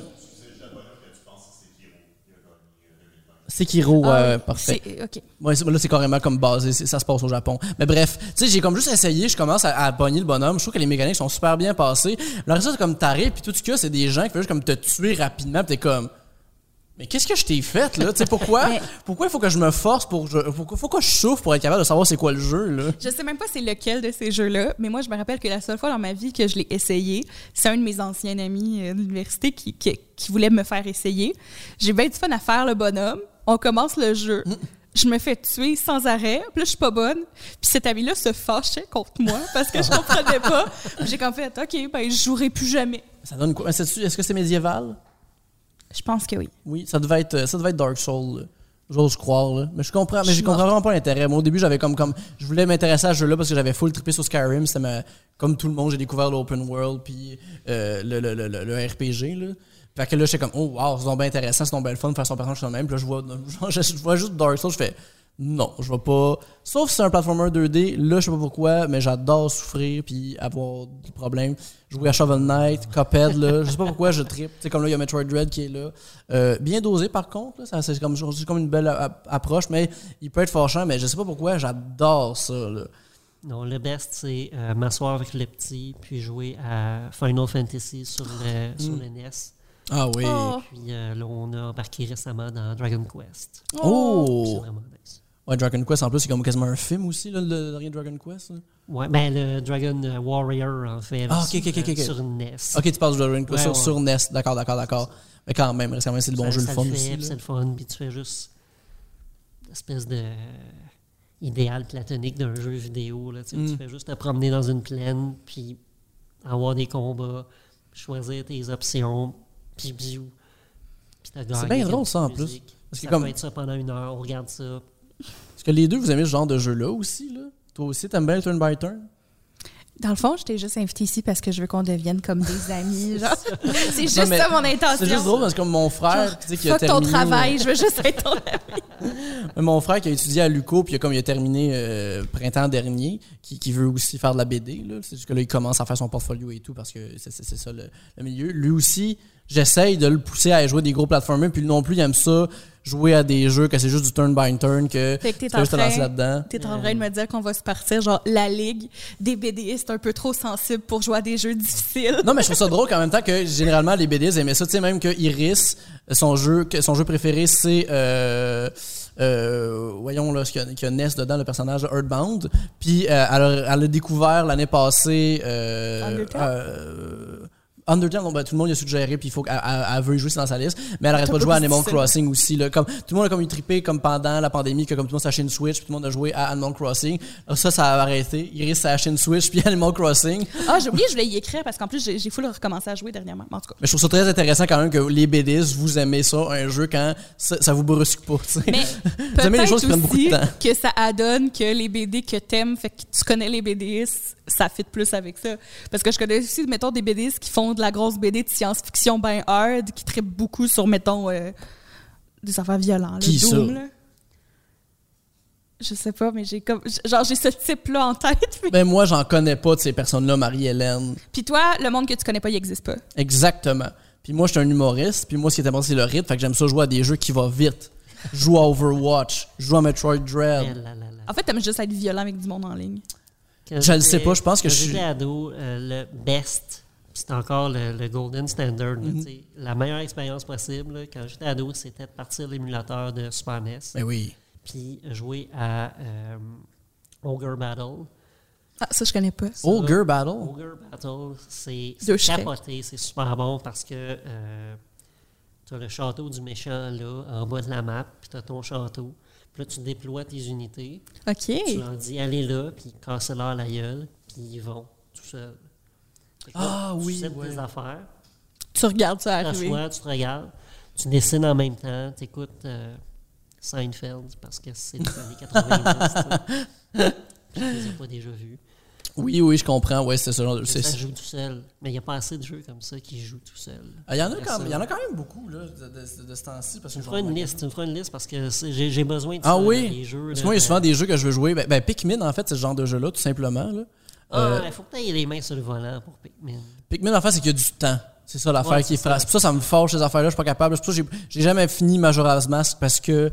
B: Sekiro, euh,
A: Ah,
B: parfait.
A: c'est- Ok.
B: Ouais, c'est- là, c'est carrément comme basé, c'est- ça se passe au Japon. Mais bref, tu sais, j'ai comme juste essayé, je commence à, à pogner le bonhomme, je trouve que les mécaniques sont super bien passées. Le reste, c'est comme taré, puis tout ce qu'il y a, c'est des gens qui veulent juste comme te tuer rapidement, puis t'es comme... Mais qu'est-ce que je t'ai fait, là? Tu sais, pourquoi?
A: Mais-
B: Pourquoi il faut que je me force pour... je- Pourquoi faut que je souffre pour être capable de savoir c'est quoi le jeu, là?
A: Je sais même pas c'est lequel de ces jeux-là, mais moi, je me rappelle que la seule fois dans ma vie que je l'ai essayé, c'est un de mes anciens amis euh, de l'université qui, qui, qui voulait me faire essayer. J'ai bien du fun à faire le bonhomme. On commence le jeu. Je me fais tuer sans arrêt. Puis là, je suis pas bonne. Puis cet ami-là se fâchait contre moi parce que je comprenais pas. J'ai comme fait, OK, ben, je jouerai plus jamais.
B: Ça donne quoi? Sais-tu- Est-ce que c'est médiéval?
A: Je pense que oui.
B: Oui, ça devait être, euh, ça devait être Dark Souls. là. J'ose croire, là. Mais je comprends,
A: Je
B: mais
A: suis
B: je comprends
A: morte.
B: vraiment pas l'intérêt. Moi, au début, j'avais comme, comme, je voulais m'intéresser à ce jeu-là parce que j'avais full trippé sur Skyrim. C'était ma- comme tout le monde, j'ai découvert l'open world puis euh, le, le, le, le- le RPG, là. Fait que là, j'étais comme, oh, wow, c'est donc bien intéressant, c'est donc bien le fun de faire son personnage sur le même. Puis là, je vois, je, je vois juste Dark Souls, je fais, non, je vais pas. Sauf si c'est un platformer 2D, là, je sais pas pourquoi, mais j'adore souffrir puis avoir des problèmes. Jouer à Shovel Knight, Cuphead, là, je sais pas pourquoi je trippe. C'est comme là, il y a Metroid Dread qui est là. Euh, bien dosé, par contre, là, ça, c'est comme, c'est comme une belle a- a- approche, mais il peut être fâchant, mais je sais pas pourquoi, j'adore ça, là.
D: Non, le best, c'est euh, m'asseoir avec le petit, puis jouer à Final Fantasy sur le,
B: Mm.
D: sur le NES.
B: Ah oui.
A: Oh.
D: Puis euh, là, on a embarqué récemment dans Dragon Quest. C'est
B: Oh!
D: vraiment nice.
B: Ouais, Dragon Quest, en plus, c'est comme quasiment un film aussi, là, le dernier Dragon Quest. là.
D: Ouais, ben le Dragon Warrior, en fait,
B: Ah,
D: sur,
B: ok, ok, ok, ok.
D: sur E NES.
B: Ok, tu parles de Dragon Quest
D: Ouais,
B: sur,
D: ouais.
B: sur NES, d'accord, d'accord, d'accord. Mais quand même, reste quand même, c'est le bon
D: Ça-
B: jeu, le
D: ça
B: fun
D: fait,
B: aussi.
D: puis
B: là.
D: C'est le fun, puis tu fais juste une espèce de euh, idéal platonique d'un jeu vidéo. Là, tu, sais,
B: Mm.
D: tu fais juste te promener dans une plaine, puis avoir des combats, choisir tes options, puis biou. Puis t'as gagné
B: bien drôle,
D: quelques
B: ça, en plus.
D: musiques.
B: Parce que
D: ça
B: comme-
D: peut être ça pendant une heure, on regarde ça.
B: Est-ce que les deux, vous aimez ce genre de jeu-là aussi, là? Toi aussi, t'aimes bien le turn by turn?
A: Dans le fond, je t'ai juste invité ici parce que je veux qu'on devienne comme des amis. genre. C'est juste
B: mais
A: ça mon intention.
B: C'est juste drôle parce que comme mon frère,
A: Genre,
B: tu sais, qui a
A: fuck ton
B: terminé, euh,
A: travail, je veux juste être ton
B: Mais Mon frère qui a étudié à Luco, puis comme il a terminé euh, printemps dernier, qui, qui veut aussi faire de la BD, là. c'est juste que là, il commence à faire son portfolio et tout, parce que c'est, c'est- c'est ça le, le milieu. Lui aussi, j'essaye de le pousser à jouer des gros platformers, puis lui non plus, il aime ça, jouer à des jeux que c'est juste du turn by turn, que
A: Fait que t'es
B: tu vas juste te
A: en train-
B: lancer là-dedans.
A: T'es en train de me dire qu'on va se partir, genre, la ligue des BDistes un peu trop sensible pour jouer à des jeux difficiles.
B: Non, mais je trouve ça drôle qu'en même temps que généralement les BDs aimaient ça. Tu sais, même que Iris, son jeu, que son jeu préféré, c'est. Euh, euh, voyons, là, ce qu'il y, a- qu'il y a Ness dedans, le personnage de Earthbound. Puis euh, elle, a, elle a découvert l'année passée. Euh,
A: Undertale?
B: euh, Undertale, non, ben, tout le monde y a suggéré, puis il faut qu'elle elle- elle veut y jouer, c'est dans sa liste. Mais elle arrête
A: C'est
B: pas de
A: un peu
B: jouer à Animal
A: difficile.
B: Crossing aussi. Là, comme, tout le monde a comme eu trippé comme pendant la pandémie, que comme tout le monde s'achète une Switch, puis tout le monde a joué à Animal Crossing. Alors, ça, ça a arrêté. Iris s'achète une Switch, puis Animal Crossing.
A: Ah, j'ai oublié, je voulais y écrire parce qu'en plus, j'ai j'ai full recommencé à jouer dernièrement. En tout cas.
B: Mais je trouve ça très intéressant quand même que les BDs, vous aimez ça, un jeu, quand ça, ça vous brusque pas. tu sais.
A: Mais
B: vous aimez les
A: peut-être
B: choses qui prennent beaucoup de
A: aussi
B: temps.
A: que ça adonne que les BD que t'aimes, fait que tu connais les BDs, ça fit plus avec ça. Parce que je connais aussi, mettons, des BDs qui font de la grosse BD de science-fiction ben hard, qui trippent beaucoup sur, mettons, euh, des affaires violentes. là,
B: Qui
A: Doom,
B: ça?
A: là. Je sais pas, mais j'ai comme... Genre, j'ai ce type-là en tête. mais-
B: Ben, moi, j'en connais pas de ces personnes-là, Marie-Hélène.
A: Puis toi, le monde que tu connais pas, il existe pas.
B: Exactement. Puis moi, je suis un humoriste. Puis moi, ce qui est important, c'est le rythme. Fait que j'aime ça jouer à des jeux qui vont vite. Je Joue à Overwatch. je Joue à Metroid
D: Eh
B: Dread.
D: là là là.
A: En fait, t'aimes juste être violent avec du monde en ligne.
D: Quand
B: Ah, Je le
D: j'étais-
B: sais pas, je pense que
D: quand
B: je suis-
D: j'étais ado, euh, le best, puis c'est encore le, le golden standard. là,
B: Mhm.
D: tu sais. La meilleure expérience possible, là, quand j'étais ado, c'était de partir l'émulateur de Super E NES,
B: Ben oui.
D: puis jouer à euh, Ogre Battle.
A: Ah, ça, je connais pas.
B: Ogre Battle.
D: Ogre Battle, c'est
A: Deux
D: c'est
A: chefs.
D: capoté, c'est super bon parce que euh, t'as le château du méchant là, en bas de la map, puis t'as ton château. Puis là, tu déploies tes unités,
A: OK.
D: tu leur dis allez là, puis cassez-leur la gueule, puis ils vont tout seuls. Fait que là,
B: Ah
D: tu
B: oui,
D: sais
B: ouais.
D: tes affaires,
A: Tu regardes ça
B: Ah
D: tu
A: arriver.
D: t'assois, tu te regardes, tu dessines en même temps, tu écoutes Seinfeld parce que c'est les années 90. tu sais. Je les ai pas déjà vus.
B: Oui, oui, je comprends. Ouais, c'est ce genre de
D: Ça
B: c'est-
D: joue tout seul. Mais il n'y a pas assez de jeux comme ça qui jouent tout seul.
B: Ah, Il y, en a quand il y en a quand même beaucoup là, de, de- de ce temps-ci. Parce que
D: Tu me
B: je
D: feras une
B: vois-
D: liste, tu me feras une liste parce que c'est- j'ai j'ai besoin de
B: Ah
D: ça, là,
B: oui.
D: des jeux.
B: Parce
D: là,
B: que moi, il y a
D: de-
B: souvent des jeux que je veux jouer. Ben, ben, Pikmin, en fait, c'est ce genre de jeu-là, tout simplement. Là. euh,
D: Ah, il faut que tu aies les mains sur le volant pour
A: Euh,
D: Pikmin.
B: Pikmin, en fait, c'est qu'il y a du temps. C'est ça l'affaire
D: Ouais,
B: qui est
D: c'est ça.
B: frappe. C'est pour ça que ça me forge ces affaires-là. Je suis pas capable. C'est pour ça que j'ai- j'ai jamais fini Majora's Mask parce que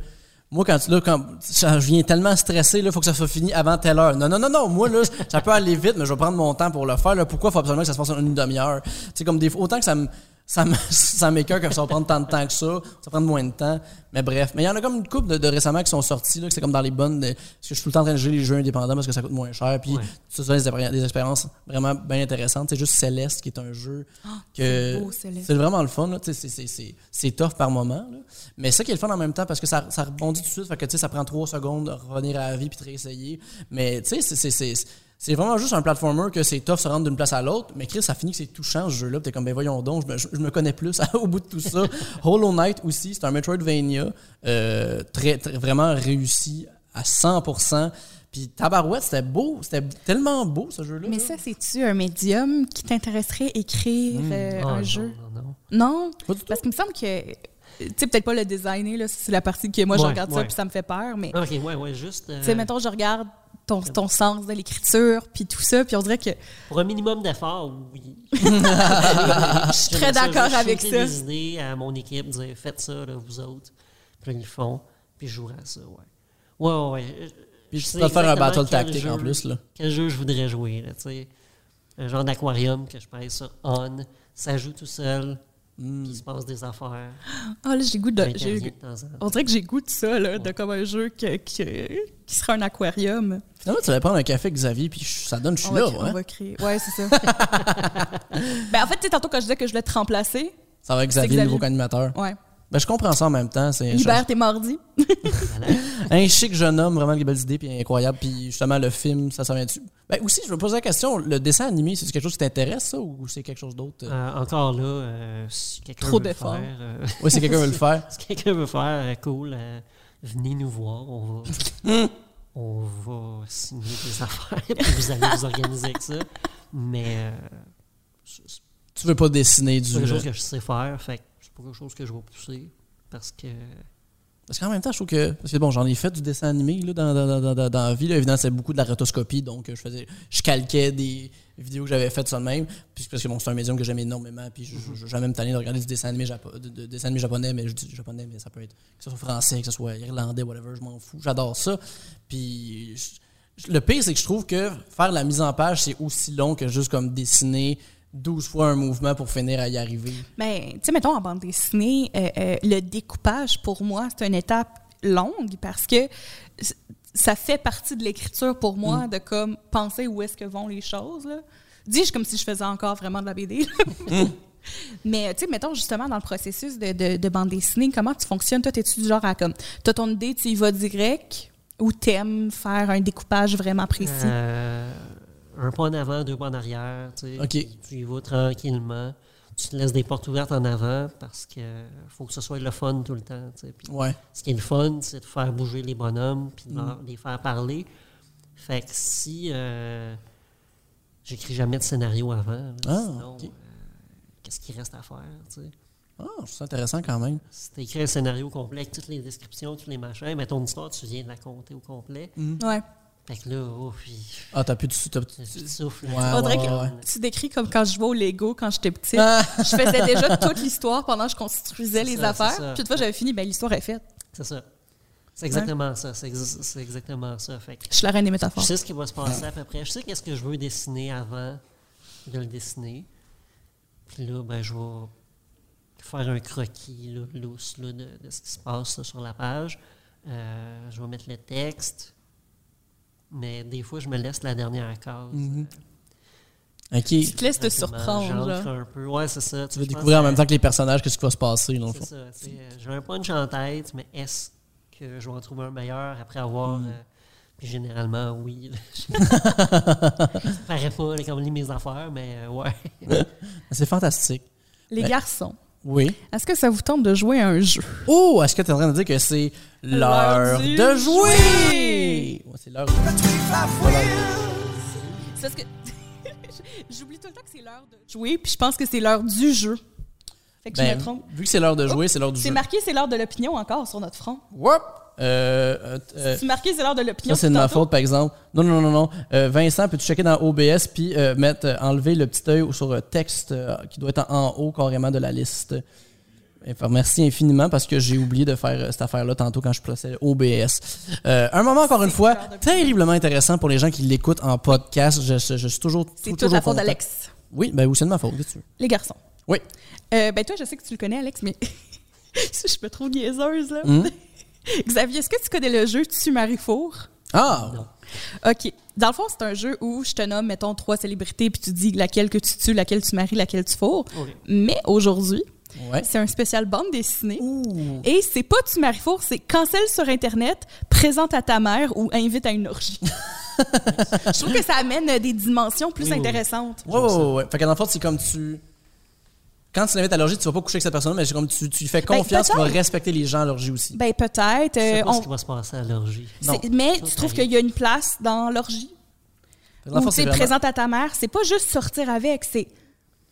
B: moi, quand tu là, quand ça- je viens tellement stressé, il faut que ça soit fini avant telle heure. Non, non, non, non. Moi, là, ça peut aller vite, mais je vais prendre mon temps pour le faire. Là. Pourquoi faut absolument que ça se passe en une demi-heure? C'est comme des fois, autant que ça me. Ça me- ça m'écoeure que ça va prendre tant de temps que ça, ça va prendre moins de temps, mais bref. Mais il y en a comme une couple de, de récemment qui sont sortis, là, que c'est comme dans les bonnes, de- parce que je suis tout le temps en train de jouer les jeux indépendants parce que ça coûte moins cher, puis
D: Ouais.
B: ce sont des, expéri- des expériences vraiment bien intéressantes. C'est juste Céleste qui est un jeu que
A: Ah, c'est beau, Céleste.
B: c'est vraiment le fun. là. Tu sais, C'est c'est- c'est- c'est tough par moment. là. Mais ça qui est le fun en même temps parce que ça, ça rebondit tout de suite. Fait que, tu sais, ça prend trois secondes de revenir à la vie puis de réessayer. Mais tu sais, c'est- c'est- c'est- c'est vraiment juste un platformer que c'est tough se rendre d'une place à l'autre. Mais Chris, ça finit que c'est touchant ce jeu-là. Puis T'es comme, ben voyons donc, je me, je- je me connais plus au bout de tout ça. Hollow Knight aussi, c'est un Metroidvania euh, très, très- vraiment réussi à 100%. Puis Tabarouette, c'était beau. C'était tellement beau ce jeu-là.
A: Mais
B: là.
A: ça, c'est-tu un médium qui t'intéresserait écrire
B: Hmm.
A: euh,
D: Ah,
A: un
D: non,
A: jeu?
D: Non, non.
A: Non?
B: Pas du tout.
A: Parce qu'il me semble que. euh, Tu sais, peut-être pas le designer, là, c'est la partie que moi, je
D: Ouais,
A: regarde ça
D: ouais.
A: puis ça me fait peur,
B: Ah,
A: mais.
D: Ah, Ok, ouais, ouais, juste. euh,
A: Tu sais, mettons, je regarde ton, ton sens de l'écriture puis tout ça, puis on dirait que.
D: Pour un minimum d'effort, oui.
A: Je suis très d'accord avec ça.
D: J'ai des idées à mon équipe, dire faites ça, là, vous autres. Puis là, ils le font, puis je jouerai à ça, ouais. Ouais, ouais, ouais.
B: Puis je
D: sais
B: peux faire un
D: exactement
B: battle
D: quel
B: tactique en
D: jeu-
B: plus. Là.
D: Quel jeu je voudrais jouer, là, tu sais. Un genre d'aquarium que je pèse sur on, ça joue tout seul, puis il se passe des affaires.
A: Ah, là, j'ai goût de. j'ai- Oh.
D: j'interviens de temps en temps.
A: On dirait que j'ai goût de ça, là, de comme un jeu que- que- qui sera un aquarium.
B: Finalement, tu vas prendre un café, Xavier, puis je- ça donne, je suis
A: on,
B: là.
A: va, cr- on
B: hein?
A: va créer. Ouais, c'est ça. ben, en fait, tu sais, tantôt, quand je disais que je voulais te remplacer,
B: Ça va, Xavier,
A: Xavier.
B: le nouveau co-animateur.
A: ouais.
B: Ben, je comprends ça en même temps. C'est
A: Libère tes mordis.
D: Voilà.
B: un chic jeune homme, vraiment avec des belles idées, puis incroyable. Puis justement, le film, ça, ça vient dessus. Ben, aussi, je me poser la question, le dessin animé, c'est quelque chose qui t'intéresse, ça, ou c'est quelque chose d'autre?
D: Euh, encore là, euh, si quelqu'un
A: Trop
D: veut le
A: d'efforts.
D: faire, euh,
B: Oui, si quelqu'un veut le faire.
D: si quelqu'un veut faire, euh, cool, euh, venez nous voir, on va, on va signer des affaires, puis vous allez vous organiser avec ça. Mais euh, c'est c'est
B: Tu veux pas dessiner
D: pas
B: du...
D: quelque chose que je sais faire, fait que c'est pas quelque chose que je vais pousser, parce que
B: Parce qu'en même temps, je trouve que. Parce que bon, j'en ai fait du dessin animé là, dans, dans, dans, dans, dans la vie. Là. Évidemment, c'est beaucoup de la rotoscopie. Donc, euh, je faisais. Je calquais des vidéos que j'avais faites sur le même. Puis, parce que bon, c'est un médium que j'aime énormément. Puis, je- je- je- jamais me tanner de regarder du dessin animé, japo- de, de dessin animé japonais. Mais je dis japonais, mais ça peut être. Que ce soit français, que ce soit irlandais, whatever. Je m'en fous. J'adore ça. Puis. je- le pire, c'est que je trouve que faire la mise en page, c'est aussi long que juste comme dessiner 12 fois un mouvement pour finir à y arriver.
A: Mais, Ben, tu sais, mettons, en bande dessinée, euh, euh, le découpage, pour moi, c'est une étape longue parce que c- ça fait partie de l'écriture pour moi, de comme penser où est-ce que vont les choses. là. Dis-je comme si je faisais encore vraiment de la BD. là. Mais, tu sais, mettons justement dans le processus de, de- de bande dessinée, comment tu fonctionnes? Toi, t'es-tu du genre à comme. T'as ton idée, tu y vas direct ou t'aimes faire un découpage vraiment précis?
D: Euh, un pas en avant, deux pas en arrière. Tu, sais,
B: OK.
D: puis tu y vas tranquillement. Tu te laisses des portes ouvertes en avant parce que faut que ce soit le fun tout le temps. tu sais. Puis
B: Ouais.
D: ce qui est le fun, c'est de faire bouger les bonhommes puis
B: Mm.
D: de leur- les faire parler. Fait que si euh, j'écris jamais de scénario avant, là,
B: Ah,
D: sinon,
B: OK.
D: euh, qu'est-ce qui reste à faire? tu sais?
B: Ah, c'est intéressant quand même.
D: Si tu écris un scénario complet, avec toutes les descriptions, tous les machins, mais ton histoire, tu viens de la compter au complet.
B: Mm.
A: Ouais.
D: Fait que là, oh, puis
B: Ah, t'as plus de. t'as-
D: le petit souffle.
B: Ouais,
A: On dirait
B: Ah ouais,
A: que
B: ouais.
A: tu décris comme quand je jouais au Lego quand j'étais petite.
B: Ah!
A: Je faisais déjà toute l'histoire pendant que je construisais
D: C'est
A: les
D: ça, c'est
A: affaires.
D: ça.
A: Puis une fois, j'avais fini, ben l'histoire est faite.
D: C'est ça. C'est exactement ça. C'est ex- c'est exactement ça. Fait que
A: Je suis la reine des
D: je
A: métaphores.
D: sais ce qui va se passer à peu près. Je sais qu'est-ce que je veux dessiner avant de le dessiner. Puis là, ben, je vais faire un croquis là, lousse là, de, de ce qui se passe là, sur la page. Euh, je vais mettre le texte. Mais des fois, je me laisse la dernière case.
B: Mhm.
D: Euh,
B: Ok.
A: Tu te laisses te
D: tranquillement,
A: surprendre.
D: j'ancre
A: là.
D: un peu. Ouais, c'est ça.
B: Tu veux découvrir en même temps que les personnages, qu'est-ce qui va se passer, dans le
D: C'est
B: fond.
D: ça. tu sais, euh, J'ai un punch en tête, mais est-ce que je vais en trouver un meilleur après avoir. euh, puis généralement, oui. là. Ça paraît pas là, comme lit mes affaires, mais euh, ouais.
B: C'est fantastique.
A: Les
B: Ben-
A: garçons,
B: Oui.
A: est-ce que ça vous tente de jouer à un jeu?
B: Oh, est-ce que t'es en train de dire que c'est l'heure
A: L'heure du
B: de jouer?
A: jouer!
B: Ouais, c'est l'heure. de-
A: C'est parce que j'oublie tout le temps que c'est l'heure de jouer, puis je pense que c'est l'heure du jeu. Fait que je
B: Ben,
A: me trompe. Oh,
B: vu que c'est l'heure de jouer, c'est l'heure du
A: C'est
B: jeu.
A: marqué, c'est l'heure de l'opinion encore sur notre front.
B: Whoop! Euh, euh, euh,
A: C'est marqué, c'est l'heure de l'opinion.
B: ça, c'est de
A: puis
B: ma
A: tantôt-
B: faute, par exemple. Non, non, non, non. Euh, Vincent, peux-tu checker dans OBS puis euh, mettre, euh, enlever le petit œil sur euh, texte euh, qui doit être en, en haut carrément de la liste? Et puis, Merci infiniment parce que j'ai oublié de faire euh, cette affaire-là tantôt quand je plaçais OBS. Euh, un moment, encore une fois, terriblement intéressant pour les gens qui l'écoutent en podcast. Je, je- je suis toujours.
A: C'est
B: toujours
A: toute la faute
B: content.
A: d'Alex.
B: Oui, ben oui, c'est de ma faute. qu'est-ce que tu veux?
A: Les garçons.
B: Oui.
A: Euh, ben toi, je sais que tu le connais, Alex, mais je me trouve niaiseuse, là.
B: Hmm?
A: Xavier, est-ce que tu connais le jeu Tu marie four?
B: Ah!
A: OK. Dans le fond, c'est un jeu où je te nomme, mettons, trois célébrités, puis tu dis laquelle que tu tues, laquelle tu maries, laquelle tu fourres.
D: OK.
A: Mais aujourd'hui,
B: Ouais.
A: c'est un spécial bande dessinée. Et c'est pas tu maries four, c'est cancelle sur Internet, présente à ta mère ou invite à une orgie. je trouve que ça amène euh, des dimensions plus
D: Oui, oui, oui.
A: intéressantes.
B: Ouais, ouais, ouais, ouais. Fait que dans le fond, c'est comme tu. Quand tu l'invites à l'orgie, tu vas pas coucher avec cette personne, mais c'est comme tu, tu lui fais
A: Ben,
B: confiance, tu vas
A: peut-être.
B: respecter les gens à l'orgie aussi.
A: Ben peut-être.
D: Je
A: euh,
D: sais pas
A: on-
D: ce qui va se passer à l'orgie.
B: Non.
A: c'est- Mais
D: Ça,
A: tu
D: ça
A: trouves
D: arrive.
A: qu'il y a une place dans l'orgie?
B: Fait que dans le
A: Ou
B: fond,
A: tu
B: c'est
A: sais,
B: vraiment-
A: présente à ta mère, c'est pas juste sortir avec, c'est...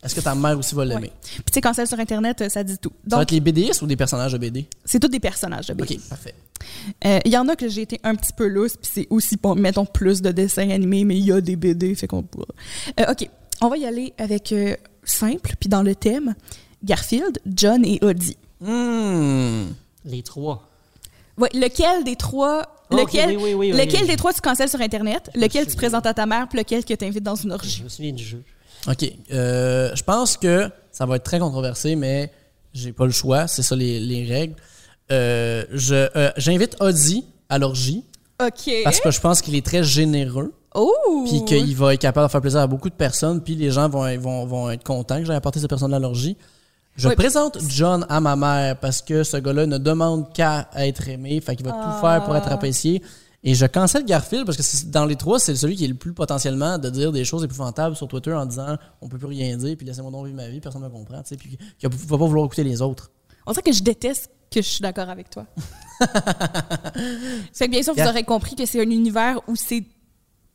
B: Est-ce que ta mère aussi va l'aimer?
A: Ouais. Puis tu sais, cancelle sur Internet, euh, ça dit tout.
B: Ça va
A: Donc,
B: être les BDistes ou des personnages de BD?
A: c'est tous des personnages de BD.
B: Ok, parfait.
A: Euh, Il y en a que j'ai été un petit peu lousse, puis c'est aussi, bon, mettons, plus de dessins animés, mais il y a des BD, fait qu'on peut. Euh, OK, on va y aller avec euh, simple, puis dans le thème, Garfield, John et Audie.
B: Hmm.
D: Les trois.
A: Ouais, lequel des trois...
D: Ah, Ok,
A: lequel
D: oui, oui, oui, oui.
A: lequel des trois tu cancelles sur Internet, lequel tu
D: suis-
A: présentes à ta mère, puis lequel que t'invites dans une orgie.
D: Je me souviens du jeu.
B: Ok. euh, je pense que ça va être très controversé, mais j'ai pas le choix. C'est ça les, les règles. Euh, je, euh, j'invite Ozzy à l'orgie
A: OK.
B: parce que je pense qu'il est très généreux.
A: Oh!
B: puis qu'il va être capable de faire plaisir à beaucoup de personnes, puis les gens vont, vont, vont être contents que j'ai apporté cette personne à l'orgie. Je
A: Oui,
B: présente John à ma mère parce que ce gars-là ne demande qu'à être aimé, fait qu'il va tout faire pour
A: Ah.
B: être apprécié. Et je cancelle Garfield parce que c'est- dans les trois, c'est celui qui est le plus potentiellement de dire des choses épouvantables sur Twitter en disant on peut plus rien dire, puis laissez-moi donc vivre ma vie, personne ne me comprend, tu sais, puis qui va pas vouloir écouter les autres.
A: On dirait que je déteste que je suis d'accord avec toi. fait que bien sûr, vous
B: Yeah.
A: aurez compris que c'est un univers où c'est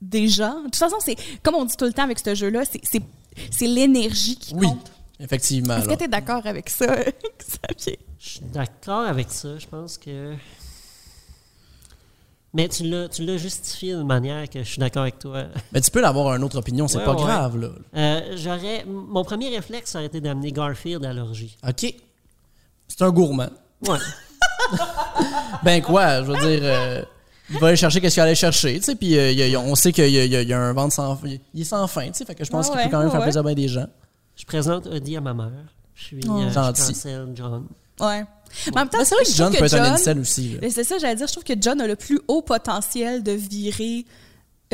A: des gens. De toute façon, c'est comme on dit tout le temps avec ce jeu-là, c'est- c'est c'est l'énergie qui
B: Oui,
A: compte.
B: effectivement.
A: Est-ce que
B: là.
A: tu es d'accord avec ça, Xavier?
D: Je suis d'accord avec ça. Je pense que. Mais tu l'as tu l'as justifié de manière que je suis d'accord avec toi.
B: Mais tu peux avoir une autre opinion, c'est
D: Ouais,
B: pas
D: ouais.
B: grave. Là.
D: Euh, j'aurais, mon premier réflexe aurait été d'amener Garfield à l'orgie.
B: OK. C'est un gourmand.
D: Ouais.
B: Ben quoi, je veux dire, euh, il va aller chercher qu'est-ce qu'il allait chercher, tu sais, puis euh, il y a- il y a- on sait qu'il y a, il y a- il y a un ventre sans fin, il est sans fin, tu sais, fait que je pense
A: Ah
B: qu'il
A: ouais,
B: peut quand même
A: ouais,
B: faire
A: ouais.
B: plaisir à bien des gens.
D: Je présente Odie à ma mère. Je suis
A: Oh.
D: euh, je
B: Gentil.
D: cancelle John.
A: Ouais. Mais en même temps,
B: Mais c'est vrai
A: je
B: que
A: trouve
B: John
A: que
B: peut être un
A: John-
B: incel aussi, là.
A: Mais C'est ça, j'allais dire, je trouve que John a le plus haut potentiel de virer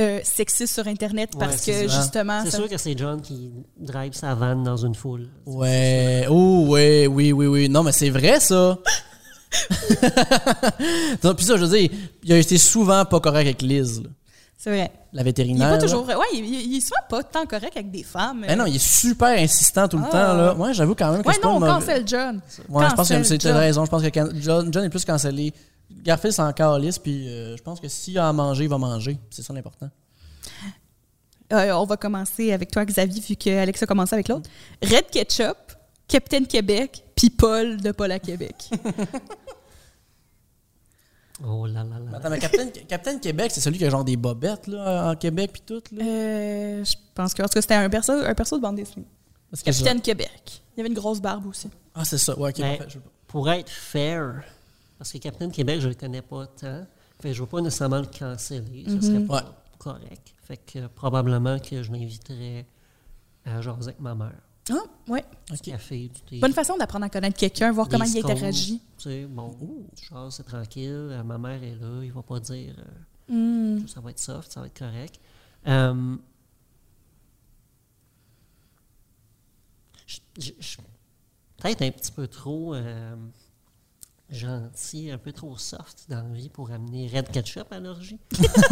A: euh, sexiste sur Internet
D: Ouais,
A: parce
D: c'est
A: que
B: ça.
A: justement.
D: C'est
A: ça-
D: sûr que c'est John qui drive sa vanne dans une foule.
B: Ouais. Oh, ouais, oui, oui, oui. Non, mais c'est vrai, ça. non, puis ça, je veux dire, il a été souvent pas correct avec Liz, là,
A: C'est vrai.
B: la
A: Il est
B: vétérinaire.
A: pas
B: là.
A: toujours. Ouais, il, il- il est souvent pas tant correct avec des femmes.
B: Ben non, il est super insistant tout le
A: Ah.
B: temps, là. Ouais, j'avoue quand même que
A: Ouais,
B: c'est pas
A: non, on
B: une mauvaise-
A: cancelle John.
B: Ouais, je pense que
A: Cancel
B: c'est t'as
A: John.
B: raison. Je pense que can- John, John est plus cancellé. Garfield, c'est encore lisse, puis euh, je pense que s'il a à manger, il va manger. C'est ça l'important.
A: Euh, on va commencer avec toi, Xavier, vu que Alex a commencé avec l'autre. Red Ketchup, Captain Québec, puis Paul de Paul à Québec.
D: Oh là là là.
B: Attends, mais Captain, Captain Québec, c'est celui qui a genre des bobettes, là, en Québec, puis tout, là.
A: Euh, je pense que, en tout cas, c'était un perso, un perso de bande dessinée.
B: Parce que je-
A: Capitaine Québec. Il y avait une grosse barbe aussi.
B: Ah, c'est ça. Ouais, ok,
D: Ben,
B: parfait. je-
D: pour être fair, parce que Captain Québec, je le connais pas tant, fait, que je ne veux pas nécessairement le canceller.
A: Mm-hmm.
D: Ce serait pas
B: Ouais.
D: correct. Fait que euh, probablement que je l'inviterais à jaser avec ma mère.
A: Ah, ouais.
D: Du café, du thé.
A: Bonne façon d'apprendre à connaître quelqu'un, voir
D: des
A: comment il
D: scones,
A: interagit.
D: Tu sais, bon, tu jases, c'est tranquille. euh, ma mère est là, il va pas dire... euh,
A: Hmm.
D: Ça va être soft, ça va être correct. Euh, je- je- je- Peut-être un petit peu trop euh, gentil, un peu trop soft dans la vie pour amener Red Ketchup à l'orgie. je,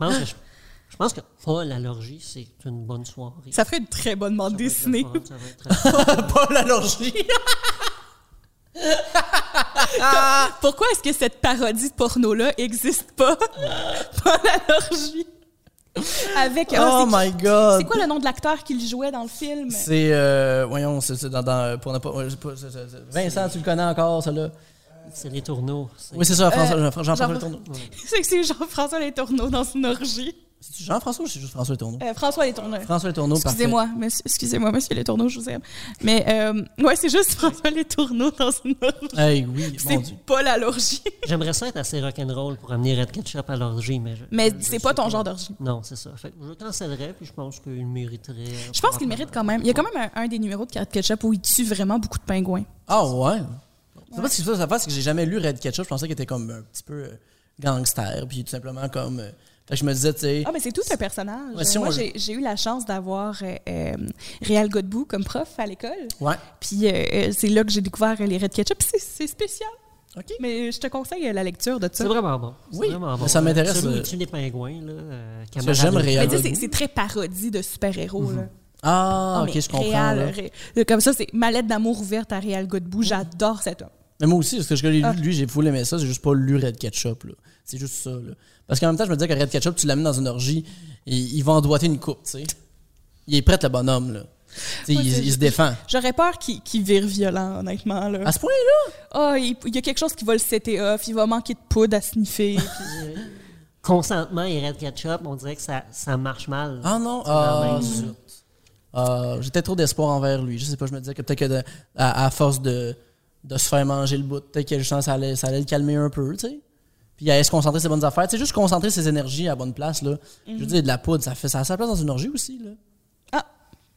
D: pense que je, je pense que Paul à l'orgie, c'est une bonne soirée.
A: Ça ferait une très bonne bande
D: va être le
A: dessinée.
D: fun, ça va être- euh,
B: Paul Allorgie.
A: Ah, Pourquoi est-ce que cette parodie de porno-là existe pas? Paul l'orgie. Avec.
B: Oh
A: ah, c'est-
B: my god.
A: c'est quoi le nom de l'acteur qui le jouait dans le film?
B: ben- C'est, euh, voyons, c'est c'est dans, dans, euh, pour ne pas, ouais, c'est pas- c'est- c'est- c'est- Vincent, tu le connais encore, ça là.
D: c'est les tourneaux. c'est-
B: Oui, c'est ça, François,
A: Euh,
B: Jean- Jean-François
A: Jean-
B: Le Tourneau.
A: C'est que c'est Jean-François Les Tourneaux dans une orgie.
B: C'est Jean-François ou c'est juste François Le Tourneau?
A: Euh, François Les Tourneaux.
B: François Le Tourneau, parfait.
A: Excusez-moi, monsieur, excusez-moi, monsieur Les Tourneaux, je vous aime. Mais, euh, ouais, c'est juste François Les Tourneaux dans une orgie.
B: Hey, oui, mon Dieu.
A: C'est pas la l'orgie.
D: J'aimerais ça être assez rock'n'roll pour amener Red Ketchup à l'orgie, mais je-
A: Mais
D: je
A: c'est
D: sais
A: pas ton genre d'orgie.
D: Non, c'est ça. Fait que je le cancellerais, puis je pense qu'il mériterait. euh,
A: Je pense qu'il mérite quand même. Il y a quand même un, un des numéros de Carte Ketchup où il tue vraiment beaucoup de pingouins.
B: Ah ouais? Je sais pas si ça, ça passe, c'est que j'ai jamais lu Red Ketchup. Je pensais qu'il était comme un petit peu euh, gangster, puis tout simplement comme. euh, fait que je me disais, tu sais.
A: Ah, mais c'est tout un personnage.
B: Ouais, si
A: Moi,
B: on-
A: j'ai j'ai eu la chance d'avoir euh, euh, Réal Godbout comme prof à l'école.
B: Ouais.
A: Puis euh, euh, c'est là que j'ai découvert euh, les Red Ketchup. C'est- C'est spécial.
B: OK.
A: Mais je te conseille euh, la lecture de ça.
D: C'est vraiment bon. C'est
B: Oui,
D: vraiment
B: mais
D: bon.
B: ça m'intéresse,
D: Celui
B: euh,
D: où tu les pingouins, là. euh,
B: que
D: camarade
B: j'aime
D: de-
B: réellement.
A: Mais tu sais, c'est- c'est très parodie de super-héros. là.
B: Ah,
A: Ah,
B: ok,
A: mais
B: je comprends.
A: Réal,
B: là. Mhm.
A: Ré- euh, Comme ça, c'est ma lettre d'amour ouverte à Réal Godbout. J'adore cet homme.
B: Mais moi aussi, parce que je l'ai
A: Ah.
B: lu, lui, j'ai voulu aimer ça, j'ai juste pas lu Red Ketchup. là. C'est juste ça. Là. Parce qu'en même temps, je me disais que Red Ketchup, tu l'amènes dans une orgie, et il va emboîter une coupe, tu sais. Il est prêt, le bonhomme, là. Tu sais,
A: Moi,
B: il,
A: c'est-
B: il se défend.
A: J'aurais peur qu'il qu'il vire violent, honnêtement. Là.
B: À ce point-là?
A: Ah, il, il y a quelque chose qui va le setter off. Il va manquer de poudre à sniffer.
D: Consentement et Red Ketchup, on dirait que ça, ça marche mal.
B: Ah non?
D: dans
B: Ah,
D: le même-
B: zut. Ah, J'étais trop d'espoir envers lui. Je sais pas, je me disais que peut-être que de- à, à force de, de se faire manger le bout, peut-être que justement, ça allait, ça allait le calmer un peu, tu sais. Puis il allait se concentrer sur ses bonnes affaires. Tu sais, juste concentrer ses énergies à la bonne place, là. Je veux dire, de la poudre, ça fait ça a sa place dans une orgie aussi, là.
A: ah,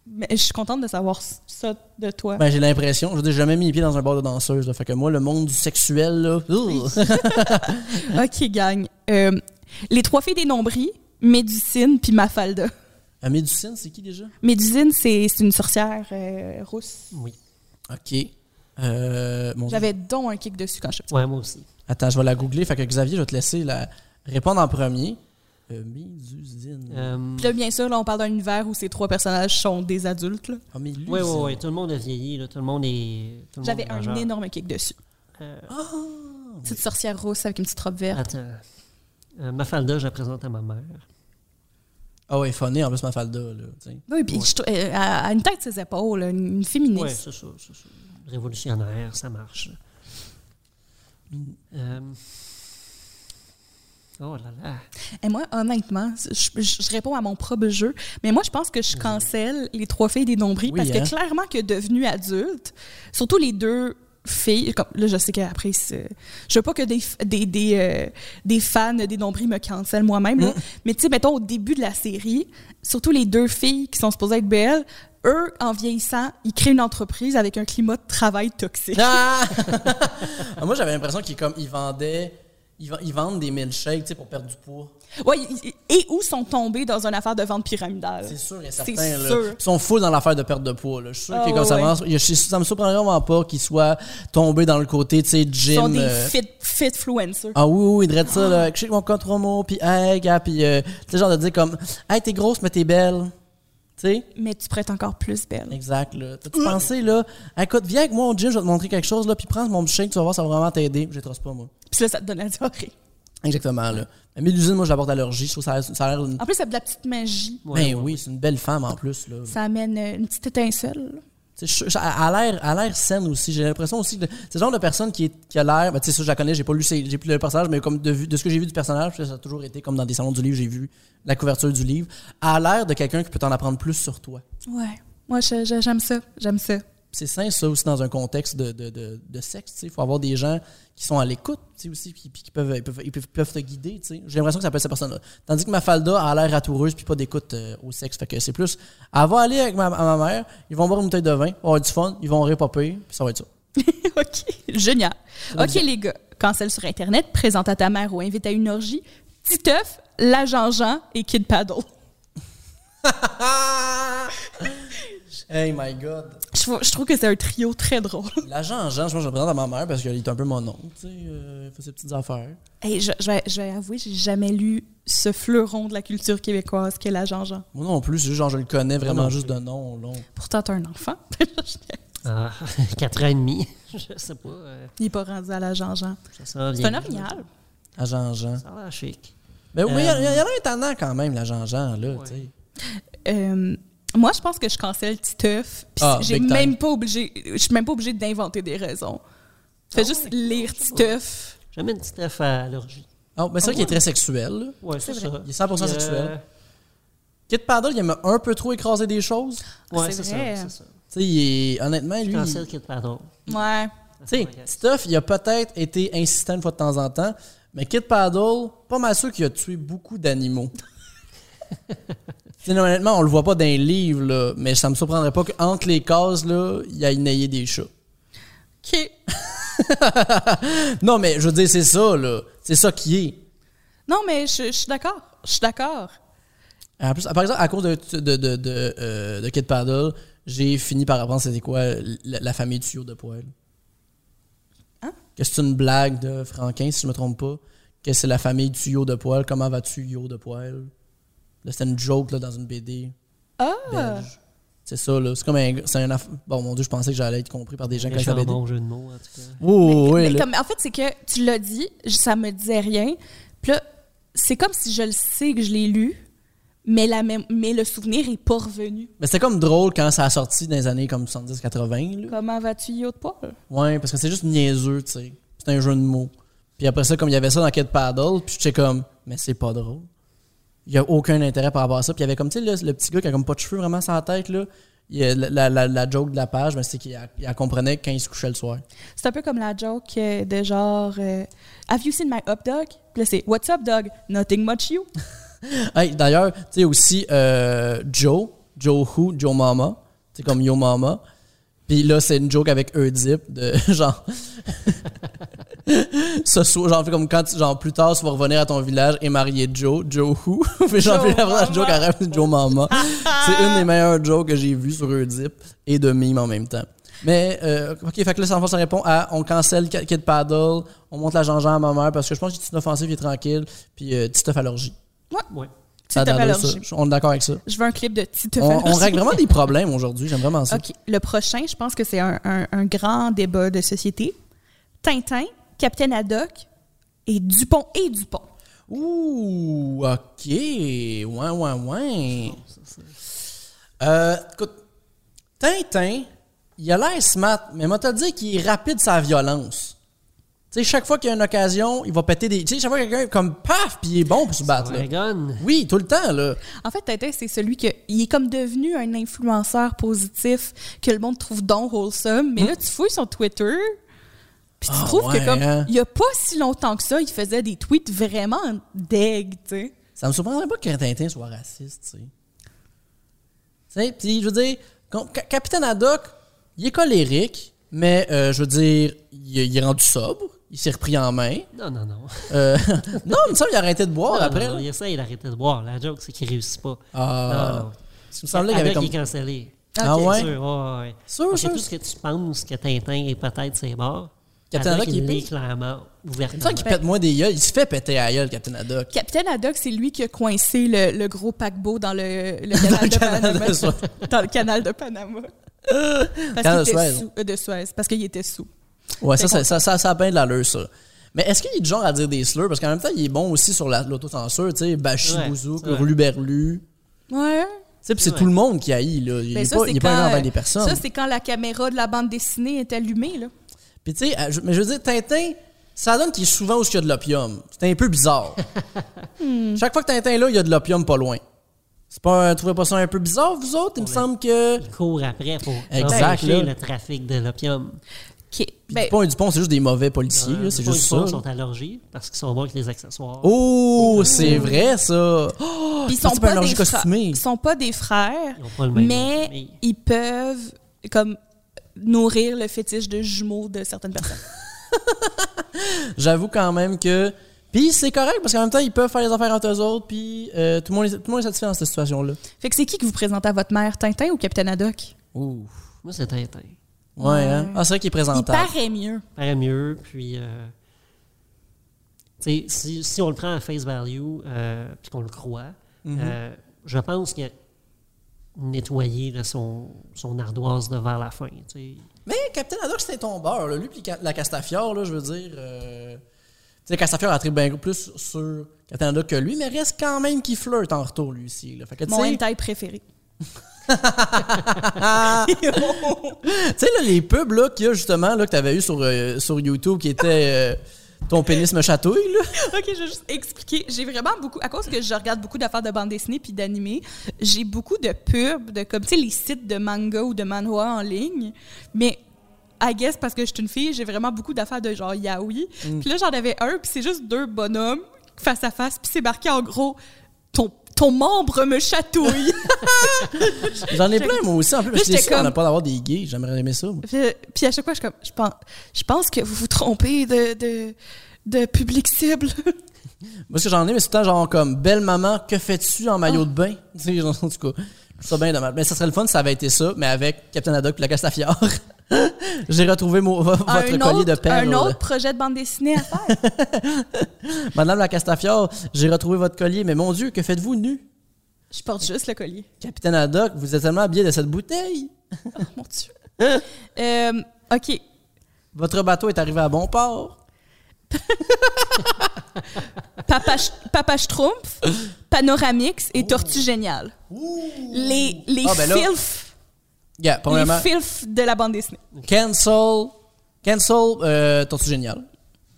A: mais je suis contente de savoir s- ça de toi.
B: Ben, j'ai l'impression. Je veux dire, j'ai jamais mis les pieds dans un bar de danseuse. Là, fait que moi, le monde du sexuel, là. ugh. hein?
A: OK, gang. Euh, les trois filles des nombris, Médusine puis Mafalda.
B: Un médecine, c'est qui déjà?
A: Médusine, c'est c'est une sorcière euh, rousse.
D: Oui.
B: OK. Euh, mon Dieu.
A: J'avais donc un kick dessus quand je
D: Ouais, moi aussi.
B: Attends, je vais la googler. Fait que Xavier, je vais te laisser la répondre en premier. Euh, médusine.
D: Euh,
A: Puis là, bien sûr, là, on parle d'un univers où ces trois personnages sont des adultes. là.
B: Ah, mais
D: ouais, ouais, ouais. Tout le monde a vieilli, là. Tout le monde est. tout le monde
A: J'avais
D: est
A: un
D: majeur.
A: énorme kick dessus.
D: Euh,
A: ben, Petite sorcière rousse avec une petite robe verte.
D: attends. Euh, Mafalda, je la présente à ma mère.
B: Ah ouais, funny, en plus, ma falda, là. tu sais.
A: Oui, puis je trou- euh, elle a une tête de ses épaules, une une féministe.
D: Ouais, c'est ça, c'est ça. Révolutionnaire, ça marche. Euh, Oh là là.
A: Et moi, honnêtement, je, je- je réponds à mon propre jeu, mais moi, je pense que je cancelle les trois filles des nombris
B: Oui,
A: parce
B: hein.
A: que clairement que devenues adultes, surtout les deux filles, comme, là, je sais qu'après, c'est- je veux pas que des, f- des, des, euh, des fans des nombris me cancellent moi-même, là.
B: Mm.
A: mais tu sais, mettons, au début de la série, surtout les deux filles qui sont supposées être belles, eux, en vieillissant, ils créent une entreprise avec un climat de travail toxique.
B: Ah! Ah, moi, j'avais l'impression qu'il comme, il vendait. Ils, va- ils vendent des milkshakes tu sais, pour perdre du poids.
A: Ouais, y- y- et où sont tombés dans une affaire de vente pyramidale.
B: C'est sûr et
A: C'est
B: certain. là.
A: sûr.
B: Ils sont fous dans l'affaire de perte de poids. Là. Je suis sûr
A: Ah,
B: que
A: ouais,
B: quand ça
A: ouais.
B: avance, je suis- ça me surprendrait vraiment pas qu'ils soient tombés dans le côté, tu sais,
A: Ils
B: gym.
A: sont des
B: euh,
A: fit, fitfluencers.
B: Ah oui, oui, il dirait ça, là. Check mon compte promo, puis hey, gars, puis euh, tu sais, genre de dire comme, hey, t'es grosse, mais t'es belle. Tu sais?
A: Mais tu pourrais être encore plus belle.
B: Exact, là. T'as-tu pensé, là, écoute, viens avec moi au gym, je vais te montrer quelque chose, là, puis prends mon shake, tu vas voir, ça va vraiment t'aider. Je les trosse pas, moi.
A: Puis là, ça te donne la diarrhée.
B: Exactement, là. Mais l'usine, moi, je l'apporte à l'orgie, je trouve ça a ça a l'air une.
A: En plus, c'est de la petite magie.
D: Ah, Ouais,
B: ben
D: ouais,
B: oui, c'est une belle femme en plus, là.
A: Ça amène euh, une petite étincelle.
B: Tu sais, je- je- Elle a l'air, elle a l'air saine aussi. J'ai l'impression aussi que c'est le genre de personne qui, est, qui a l'air. ben, tu sais, ça, je la connais, j'ai pas lu, ses- j'ai plus le personnage, mais comme de, vue- de ce que j'ai vu du personnage, ça a toujours été comme dans des salons du livre, j'ai vu la couverture du livre. Elle a l'air de quelqu'un qui peut t'en apprendre plus sur toi.
A: Ouais. Moi, je- je- j'aime ça. J'aime ça.
B: C'est sain, ça aussi, dans un contexte de, de, de, de sexe. Il faut avoir des gens qui sont à l'écoute tu sais, aussi, puis, puis qui peuvent, ils peuvent, ils peuvent, peuvent te guider. tu sais. J'ai l'impression que ça peut être cette personne-là. Tandis que ma falda a l'air ratoureuse, puis pas d'écoute euh, au sexe. Fait que c'est plus. Elle va aller avec ma, à ma mère, ils vont boire une bouteille de vin, avoir du fun, ils vont ripoper, puis ça va être ça.
A: OK. Génial. OK, les gars. Cancel sur Internet, présente à ta mère ou invite à une orgie. Titeuf, la Jean-Jean et Kid Paddle.
B: Hey my god.
A: Je, trouve- je trouve que c'est un trio très drôle.
B: L'agent Jean, je pense que je le présente à ma mère parce qu'il est un peu mon oncle, tu sais, euh, il fait ses petites affaires.
A: Hey, je, je vais, je vais avouer, j'ai jamais lu ce fleuron de la culture québécoise qu'est la Jean-Jean.
B: Moi non plus, c'est juste genre je le connais
D: Moi
B: vraiment
D: non
B: juste de nom long.
A: Pourtant, t'as un enfant.
D: Ah, 4 ans et demi. Je sais pas. euh,
A: Il n'est pas rendu à la Jean-Jean.
D: ça sera
A: C'est
D: bien.
A: un orignal.
B: Agent Jean.
D: Ça a l'air chic.
B: Mais oui, il y a-
D: Euh,
B: il y en a un tannant quand même, l'agent Jean, là, tu sais.
A: Euh, moi, je pense que je cancelle Titeuf. Puis
B: Ah,
A: j'ai
B: big time.
A: même pas obligé, je suis même pas obligée d'inventer des raisons. Fais juste lire Titeuf.
D: Jamais une petite F à l'orgie.
B: Ah, mais c'est vrai qu'il est très sexuel, là.
D: Ouais, c'est
B: vrai.
D: ça.
B: Il est 100%
D: Puis, euh,
B: sexuel. Kid Paddle, il aime un peu trop écraser des choses. Tu
D: Ouais,
A: C'est
D: c'est
A: vrai.
D: ça. C'est ça.
B: sais, il est- honnêtement, lui. il-
D: Cancel Kid Paddle.
A: Ouais.
D: Ça,
B: Tu sais,
D: c'est
B: Stuff, il a peut-être été insistant une fois de temps en temps, mais Kid Paddle, pas mal sûr qu'il a tué beaucoup d'animaux. Tu sais, honnêtement, on le voit pas dans les livres, là, mais ça me surprendrait pas qu'entre les cases, là, il y a naillé des chats.
A: OK.
B: Non, mais je veux dire, c'est ça, là. C'est ça qui est.
A: Non, mais je, je suis d'accord. Je suis d'accord.
B: En plus, par exemple, à cause de, de, de, de, euh, de Kid Paddle, j'ai fini par apprendre c'était quoi la, la famille du tuyau de poêle.
A: Hein?
B: Que c'est une blague de Franquin, si je me trompe pas. Que c'est la famille du tuyau de poêle. Comment vas-tu, yo de poêle? Là, c'était une joke là, dans une BD
A: Ah!
B: belge. C'est ça, là. C'est comme un. c'est un aff- Bon, mon Dieu, je pensais que j'allais être compris par des gens
D: un
B: quand ça BD.
D: bon jeu de mots, en tout cas.
B: Oh, oui,
A: Mais
B: là.
A: comme, en fait, c'est que tu l'as dit, je- ça me disait rien. Puis là, c'est comme si je le sais que je l'ai lu, mais, la mém- mais le souvenir est pas revenu.
B: Mais c'était comme drôle quand ça a sorti dans les années comme 70-80, là.
A: Comment vas-tu, Yo de Paul?
B: Ouais, parce que c'est juste niaiseux, tu sais. C'est un jeu de mots. Puis après ça, comme il y avait ça dans Kid Paddle, puis j'étais comme, mais c'est pas drôle. Il y a aucun intérêt par rapport à ça. Puis il y avait comme, tu sais, le, le petit gars qui a comme pas de cheveux vraiment sur la tête, là. Il y a la, la- la- la joke de la page, mais c'est qu'il la- il la comprenait quand il se couchait le soir.
A: C'est un peu comme la joke euh, de genre euh, Have you seen my up dog? Puis là, c'est What's up, dog? Nothing much you.
B: Hey, D'ailleurs, tu sais aussi euh, Joe, Joe Who, Joe Mama, c'est comme Yo Mama. Puis là, c'est une joke avec Oedipe de genre. ce soir, genre, fait comme quand, tu- genre, plus tard, tu vas revenir à ton village et marier Joe, Joe Who. Fait genre,
A: Joe
B: puis la vraie
A: Mama.
B: joke elle rêve, c'est Joe Mama. c'est une des meilleures jokes que j'ai vues sur Oedipe et de mime en même temps. Mais, euh, ok, fait que là, sans force, ça répond à on cancelle Kid Kid Paddle, on monte la jean à ma mère parce que je pense qu'il est inoffensif, il est tranquille, puis euh, Titeuf à l'orgie.
D: Ouais.
A: Titeuf à
B: donne
A: l'orgie.
B: Ah, ça. On est d'accord avec ça.
A: Je veux un clip de Titeuf
B: On,
A: à
B: on
A: l'orgie.
B: règle vraiment des problèmes aujourd'hui. J'aime vraiment ça.
A: OK. Le prochain, je pense que c'est un, un- un grand débat de société. Tintin, Capitaine Haddock et Dupont et Dupont.
B: Ouh, ok. Ouais, ouais, ouais. Euh, écoute, Tintin, il a l'air smart, mais moi, t'as dit qu'il est rapide sa violence. Tu sais, chaque fois qu'il y a une occasion, il va péter des. Tu sais, chaque fois que quelqu'un est comme paf, puis il est bon pour se
D: Ah,
B: battre. Là.
D: Dragon.
B: Oui, tout le temps, là.
A: En fait, Tintin, c'est celui qui est comme devenu un influenceur positif que le monde trouve donc wholesome. Mais là, tu fouilles sur Twitter, puis tu
B: Hmm. Ah,
A: trouves
B: ouais,
A: que comme
B: hein?
A: il y a pas si longtemps que ça, il faisait des tweets vraiment deg, tu sais.
B: Ça me surprendrait pas que Tintin soit raciste, tu sais. Tu sais, puis je veux dire, com- Ca- Capitaine Haddock, il est colérique, mais euh, je veux dire, il, est- il est rendu sobre, il s'est repris en main.
D: Non, non, non.
B: Euh, non, mais ça, il a arrêté de boire
D: Non,
B: après.
D: non,
B: là.
D: il essaie d'arrêter de boire. La joke, c'est qu'il réussit pas.
B: Ah.
D: Non, non.
B: Il me semblait qu'il y avait
D: Avec,
B: comme.
D: il est cancellé.
B: Ah
A: Ok,
B: ouais?
D: Sûr, ouais, ouais.
B: Sûr,
D: Parce que
B: sûr.
D: tout ce que tu penses que Tintin est peut-être c'est mort.
B: Captain Haddock,
D: Haddock,
B: il
D: il l'est
B: pisse.
D: clairement
B: Il me semble
D: ouvertement.
B: qu'il pète moins des gueules. Il se fait péter à la gueule, Captain Haddock.
A: Capitaine Haddock, c'est lui qui a coincé le, le gros paquebot dans le, le canal,
B: le
A: de
B: canal
A: Panama.
B: de Suez.
A: dans le canal de Panama.
B: Canal
A: Parce
B: de
A: qu'il était
B: Suez.
A: sous- euh, de Suez. Parce qu'il était sous.
B: Ouais, ça,
A: Fait
B: ça,
A: qu'on-
B: ça, ça, ça a bien de l'allure, ça. Mais est-ce qu'il est du genre à dire des slurs? Parce qu'en même temps, il est bon aussi sur la- l'autocensure, tu sais, bachi
D: Ouais,
B: bouzouk,
D: c'est vrai.
B: rouluberlu.
A: Ouais.
B: Tu sais, puis c'est
D: Ouais.
B: tout le monde qui haït, là. Il
A: Ben,
B: est
A: ça,
B: pas,
A: c'est
B: il est pas
A: quand,
B: allé envers
A: euh,
B: des personnes.
A: Ça, c'est quand la caméra de la bande dessinée est allumée, là.
B: Puis tu sais, euh, je- mais je veux dire, Tintin, ça donne qu'il est souvent où il y a de l'opium. C'est un peu bizarre. Hmm. Chaque fois que Tintin est là, il y a de l'opium pas loin. C'est pas, un- trouvez pas ça un peu bizarre, vous autres? Il me semble que...
A: Ben,
D: Il court après pour
B: Exact, là.
D: empêcher le trafic de l'opium. Euh,
A: OK. Ben,
B: Pas un Dupont, c'est juste des mauvais policiers, là, c'est
D: Des fois,
B: juste
D: ils
B: ça.
D: font- sont à l'orgie parce qu'ils sont bons avec les accessoires.
B: Oh, c'est vrai, ça! Oh,
A: Puis ils
B: ça,
A: sont
B: c'est pas un
A: pas, des
B: orgie
A: frères.
B: costumé.
A: Ils sont pas des frères,
D: Ils ont pas le même nom de
A: mais
D: famille.
A: ils peuvent comme nourrir le fétiche de jumeaux de certaines personnes.
B: J'avoue quand même que... Puis c'est correct, parce qu'en même temps, ils peuvent faire les affaires entre eux autres, puis euh, tout, le monde est, tout le monde est satisfait dans cette situation-là.
A: fait que c'est qui que vous présentez à votre mère, Tintin ou Capitaine Haddock?
B: Ouh.
D: Moi, c'est Tintin.
B: Ouais, hein? Ah, c'est vrai qu'il est
A: Il
B: présentable.
A: paraît mieux.
D: paraît mieux. Puis, euh, tu sais, si, si on le prend à face value, euh, puis qu'on le croit,
B: Mm-hmm.
D: euh, je pense qu'il a nettoyé là, son, son ardoise de vers la fin. tu sais.
B: Mais Captain Haddock, c'est un tombeur. Là. Lui, puis Ca- la Castafiore, là, je veux dire. euh, tu sais, Castafiore a très bien plus sur Captain Haddock que lui, mais reste quand même qu'il flirte en retour, lui aussi. Là. Fait que, tu
A: Mon
B: sais,
A: hentai préféré.
B: tu sais, là, les pubs là, qu'il y a justement, là, que t'avais eu sur, euh, sur YouTube qui était euh, Ton pénis me chatouille, là.
A: OK, je vais juste expliquer. J'ai vraiment beaucoup, à cause que je regarde beaucoup d'affaires de bande dessinée puis d'animé, j'ai beaucoup de pubs, de comme, tu sais, les sites de manga ou de manhwa en ligne. Mais, I guess, parce que je suis une fille, j'ai vraiment beaucoup d'affaires de genre yaoi. Puis là, j'en avais un, puis c'est juste deux bonhommes face à face, puis c'est marqué en gros, ton, ton membre me chatouille.
B: J'en ai plein, moi aussi. En plus, parce que
A: j'étais
B: j'étais sûr qu'on
A: comme-
B: n'a pas d'avoir des gays. J'aimerais aimer ça. moi.
A: Puis puis à chaque fois, je suis comme, je pense, je pense que vous vous trompez de, de, de public cible.
B: Moi, ce que j'en ai, mais c'est tout le temps genre comme Belle maman, que fais-tu en maillot de bain Tu sais, genre, en tout cas. je trouve Ça bien dommage. Mais ça serait le fun si ça avait été ça, mais avec Captain Haddock et la Castafiore. J'ai retrouvé mon- vo- votre
A: un
B: collier
A: autre,
B: de perles.
A: un autre projet de bande dessinée à faire.
B: Madame la Castafiore, j'ai retrouvé votre collier, mais mon Dieu, que faites-vous nu?
A: je porte juste le collier.
B: Capitaine Haddock, vous êtes tellement habillé de cette bouteille.
A: Mon Dieu. Euh, OK.
B: Votre bateau est arrivé à bon port.
A: Papa, Sch- Papa Schtroumpf, Panoramix et Tortue Géniale. Les, les
B: Ah, ben là,
A: filfs
B: Yeah,
A: les
B: premièrement,
A: filfs de la bande dessinée.
B: cancel, cancel euh, Tortue Génial.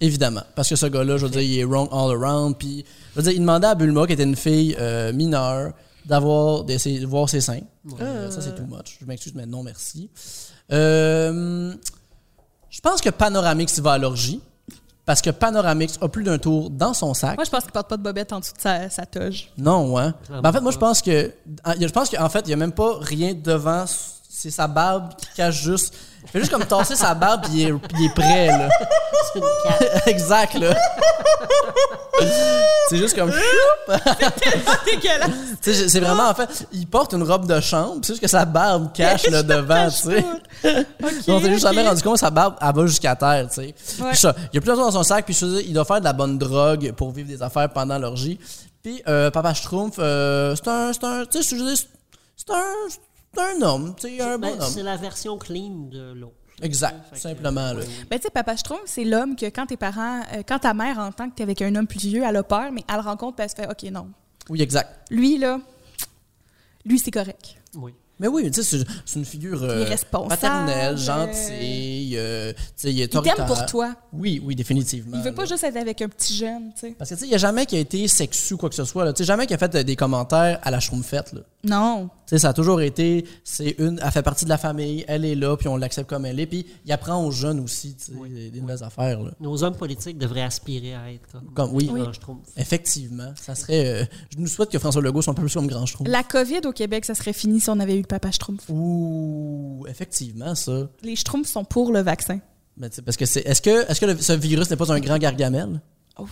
B: Évidemment. Parce que ce gars-là, je veux dire, il est wrong all around. Puis, je veux dire, il demandait à Bulma, qui était une fille euh, mineure, d'avoir des, ses- de voir ses seins. Euh, ça, c'est too much. Je m'excuse, mais non, merci. Euh, je pense que Panoramix va à l'orgie. Parce que Panoramix a plus d'un tour dans son sac.
A: Moi, je pense qu'il porte pas de bobette en dessous de sa, sa toge.
B: Non, hein.
D: Clairement
B: Ben, en fait, moi,
D: pas.
B: je pense que. en- Je pense qu'en fait, il n'y a même pas rien devant. C'est sa barbe qui cache juste. Il fait juste comme tasser sa barbe, puis il, est- puis il est prêt, là.
D: C'est une carte.
B: exact, là. c'est juste comme.
A: Dégueulasse.
B: Tu sais, c'est- c'est vraiment, en fait, il porte une robe de chambre, c'est juste que sa barbe cache le devant, tu sais. On s'est juste jamais rendu compte que sa barbe, elle va jusqu'à terre, tu sais. Puis ça, il y a plusieurs dans son sac, puis je veux dire, il doit faire de la bonne drogue pour vivre des affaires pendant l'orgie. Puis euh, Papa Schtroumpf, euh, c'est un, c'est un, tu sais, je veux dire, c'est un, c'est un homme, tu sais, un
D: Ben,
B: bon
D: c'est
B: homme.
D: la version clean de l'eau.
B: Exact, simplement, là.
A: Ben, tu sais, Papa Schtroumpf, c'est l'homme que quand tes parents, euh, quand ta mère entend que t'es avec un homme plus vieux, elle a peur, mais elle le rencontre, puis elle se fait, OK, non.
B: Oui, exact.
A: Lui, là, lui, c'est correct.
D: Oui.
B: Mais oui, tu sais, c'est- c'est une figure euh,
A: Il est responsable,
B: paternelle,
A: euh,
B: gentille, euh, tu sais, il est
A: Il t'aime
B: autoritaire.
A: pour toi.
B: Oui, oui, définitivement.
A: Il veut pas
B: Ben là.
A: juste être avec un petit jeune, tu sais.
B: Parce que, tu sais, il n'y a jamais qui a été sexu ou quoi que ce soit. là. Tu sais, jamais qui a fait euh, des commentaires à la choumpfette, là.
A: Non.
B: Tu sais, ça a toujours été, c'est une, elle fait partie de la famille, elle est là, puis on l'accepte comme elle est, puis il apprend aux jeunes aussi, tu sais, des, des nouvelles affaires, là.
D: Nos hommes politiques devraient aspirer à être comme, Ah,
B: Comme- oui.
D: Grand Schtroumpf.
B: Effectivement, ça serait, euh, je nous souhaite que François Legault soit un peu plus comme Grand Schtroumpf.
A: La COVID au Québec, ça serait fini si on avait eu le Papa Schtroumpf.
B: Ouh, effectivement, ça.
A: Les Schtroumpfs sont pour le vaccin.
B: Mais tu sais, parce que c'est. Est-ce que, est-ce que le- ce virus n'est pas un grand gargamel?
A: Oh.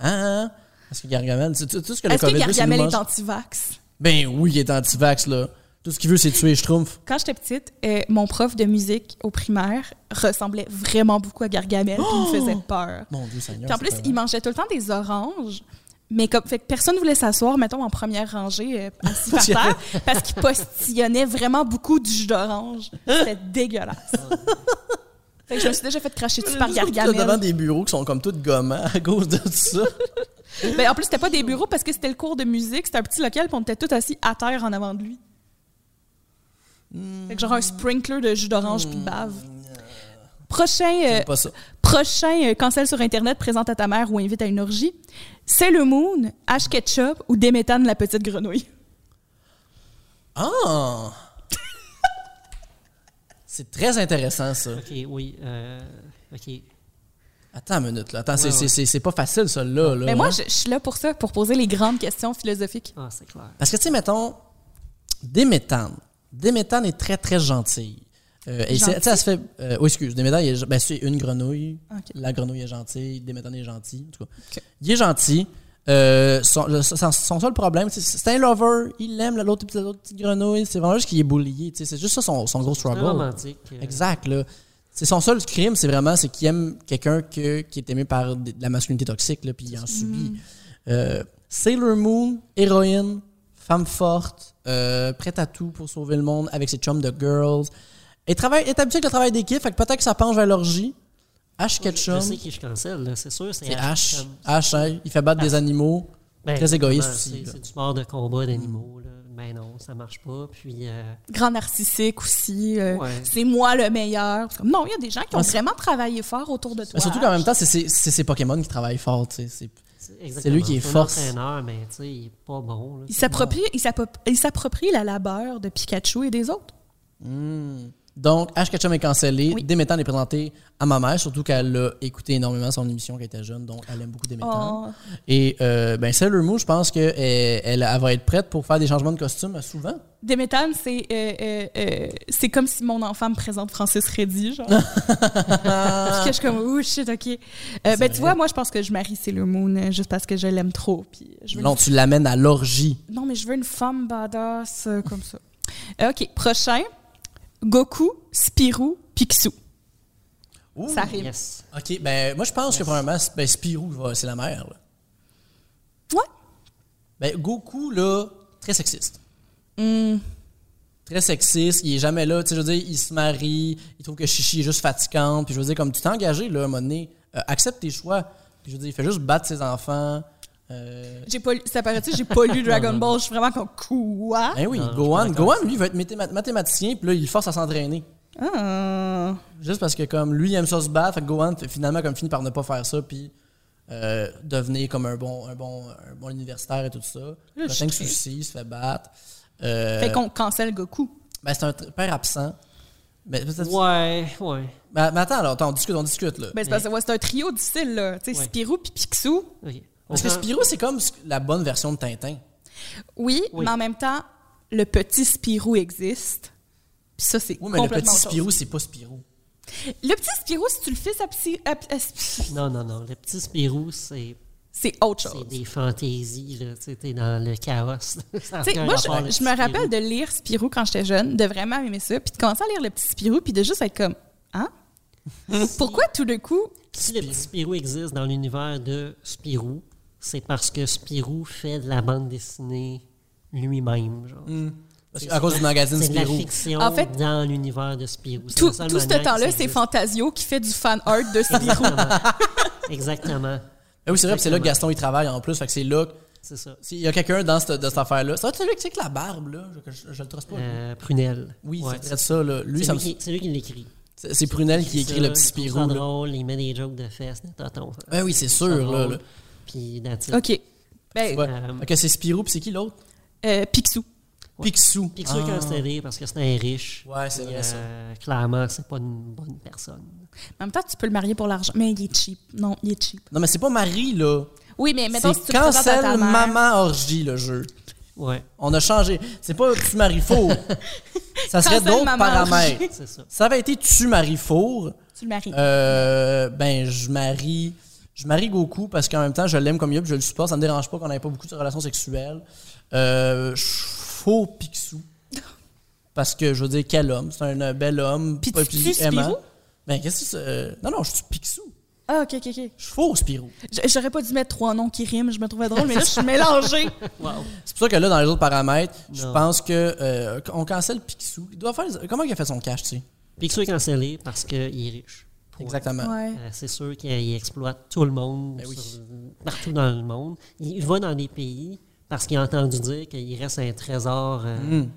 B: Hein? hein? Parce que Gargamel, c'est tout, tout ce que le
A: Est-ce que
B: COVID veut, c'est nous
A: Gargamel est
B: manger.
A: anti-vax?
B: Ben oui, il est anti-vax, là. Tout ce qu'il veut, c'est tuer Schtroumpf.
A: Quand j'étais petite, euh, mon prof de musique au primaire ressemblait vraiment beaucoup à Gargamel, puis il me faisait peur.
B: Mon Dieu Seigneur.
A: Puis en plus,
B: Oh! Ah, c'est pas
A: il
B: vrai.
A: mangeait tout le temps des oranges. Mais comme, fait que personne voulait s'asseoir, mettons, en première rangée, euh, assis par terre, parce qu'il postillonnait vraiment beaucoup du jus d'orange. C'était
B: Hein?
A: dégueulasse. fait que je me suis déjà fait cracher dessus par
B: Tout Ah. ça devant
A: Gargamel.
B: des bureaux qui sont comme tous gommants à cause de tout ça.
A: Ben, en plus, c'était pas des bureaux parce que c'était le cours de musique, c'était un petit local, puis on était tous assis à terre en avant de lui. Fait que
B: Hmm.
A: genre un sprinkler de jus d'orange puis de bave. Prochain, euh,
B: C'est pas ça.
A: prochain euh, cancel sur Internet présente à ta mère ou invite à une orgie, c'est le Moon, Ash Ketchup ou Déméthane la petite grenouille.
B: Ah! c'est très intéressant, ça.
D: OK, oui. euh, OK.
B: Attends une minute, là. Attends, c'est-
D: Ouais,
B: c'est-
D: ouais.
B: c'est c'est pas facile, ça, là. là
A: Mais Ben, moi,
B: hein?
A: je, je suis là pour ça, pour poser les grandes questions philosophiques.
D: Ah, c'est clair.
B: Parce que, tu sais, mettons, Déméthane. Déméthane est très, très gentille. Euh, et c'est-
A: Gentille?
B: tu sais, elle se fait. euh, oui, excuse. Déméthane, il est, ben, c'est une grenouille.
A: Ok.
B: La grenouille est gentille. Déméthane est gentil. En tout cas,
A: Ok.
B: il est gentil. Euh, son, le- son- son seul problème, c'est c'est un lover. Il aime l'autre petite, l'autre petite grenouille. C'est vraiment juste qu'il est boulié. tu sais. C'est juste ça son, son gros
D: C'est
B: struggle.
D: romantique. euh,
B: Exact, là. C'est son seul crime, c'est vraiment c'est qu'il aime quelqu'un que- qui est aimé par des- de la masculinité toxique, là, puis il en subit. Euh, Sailor Moon, héroïne, femme forte, euh, prête à tout pour sauver le monde avec ses chums de girls. Elle travaille, elle est habituée avec le travail d'équipe, fait que peut-être que ça penche vers l'orgie. H
D: Je
B: Ketchum,
D: sais qui je cancelle, là, c'est sûr.
B: c'est
D: C'est
B: H.
D: Ketchum.
B: H, hein, il fait battre des animaux.
D: Ben,
B: Très égoïste
D: ben,
B: aussi,
D: c'est-
B: là. Mm.
D: C'est du sport de combat d'animaux. là. Ben non, ça marche pas. Puis, euh,
A: Grand narcissique aussi. euh,
D: Ouais.
A: C'est moi le meilleur. C'est comme, non, il y a des gens qui ont
B: Ouais, c'est-
A: vraiment travaillé fort autour de toi.
B: Mais surtout qu'en même temps, c'est ses- c'est ses Pokémon qui travaillent fort, tu sais. c'est-
D: exactement,
B: lui qui est
D: un
B: force.
D: entraîneur, mais tu sais, il est pas bon. là.
A: Il s'approprie, il s'approprie- il s'approprie la labeur de Pikachu et des autres.
B: Hmm. Donc, Ash Ketchum est cancellé.
A: Oui.
B: Déméthane est présenté à ma mère, surtout qu'elle a écouté énormément son émission quand elle était jeune, donc elle aime beaucoup Déméthane.
A: Oh.
B: Et euh, ben, Sailor Moon, je pense qu'elle elle, elle va être prête pour faire des changements de costume euh, souvent.
A: Déméthane, c'est euh, euh, euh, c'est comme si mon enfant me présente Francis Reddy, genre. Puis que je suis comme, ouh, shit, OK. Euh, ben,
B: vrai.
A: tu vois, moi, je pense que je marie Sailor Moon euh, juste parce que je l'aime trop. Puis je veux une-
B: Non, tu l'amènes à l'orgie.
A: non, mais je veux une femme badass euh, comme ça. Euh, OK, prochain. Goku, Spirou, Picsou. Ça arrive.
D: Yes.
B: OK, ben moi, je pense que premièrement, ben, Spirou, va- c'est la mère. là.
A: Ouais.
B: Ben, Goku, là, très sexiste.
A: Hmm.
B: Très sexiste, il est jamais là. Tu sais, je veux dire, il se marie, il trouve que Chichi est juste fatigante. Puis je veux dire, comme tu t'es engagé, là, à un moment donné, euh, accepte tes choix. Puis je veux dire, il fait juste battre ses enfants. Euh,
A: J'ai pas lu- ça paraît-tu, j'ai pas lu Dragon Ball. Je suis vraiment comme, quoi?
B: ben oui,
D: Non, je suis pas
B: Gohan,
D: d'accord.
B: Gohan, lui, veut être mathéma- mathématicien, puis là, il le force à s'entraîner.
A: Ah.
B: Juste parce que, comme, lui, il aime ça se battre, fait que Gohan, fait- finalement, comme, finit par ne pas faire ça, puis euh, devenir comme un bon, un, bon, un bon universitaire et tout ça. Il
A: je
B: a cinq
A: suis triste.
B: soucis, il se fait battre. Euh,
A: Fait qu'on cancelle Goku.
B: Ben, c'est un t- père absent. Mais, peut-être-
D: Ouais, ouais.
B: Ben, mais attends, là, attends, on discute, on discute. Là.
A: Ben, c'est parce que ouais, c'est un trio difficile, là. Tu sais,
D: Ouais.
A: Spirou puis Picsou.
D: ok.
B: Parce que
D: Autant-
B: Spirou, c'est comme sc- la bonne version de Tintin.
A: Oui,
D: Oui.
A: mais en même temps, le petit Spirou existe. Puis ça, c'est
B: Oui, mais le
A: complètement
B: petit
A: autre chose.
B: Spirou, c'est pas Spirou.
A: Le petit Spirou, si tu le fais, ça psy- à- à-
D: Non, non, non. Le petit Spirou, c'est
A: Ah, c'est autre
D: c'est
A: chose.
D: des fantaisies. là. Tu sais, t'es dans le chaos. Ça a
A: Tu sais,
D: aucun
A: moi,
D: rapport, le
A: je, je
D: petit
A: me
D: Spirou.
A: rappelle de lire Spirou quand j'étais jeune, de vraiment aimer ça, puis de commencer à lire le petit Spirou, puis de juste être comme Hein? Pourquoi tout d'un coup.
D: Si le petit Spirou existe dans l'univers de Spirou, c'est parce que Spirou fait de la bande dessinée lui-même. genre.
B: Mm. Parce que- à cause du magazine
D: C'est de la
B: Spirou.
D: fiction
A: En fait,
D: dans l'univers de Spirou. C'est
A: Tout,
D: la seule
A: tout ce
D: manière
A: temps-là,
D: que ça
A: c'est
D: existe.
A: Fantasio qui fait du fan art de Spirou.
D: Exactement.
B: Ah oui, c'est vrai, puis c'est là que Gaston, il travaille en plus. Fait que c'est là.
D: C'est ça.
B: S'il y a quelqu'un dans cette, de cette affaire-là. Ça, tu sais, lui, tu sais, que la barbe, là, je, je, je le trace pas. lui.
D: Euh, Prunelle.
B: oui,
D: Ouais,
B: c'est très ça, là. Lui,
D: c'est
B: ça
D: lui,
B: me-
D: qui- c'est lui qui l'écrit.
B: c'est c'est Prunel qui écrit
D: Ça,
B: le petit
D: il trouve
B: Spirou.
D: ça
B: là.
D: drôle, il met des jokes de fesses, de tonton.
B: Ben oui, c'est sûr, là, là.
D: Puis, that's it.
A: OK. Ben,
B: Ouais.
D: Euh,
B: Ok, c'est Spirou, puis c'est qui l'autre
A: euh, Picsou.
B: Picsou.
D: Puis que ceux qui ont installé parce que c'est un riche.
B: Ah. Ouais, c'est
D: Puis,
B: vrai, ça.
D: euh, Clairement, c'est pas une bonne personne.
A: En même temps, tu peux le marier pour l'argent, mais il est cheap. Non, il est cheap.
B: Non, mais c'est pas Marie, là.
A: Oui, mais Ah, mettons, si tu
B: C'est
A: le présentes à ta
B: cancel
A: mère-
B: Maman Orgie, le jeu.
D: Ouais.
B: On a changé. C'est pas tu maries faux. Ça serait
A: Cancel
B: d'autres
A: ma marge.
B: paramètres.
D: C'est ça.
B: Ça avait été tu maries Four.
A: Tu le maries.
B: Euh, ben, je marie. Je marie Goku parce qu'en même temps, je l'aime comme il est, puis je le supporte. Ça me dérange pas qu'on n'ait pas beaucoup de relations sexuelles. Euh, je faux Picsou. Parce que je veux dire, quel homme. C'est un euh, bel homme.
A: Puis
B: pas-
A: tu tues
B: aimant.
A: Spirou?
B: Ben, qu'est-ce que c'est? euh, Non, non, je suis Picsou.
A: Ah, ok, ok, ok.
B: Je suis faux Spirou.
A: J- J'aurais pas dû mettre trois noms qui riment, je me trouvais drôle, mais là, je suis mélangée.
D: Wow.
B: C'est pour ça que là, dans les autres paramètres, je
D: Non.
B: pense que euh, on cancelle Picsou. Il doit faire. Comment il a fait son cash, tu sais?
D: Picsou est cancellé parce qu'il est riche. Pour-
B: Exactement.
A: Ouais.
D: Euh, c'est sûr qu'il exploite tout le monde
B: Ben oui.
D: sur- partout dans le monde. Il va dans des pays parce qu'il a entendu dire qu'il reste un trésor euh,
B: Mm.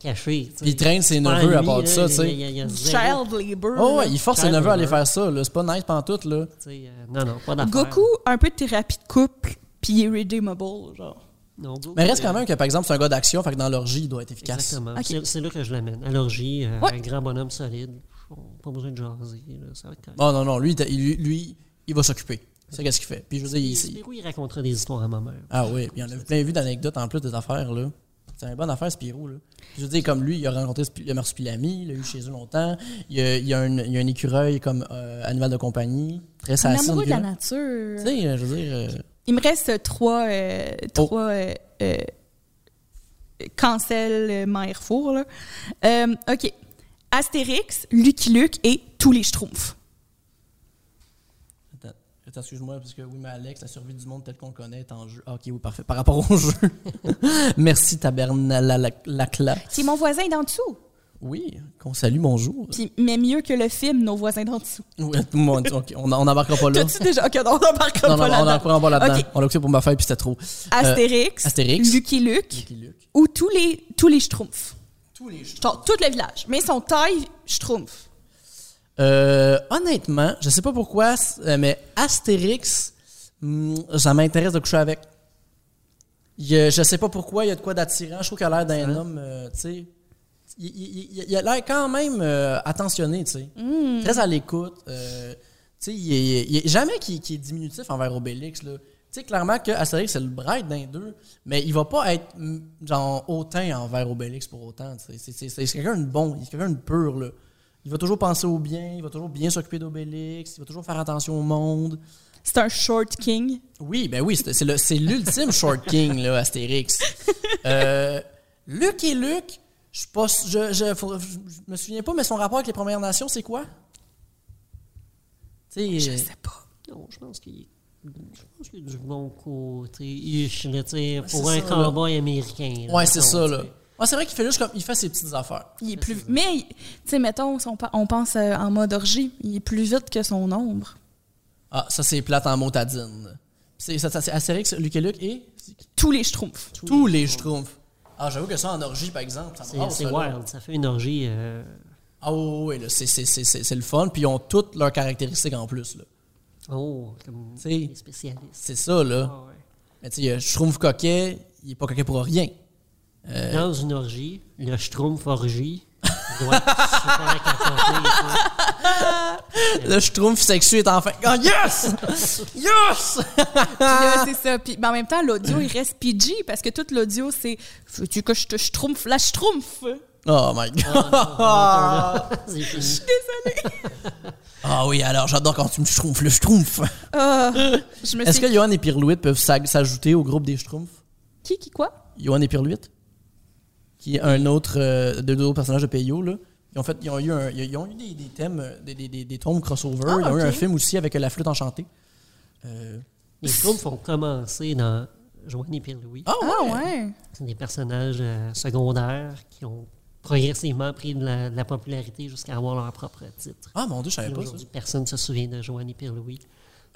D: caché. tu sais.
B: Puis il traîne ses
D: C'est pas
B: neveux
D: lui,
B: à part de
D: là,
B: ça,
D: il-
B: tu sais.
D: il- il- il y a zéro,
A: Child labor.
B: Oh, ouais,
A: là.
B: il force ses
D: Child
B: neveux à aller
D: labor.
B: faire ça, là. C'est pas nice pantoute, là.
D: tu sais, euh, Non, non, pas d'affaire.
A: Goku, un peu de thérapie de couple, puis il est redeemable, genre.
D: Non, Goku,
B: Mais reste
D: euh,
B: quand même que, par exemple, c'est un gars d'action, fait que dans l'orgie, il doit être efficace.
D: Exactement.
A: Ok.
D: C'est- C'est là que je l'amène. À l'orgie, euh,
A: Ouais.
D: un grand bonhomme solide. Pas besoin de jaser. là, ça va être correct.
B: Oh non, non, lui, il- lui, lui, il va s'occuper. C'est qu'est-ce qu'il fait. Puis je veux dire, il- il-
D: Spirou, il racontera des histoires à ma mère.
B: Ah oui, puis il y en a plein vu d'anecdotes en plus des affaires, là. C'est une bonne affaire, Spirou, là. Puis Je veux dire, comme lui, il a rencontré Spi- le marsupilami, il l'a eu chez eux longtemps. Il y a, il y a un, il y a un écureuil comme euh, animal de compagnie, très
A: Un
B: sassy.
A: amoureux de la
B: Tu
A: nature.
B: sais, je veux dire... euh,
A: Il me reste euh, trois. euh,
B: Oh.
A: trois euh, euh, cancel euh, Maire Four, là. Euh, OK. Astérix, Lucky Luke et tous les Schtroumpfs.
B: Attends, attends, excuse-moi, parce que oui, mais Alex, la survie du monde tel qu'on le connaît est en jeu. Ah, ok, oui, parfait. Par rapport au jeu. Merci, Tabernalacla.
A: C'est mon voisin d'en dessous.
B: Oui, qu'on salue, bonjour.
A: Puis, mais mieux que le film Nos voisins d'en dessous.
B: Oui, bon, ok, on on n'embarquera pas là.
A: T'as-tu déjà. OK, on embarquera
B: Non, non,
A: pas
B: on
A: là-dedans.
B: n'embarquera pas là-dedans.
A: Ok. Ah,
B: On l'a occupé pour ma feuille, puis c'était trop. Euh,
A: Astérix,
B: Astérix.
A: Lucky Luke
B: Lucky Luke.
A: ou tous les, tous les Schtroumpfs.
B: Tous les jeux.
A: Genre, tout le village. Mais son taille, Schtroumpf.
B: Euh, honnêtement, je sais pas pourquoi, c- euh, mais Astérix, hum, ça m'intéresse de coucher avec. Il y a- je sais pas pourquoi, il y a de quoi d'attirant. Je trouve qu'il a l'air d'un homme, euh, tu sais. Il, il- il- il a l'air quand même euh, attentionné, tu sais. Très à l'écoute. euh, tu sais, il est- il est- jamais qu'il qu'il est diminutif envers Obélix, là. Tu sais, clairement que Astérix, c'est le bright d'un deux, mais il va pas être, hum, genre, hautain envers Obélix pour autant, tu sais. C'est- c'est- C'est c'est quelqu'un de bon, c'est quelqu'un de pur, là. Il va toujours penser au bien, il va toujours bien s'occuper d'Obélix, il va toujours faire attention au monde.
A: C'est un short king.
B: Oui, ben oui, c'est c'est le- c'est l'ultime Short King, là, Astérix. Euh, Luc et Luc, je suis pas su- je, je, faut- je me souviens pas, mais son rapport avec les Premières Nations, c'est quoi? Tu
A: Je
B: sais,
A: sais pas.
D: Non, je pense qu'il est- je pense qu'il est du bon côté. Ish, là, tu sais, pour
B: c'est
D: un
B: ça,
D: cowboy américain. là,
B: euh, ouais, c'est
D: mettons,
B: ça,
D: tu
B: là.
D: sais.
B: Ouais, c'est vrai qu'il fait juste comme. Il fait ses petites affaires.
A: Il est plus. Mais, tu sais, mettons, si on, pa- on pense euh, en mode orgie, il est plus vite que son ombre.
B: Ah, ça, c'est plate en motadine. C'est ça- ça- c'est Astérix, Luc et Luc et
A: Tous les Schtroumpfs.
B: tous les Schtroumpfs. Ah, j'avoue que ça, en orgie, par exemple, ça me
D: C'est
B: rase,
D: c'est
B: Ah, ça, là.
D: wild. Ça fait une orgie. euh,
B: Ah oui, oui, oui, là, c'est- c'est- c'est c'est- c'est le fun. Puis ils ont toutes leurs caractéristiques en plus. là.
D: Oh, comme
B: Tu sais.
D: les spécialistes.
B: C'est ça, là.
D: Ah, ouais.
B: Mais tu sais, il y a Schtroumpf coquet, il est pas coquet pour rien. Euh.
D: Dans une orgie, le schtroumpf orgie doit être super accapoté, tu sais.
B: Le Schtroumpf sexu est enfin. Ah, yes! yes!
A: Puis là, c'est ça. Puis ben, en même temps, l'audio, il reste PG parce que tout l'audio, c'est Veux-tu que je te schtroumpf la schtroumpf
B: Oh my god.
D: C'est fini.
B: Ah oui, alors j'adore quand tu me schtroumpfes le Schtroumpf.
A: Ah, Je me
B: Est-ce
A: suis
B: que Johan et Pirlouit peuvent s'ag- s'ajouter au groupe des Schtroumpfs?
A: qui, qui, quoi
B: Johan et Pirlouit? Qui est un autre. euh, deux autres personnages de Peyo, là. Ils ont, fait, ils ont eu, un- ils ont eu des, des thèmes, euh, des, des, des, des tomes crossover.
A: Ah,
B: ils ont eu
A: ok.
B: un film aussi avec euh, la flûte enchantée. Euh,
D: Les schtroumpfs ont commencé dans Joanne et Pierre-Louis.
B: Ah
A: Ah, ouais.
D: C'est des personnages euh, secondaires qui ont progressivement pris de la, de la popularité jusqu'à avoir leur propre titre.
B: Ah mon dieu, je savais
D: Et
B: pas ça.
D: Aujourd'hui, personne ne se souvient de Joanne et Pierre-Louis.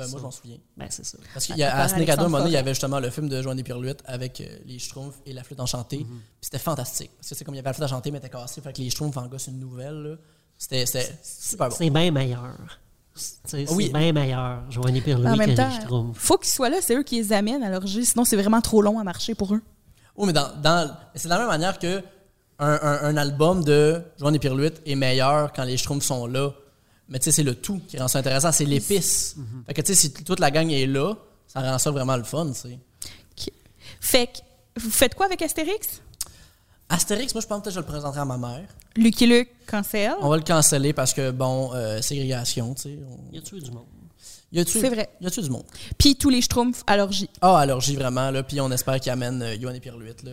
B: Euh, moi, je m'en souviens.
D: Ben, c'est ça.
B: Parce qu'il y a,
A: Par
B: à Snake Addo, un
A: Alexandre
B: moment donné, il y
A: Forêt.
B: avait justement le film de Joanne Pirluette avec euh, les Schtroumpfs et la flûte enchantée. Puis c'était fantastique. Parce que c'est comme il y avait la flûte enchantée, mais était cassée. Fait que les Schtroumpfs en gossent une nouvelle. là. C'était c'était super bon.
D: C'est bien meilleur. C'est- C'est
B: Ah Oui.
D: bien meilleur, Joanne et Pierre-Louis,
A: En
D: que
A: même temps,
D: les Schtroumpfs.
A: faut qu'ils soient là, c'est eux qui les amènent à l'orgie, sinon c'est vraiment trop long à marcher pour eux.
B: Oui, mais dans, dans- mais c'est de la même manière que un, un- un album de Joanne Pirluette est meilleur quand les Schtroumpfs sont là. Mais tu sais, c'est le tout qui rend ça intéressant. C'est l'épice. Fait que tu sais, si t- toute la gang est là, ça rend ça vraiment le fun, tu sais.
A: Ok. Fait que, vous faites quoi avec Astérix?
B: Astérix, moi, je pense que je le présenterai à ma mère.
A: Lucky Luke, cancel.
B: On va le canceller parce que, bon, euh, ségrégation, tu sais. on-
D: Il a tué du monde.
B: Y a-tu-
A: C'est vrai.
B: Y a-tu du monde?
A: Puis tous les schtroumpfs à l'orgie.
B: Ah, alors j'ai vraiment, là. Puis on espère qu'il amène euh, Johan et Pierre-Luit, là.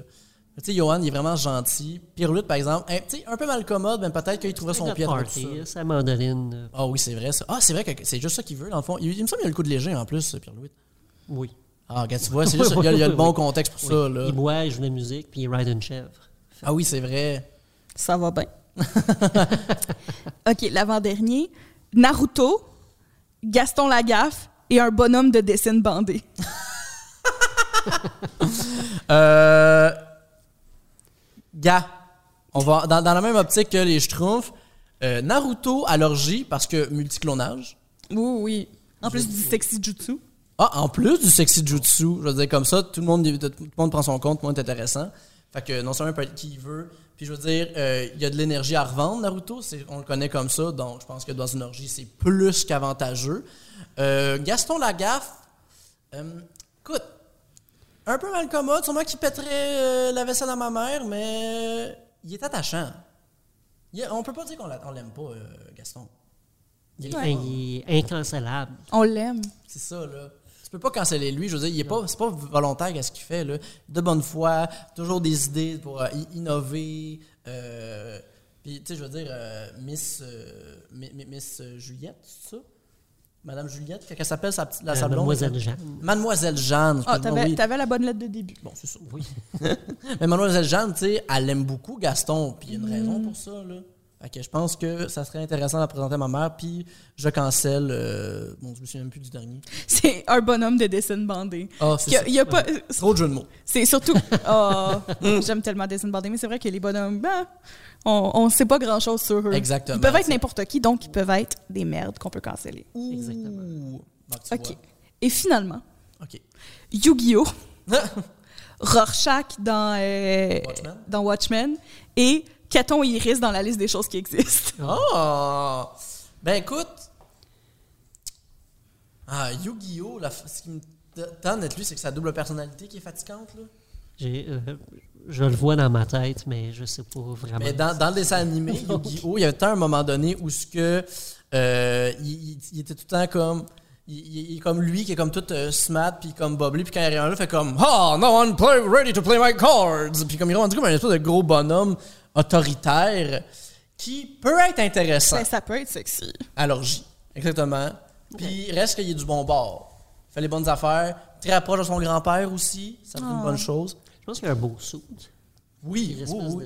B: Tu sais, Johan, il est vraiment gentil. Pierre-Luit, par exemple, un, tu sais, un peu mal commode, mais peut-être qu'il trouverait son
D: Notre
B: pied à travers tout
D: party,
B: ça.
D: sa mandoline. euh,
B: Ah oui, c'est vrai, ça. Ah, c'est vrai que c'est juste ça qu'il veut, dans le fond. Il, il me semble qu'il a le coup de léger, en plus, euh, Pierre-Louis.
D: oui.
B: Ah, regarde, tu vois, c'est juste, il y, a- il y a le bon contexte pour ça,
D: Oui.
B: là.
D: Il boit, il joue de la musique, puis il ride une chèvre.
B: Ah oui, c'est vrai.
A: Ça va bien. OK, l'avant-dernier. Naruto, Gaston Lagaffe et un bonhomme de dessin bandé.
B: Euh, gars, on va dans, dans la même optique que les Schtroumpfs. euh, Naruto à l'orgie parce que multiclonage.
A: Oui, oui. En plus du sexy jutsu.
B: Ah, en plus du sexy jutsu, je veux dire comme ça, tout le monde, tout le monde prend son compte, tout le monde est intéressant. Fait que non seulement il peut être qui il veut, puis je veux dire, euh, il y a de l'énergie à revendre, Naruto, c'est- on le connaît comme ça, donc je pense que dans une orgie, c'est plus qu'avantageux. Euh, Gaston Lagaffe, euh, écoute, un peu mal commode, sûrement qu'il pèterait euh, la vaisselle à ma mère, mais euh, il est attachant. Il est- on peut pas dire qu'on l'a- on l'aime pas, euh, Gaston.
D: Il, est- il est incancellable.
A: On l'aime.
B: C'est ça, là. Tu peux pas canceller lui. Je veux dire, il est pas, c'est pas volontaire à ce qu'il fait, là. De bonne foi, toujours des idées pour euh, i- innover. euh, Puis, tu sais, je veux dire, euh, Miss, euh, Mi- Mi- Miss euh, Juliette, c'est ça? Madame Juliette, qu'est-ce qu'elle s'appelle, sa, petite- la,
D: Euh,
B: sa blonde? hein?
D: Mademoiselle Jeanne.
B: Mademoiselle Jeanne.
A: Ah,
B: excuse-moi,
A: t'avais
B: oui.
A: t'avais la bonne lettre de début.
B: Bon, c'est ça.
D: Oui.
B: Mais Mademoiselle Jeanne, tu sais, elle aime beaucoup Gaston, puis il y
A: Mm.
B: a une raison pour ça, là. Fait que je pense que ça serait intéressant de la présenter à ma mère, puis je cancelle. euh, bon, je me souviens même plus du dernier.
A: C'est un bonhomme de dessin bandé.
B: Ah,
A: Parce
B: c'est
A: que
B: ça.
A: y a pas.
B: Trop de jeux de mots.
A: C'est surtout. Oh, J'aime tellement dessin bandé, mais c'est vrai que les bonhommes, ben, on, on sait pas grand chose sur eux.
B: Exactement,
A: Ils peuvent être
B: c'est-
A: n'importe qui, donc ils peuvent être des merdes qu'on peut canceller.
D: Exactement.
B: Ouh. Bon, tu
A: OK.
B: vois.
A: Et finalement,
B: OK.
A: Yu-Gi-Oh! Rorschach dans, euh,
B: Watchmen.
A: dans Watchmen et Caton et Iris dans la liste des choses qui existent.
B: Ah! Ben écoute. Ah, Yu-Gi-Oh! la f- Ce qui me t- tente d'être lui, c'est que sa double personnalité qui est fatigante, là.
D: J'ai, euh, je le vois dans ma tête, mais je sais pas vraiment.
B: Mais dans, dans le dessin animé, Yu-Gi-Oh! Il y avait un moment donné où ce que. euh, il, il- il était tout le temps comme. Il, il- il est comme lui qui est comme tout euh, smart puis comme boblé puis quand il arrive là il fait comme oh no one play, ready to play my cards puis comme il est rendu comme un espèce de gros bonhomme autoritaire qui peut être intéressant
A: Ben, ça peut être sexy.
B: à l'orgie. Exactement. Puis reste qu'il y ait du bon bord. Fait les bonnes affaires. Très proche de son grand-père aussi. Ça fait une bonne chose.
D: Je pense qu'il y a un beau soude.
B: Oui, oui, oui.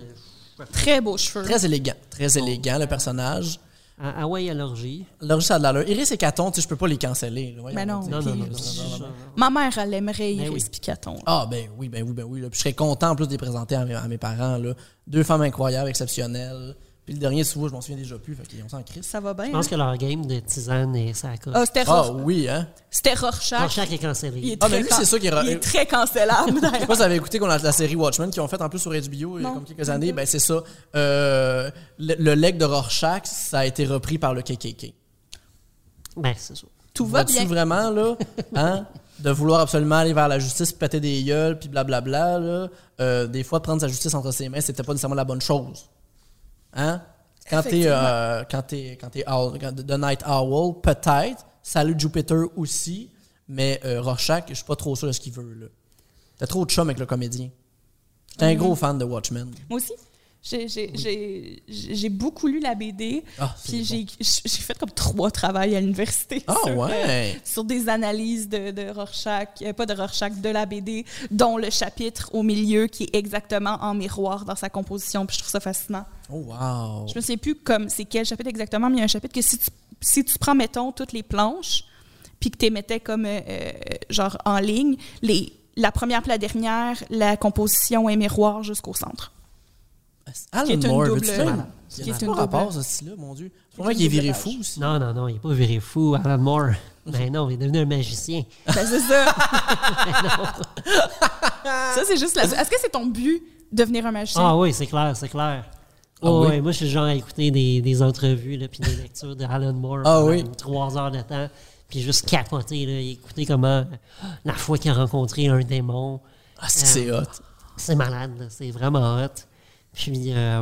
A: Très beaux cheveux.
B: Très élégant. Très élégant, le personnage.
D: À Hawaii à l'orgie.
B: L'orgie, ça a de l'allure. Iris et Caton, tu sais, je peux pas les canceller. là, voyons.
A: Ben non.
B: Tu sais,
D: Non,
B: puis-
D: non, non. non,
B: c'est-
D: non, non.
A: Ma mère, elle aimerait
D: Ben
A: Iris
D: oui.
A: puis Caton.
B: Ah, ben oui, ben oui, ben oui. là. Puis je serais content en plus de les présenter à mes, à mes parents. Là. Deux femmes incroyables, exceptionnelles. Puis le dernier, souvent, je m'en souviens déjà plus. Fait qu'ils ont ça en crise.
A: Ça va bien.
D: Je
A: hein?
D: pense que leur game de tisane et ça
A: Ah,
D: coche.
A: c'était
B: Ah,
A: Ror-
B: oui, hein.
A: c'était Rorschach.
D: Rorschach est cancellé.
A: Il est
B: Ah, mais
A: très
B: lui,
A: can-
B: c'est sûr qu'il est-
A: Il est très cancellable,
B: Je sais
A: d'ailleurs.
B: pas si vous avez écouté qu'on a la série Watchmen qu'ils ont fait en plus sur HBO il y a
A: Non. Mm-hmm.
B: comme quelques années. Ben, c'est ça. Euh, le, le leg de Rorschach, ça a été repris par le KKK.
D: Ben, c'est ça.
A: Tout va
B: Vois-tu
A: bien.
B: vraiment, là, hein, de vouloir absolument aller vers la justice, péter des gueules, puis blablabla, là, euh, des fois, prendre sa justice entre ses mains, c'était pas nécessairement la bonne chose. Hein? Quand t'es, euh, quand t'es, quand t'es owl- quand- The Night Owl, peut-être. Salut Jupiter aussi. Mais euh, Rorschach, je suis pas trop sûr de ce qu'il veut, là. T'as trop de chum avec le comédien. J'étais
A: Mm-hmm.
B: un gros fan de Watchmen.
A: Moi aussi. J'ai- J'ai j'ai- j'ai- j'ai beaucoup lu la BD,
B: Ah, c'est
A: puis
B: bon.
A: j'ai j'ai fait comme trois travails à l'université
B: Ah,
A: sur,
B: ouais.
A: euh, sur des analyses de, de Rorschach, euh, pas de Rorschach, de la BD, dont le chapitre au milieu qui est exactement en miroir dans sa composition, puis je trouve ça fascinant.
B: Oh, wow.
A: Je me sais plus comme c'est quel chapitre exactement, mais il y a un chapitre que si tu, si tu prends, mettons, toutes les planches, puis que tu les mettais comme, euh, euh, genre, en ligne, les, la première puis la dernière, la composition est miroir jusqu'au centre. Qui
B: Alan
A: est une
B: Moore,
A: double-
B: veux-tu
A: Qui est
B: faire-
A: une
B: C'est pas
A: double-
B: rapport, ce style-là, mon Dieu. C'est pour moi
A: une
B: qu'il est viré
A: double
B: fou
A: page.
B: aussi.
D: Non, non, non, il n'est pas viré fou, Alan Moore. Ben non, il est devenu un magicien.
A: Ben, c'est ça. ça, c'est juste la... Est-ce que c'est ton but, devenir un magicien?
D: Ah oui, c'est clair, c'est clair.
B: Ah
D: Oh,
B: oui?
D: ouais, moi, je suis le genre à écouter des, des entrevues là, puis des lectures de Alan Moore
B: Ah
D: pendant
B: oui?
D: comme trois heures de temps, puis juste capoter, là, et écouter comment euh, la fois qu'il a rencontré un démon,
A: Euh.
B: Ah, c'est que c'est hot.
D: c'est malade, là, c'est vraiment hot. puis euh,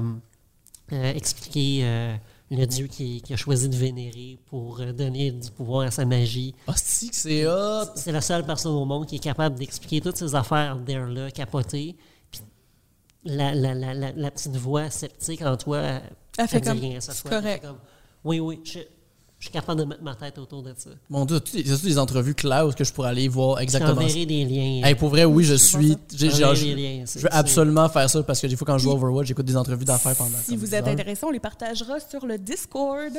D: euh, expliquer euh, le dieu qui, qui a choisi de vénérer pour euh, donner du pouvoir à sa magie.
B: Hostie que Ah, c'est hot!
D: C'est la seule personne au monde qui est capable d'expliquer toutes ces affaires d'air-là, capotées. Puis la, la, la, la, la petite voix sceptique en toi, elle,
A: Elle fait
D: dit
A: comme,
D: rien à sa
A: c'est
D: foi. Elle fait
A: correct.
D: comme, oui, oui, je, je suis capable de mettre ma tête autour de ça.
B: Mon Dieu, as-tu des, as-tu des entrevues Klaus que je pourrais aller voir
D: Je
B: exactement ça?
D: t'enverrai des liens.
B: Hey, pour vrai, oui, je
A: Je
B: suis.
A: comprends
B: j'ai-
D: Enverrai
B: j'ai-
D: des
B: Je
D: liens, c'est-
B: je veux
D: c'est-
B: absolument faire ça parce que des fois, quand je joue à Overwatch, j'écoute des entrevues d'affaires pendant.
A: Si
B: comme
A: vous
B: dix
A: êtes
B: heures.
A: intéressé, on les partagera sur le Discord.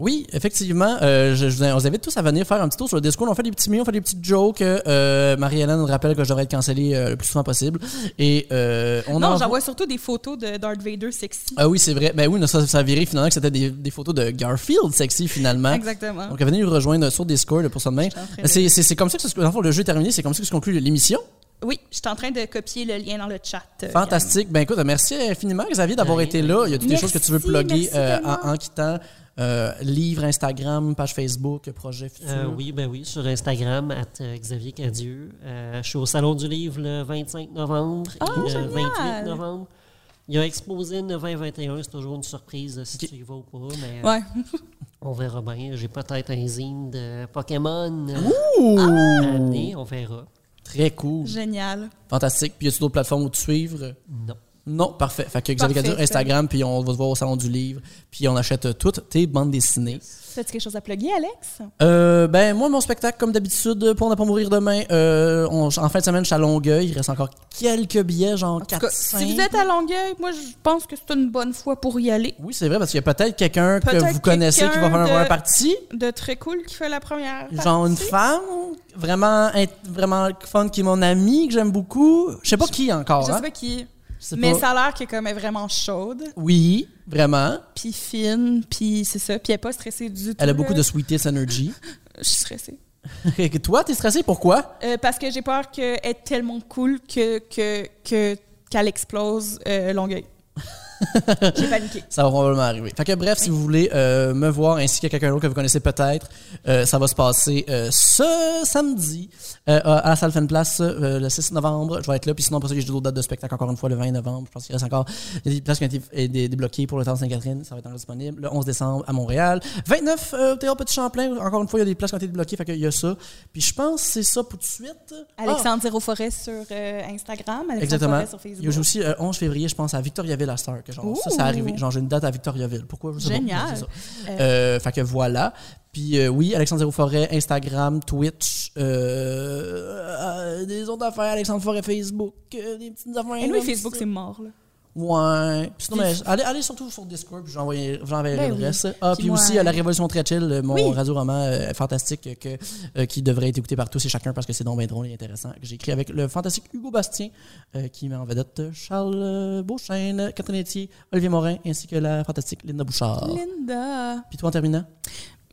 B: Oui, effectivement. euh, je, je vous, on vous invite tous à venir faire un petit tour sur le Discord. On fait des petits mets, on fait des petites jokes. euh, Marie-Hélène rappelle que je devrais être cancellée euh, le plus souvent possible. Et euh, on
A: non,
B: envoie-
A: j'envoie surtout des photos de Darth Vader sexy.
B: Ah oui, c'est vrai. Ben oui, ça, ça a viré finalement que c'était des, des photos de Garfield sexy finalement.
A: Exactement.
B: Donc, venez nous rejoindre sur Discord pour ça demain.
A: Je suis en train de-
B: C'est c'est- c'est comme ça que, ça se- dans le fond, le jeu est terminé. C'est comme ça que se conclut l'émission.
A: Oui, je suis en train de copier le lien dans le chat. euh,
B: Fantastique. Ben écoute, merci infiniment, Xavier, d'avoir
D: De rien,
B: été
D: de
B: là. Il y a toutes les
A: Ben, Merci,
B: choses que tu veux plugger
A: merci
B: euh, en,
A: tellement.
B: en quittant. Euh, livre, Instagram, page Facebook, projet futur.
D: Euh, oui, ben oui, sur Instagram, at euh, Xavier Cadieux. Euh, je suis au Salon du Livre le 25 novembre
A: Ah,
D: et le
A: génial!
D: 28 novembre. Il y a Exposé 2021, c'est toujours une surprise euh, si
B: Ok.
D: tu y vas ou pas, mais euh,
A: Yann. Ouais.
D: on verra bien. J'ai peut-être un zine de Pokémon euh,
B: Ouh!
D: à amener, on verra.
B: Très cool.
A: Génial.
B: Fantastique. Puis y a-tu d'autres plateformes où te suivre?
D: Non.
B: Non, parfait. Fait que Xavier
A: Parfait,
B: Cadieux,
A: c'est
B: Instagram, puis on va se voir au Salon du Livre, puis on achète euh, toutes tes bandes dessinées.
A: As-tu quelque chose à plugger, Alex?
B: Euh, ben, moi, mon spectacle, comme d'habitude, pour ne pas mourir demain, euh, on- en fin de semaine, je suis à Longueuil. Il reste encore quelques billets, genre
A: En tout cas,
B: 4
A: si vous êtes à Longueuil, moi, je pense que c'est une bonne fois pour y aller.
B: Oui, c'est vrai, parce qu'il y a peut-être quelqu'un que
A: Peut-être
B: vous connaissez qui va
A: quelqu'un
B: faire
A: de-
B: un partie.
A: De très cool qui fait la première.
B: Genre une
A: partie.
B: femme vraiment, int- vraiment fun qui est mon amie, que j'aime beaucoup. Je sais pas qui encore.
A: Je
B: hein.
A: sais pas qui.
B: Je sais
A: Mais
B: pas.
A: ça a l'air qu'elle est comme elle est vraiment chaude,
B: Oui, vraiment.
A: puis fine, puis c'est ça. Puis elle n'est pas stressée du tout.
B: Elle a beaucoup
A: là.
B: de sweetest energy.
A: Je suis stressée.
B: Et que Toi, t'es stressé, pourquoi?
A: Euh, parce que j'ai peur qu'elle est tellement cool que, que, que- qu'elle explose euh, Longueuil. j'ai paniqué.
B: Ça va probablement arriver. Fait que bref, si vous voulez euh, me voir ainsi que quelqu'un d'autre que vous connaissez peut-être, euh, ça va se passer euh, ce samedi euh, à la salle Fan Place euh, le 6 novembre. Je vais être là. Puis sinon, après ça, j'ai d'autres dates de spectacle encore une fois le 20 novembre. Je pense qu'il reste encore il y a des places qui ont été euh, dé- débloquées pour le temps de Sainte-Catherine. Ça va être encore disponible le 11 décembre à Montréal. 29 euh, au Théâtre Petit Champlain. Encore une fois, il y a des places qui ont été débloquées. Fait qu'il y a ça. Puis je pense que c'est ça pour tout de suite. Ah,
A: Alexandre Zéroforêt sur euh, Instagram, Alexandre Forêt
B: Exactement.
A: sur
B: Il y a
A: Facebook.
B: aussi euh, 11 février, je pense, à Victoriaville à cette heure que genre, ça, ça
A: Ouh.
B: arrivé. Genre, j'ai une date à Victoriaville. Pourquoi? Je sais pas.
A: Génial.
B: Mais c'est ça. Euh, fait que voilà. Puis euh, oui, Alexandre Zéro Forêt, Instagram, Twitch, euh, euh, des autres affaires, Alexandre Forêt, Facebook, euh, des petites affaires.
A: Et nous,
B: comme
A: Eh Facebook,
B: ça.
A: c'est mort. Là.
B: Ouais. Puis sinon, mais allez, allez surtout sur Discord, puis j'envoie- j'enverrai
A: Ben
B: le
A: oui.
B: reste. Ah, puis,
A: Puis moi,
B: aussi euh, La Révolution Très Chill, euh, mon
A: Oui.
B: radio-roman euh, fantastique euh, que, euh, qui devrait être écouté par tous et chacun parce que c'est donc bien drôle et intéressant. que J'ai écrit avec le fantastique Hugo Bastien, euh, qui met en vedette Charles euh, Beauchesne, Catherine Etier, Olivier Morin, ainsi que la fantastique Linda Bouchard.
A: Linda.
B: Puis toi, en terminant,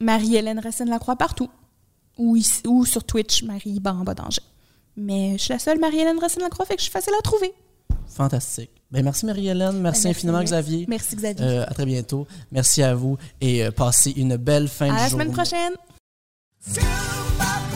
A: Marie-Hélène Racine-Lacroix partout. Ou, ici- ou sur Twitch, Marie Baramba d'Angers. Mais je suis la seule Marie-Hélène Racine-Lacroix, fait que je suis facile à trouver.
B: fantastique. Ben, merci Marie-Hélène, merci,
A: Ben,
B: infiniment
A: merci.
B: Xavier.
A: Merci, Xavier.
B: Euh, à très bientôt. Merci à vous et euh, passez une belle fin
A: à
B: de
A: la
B: journée.
A: semaine prochaine.
E: Scoop up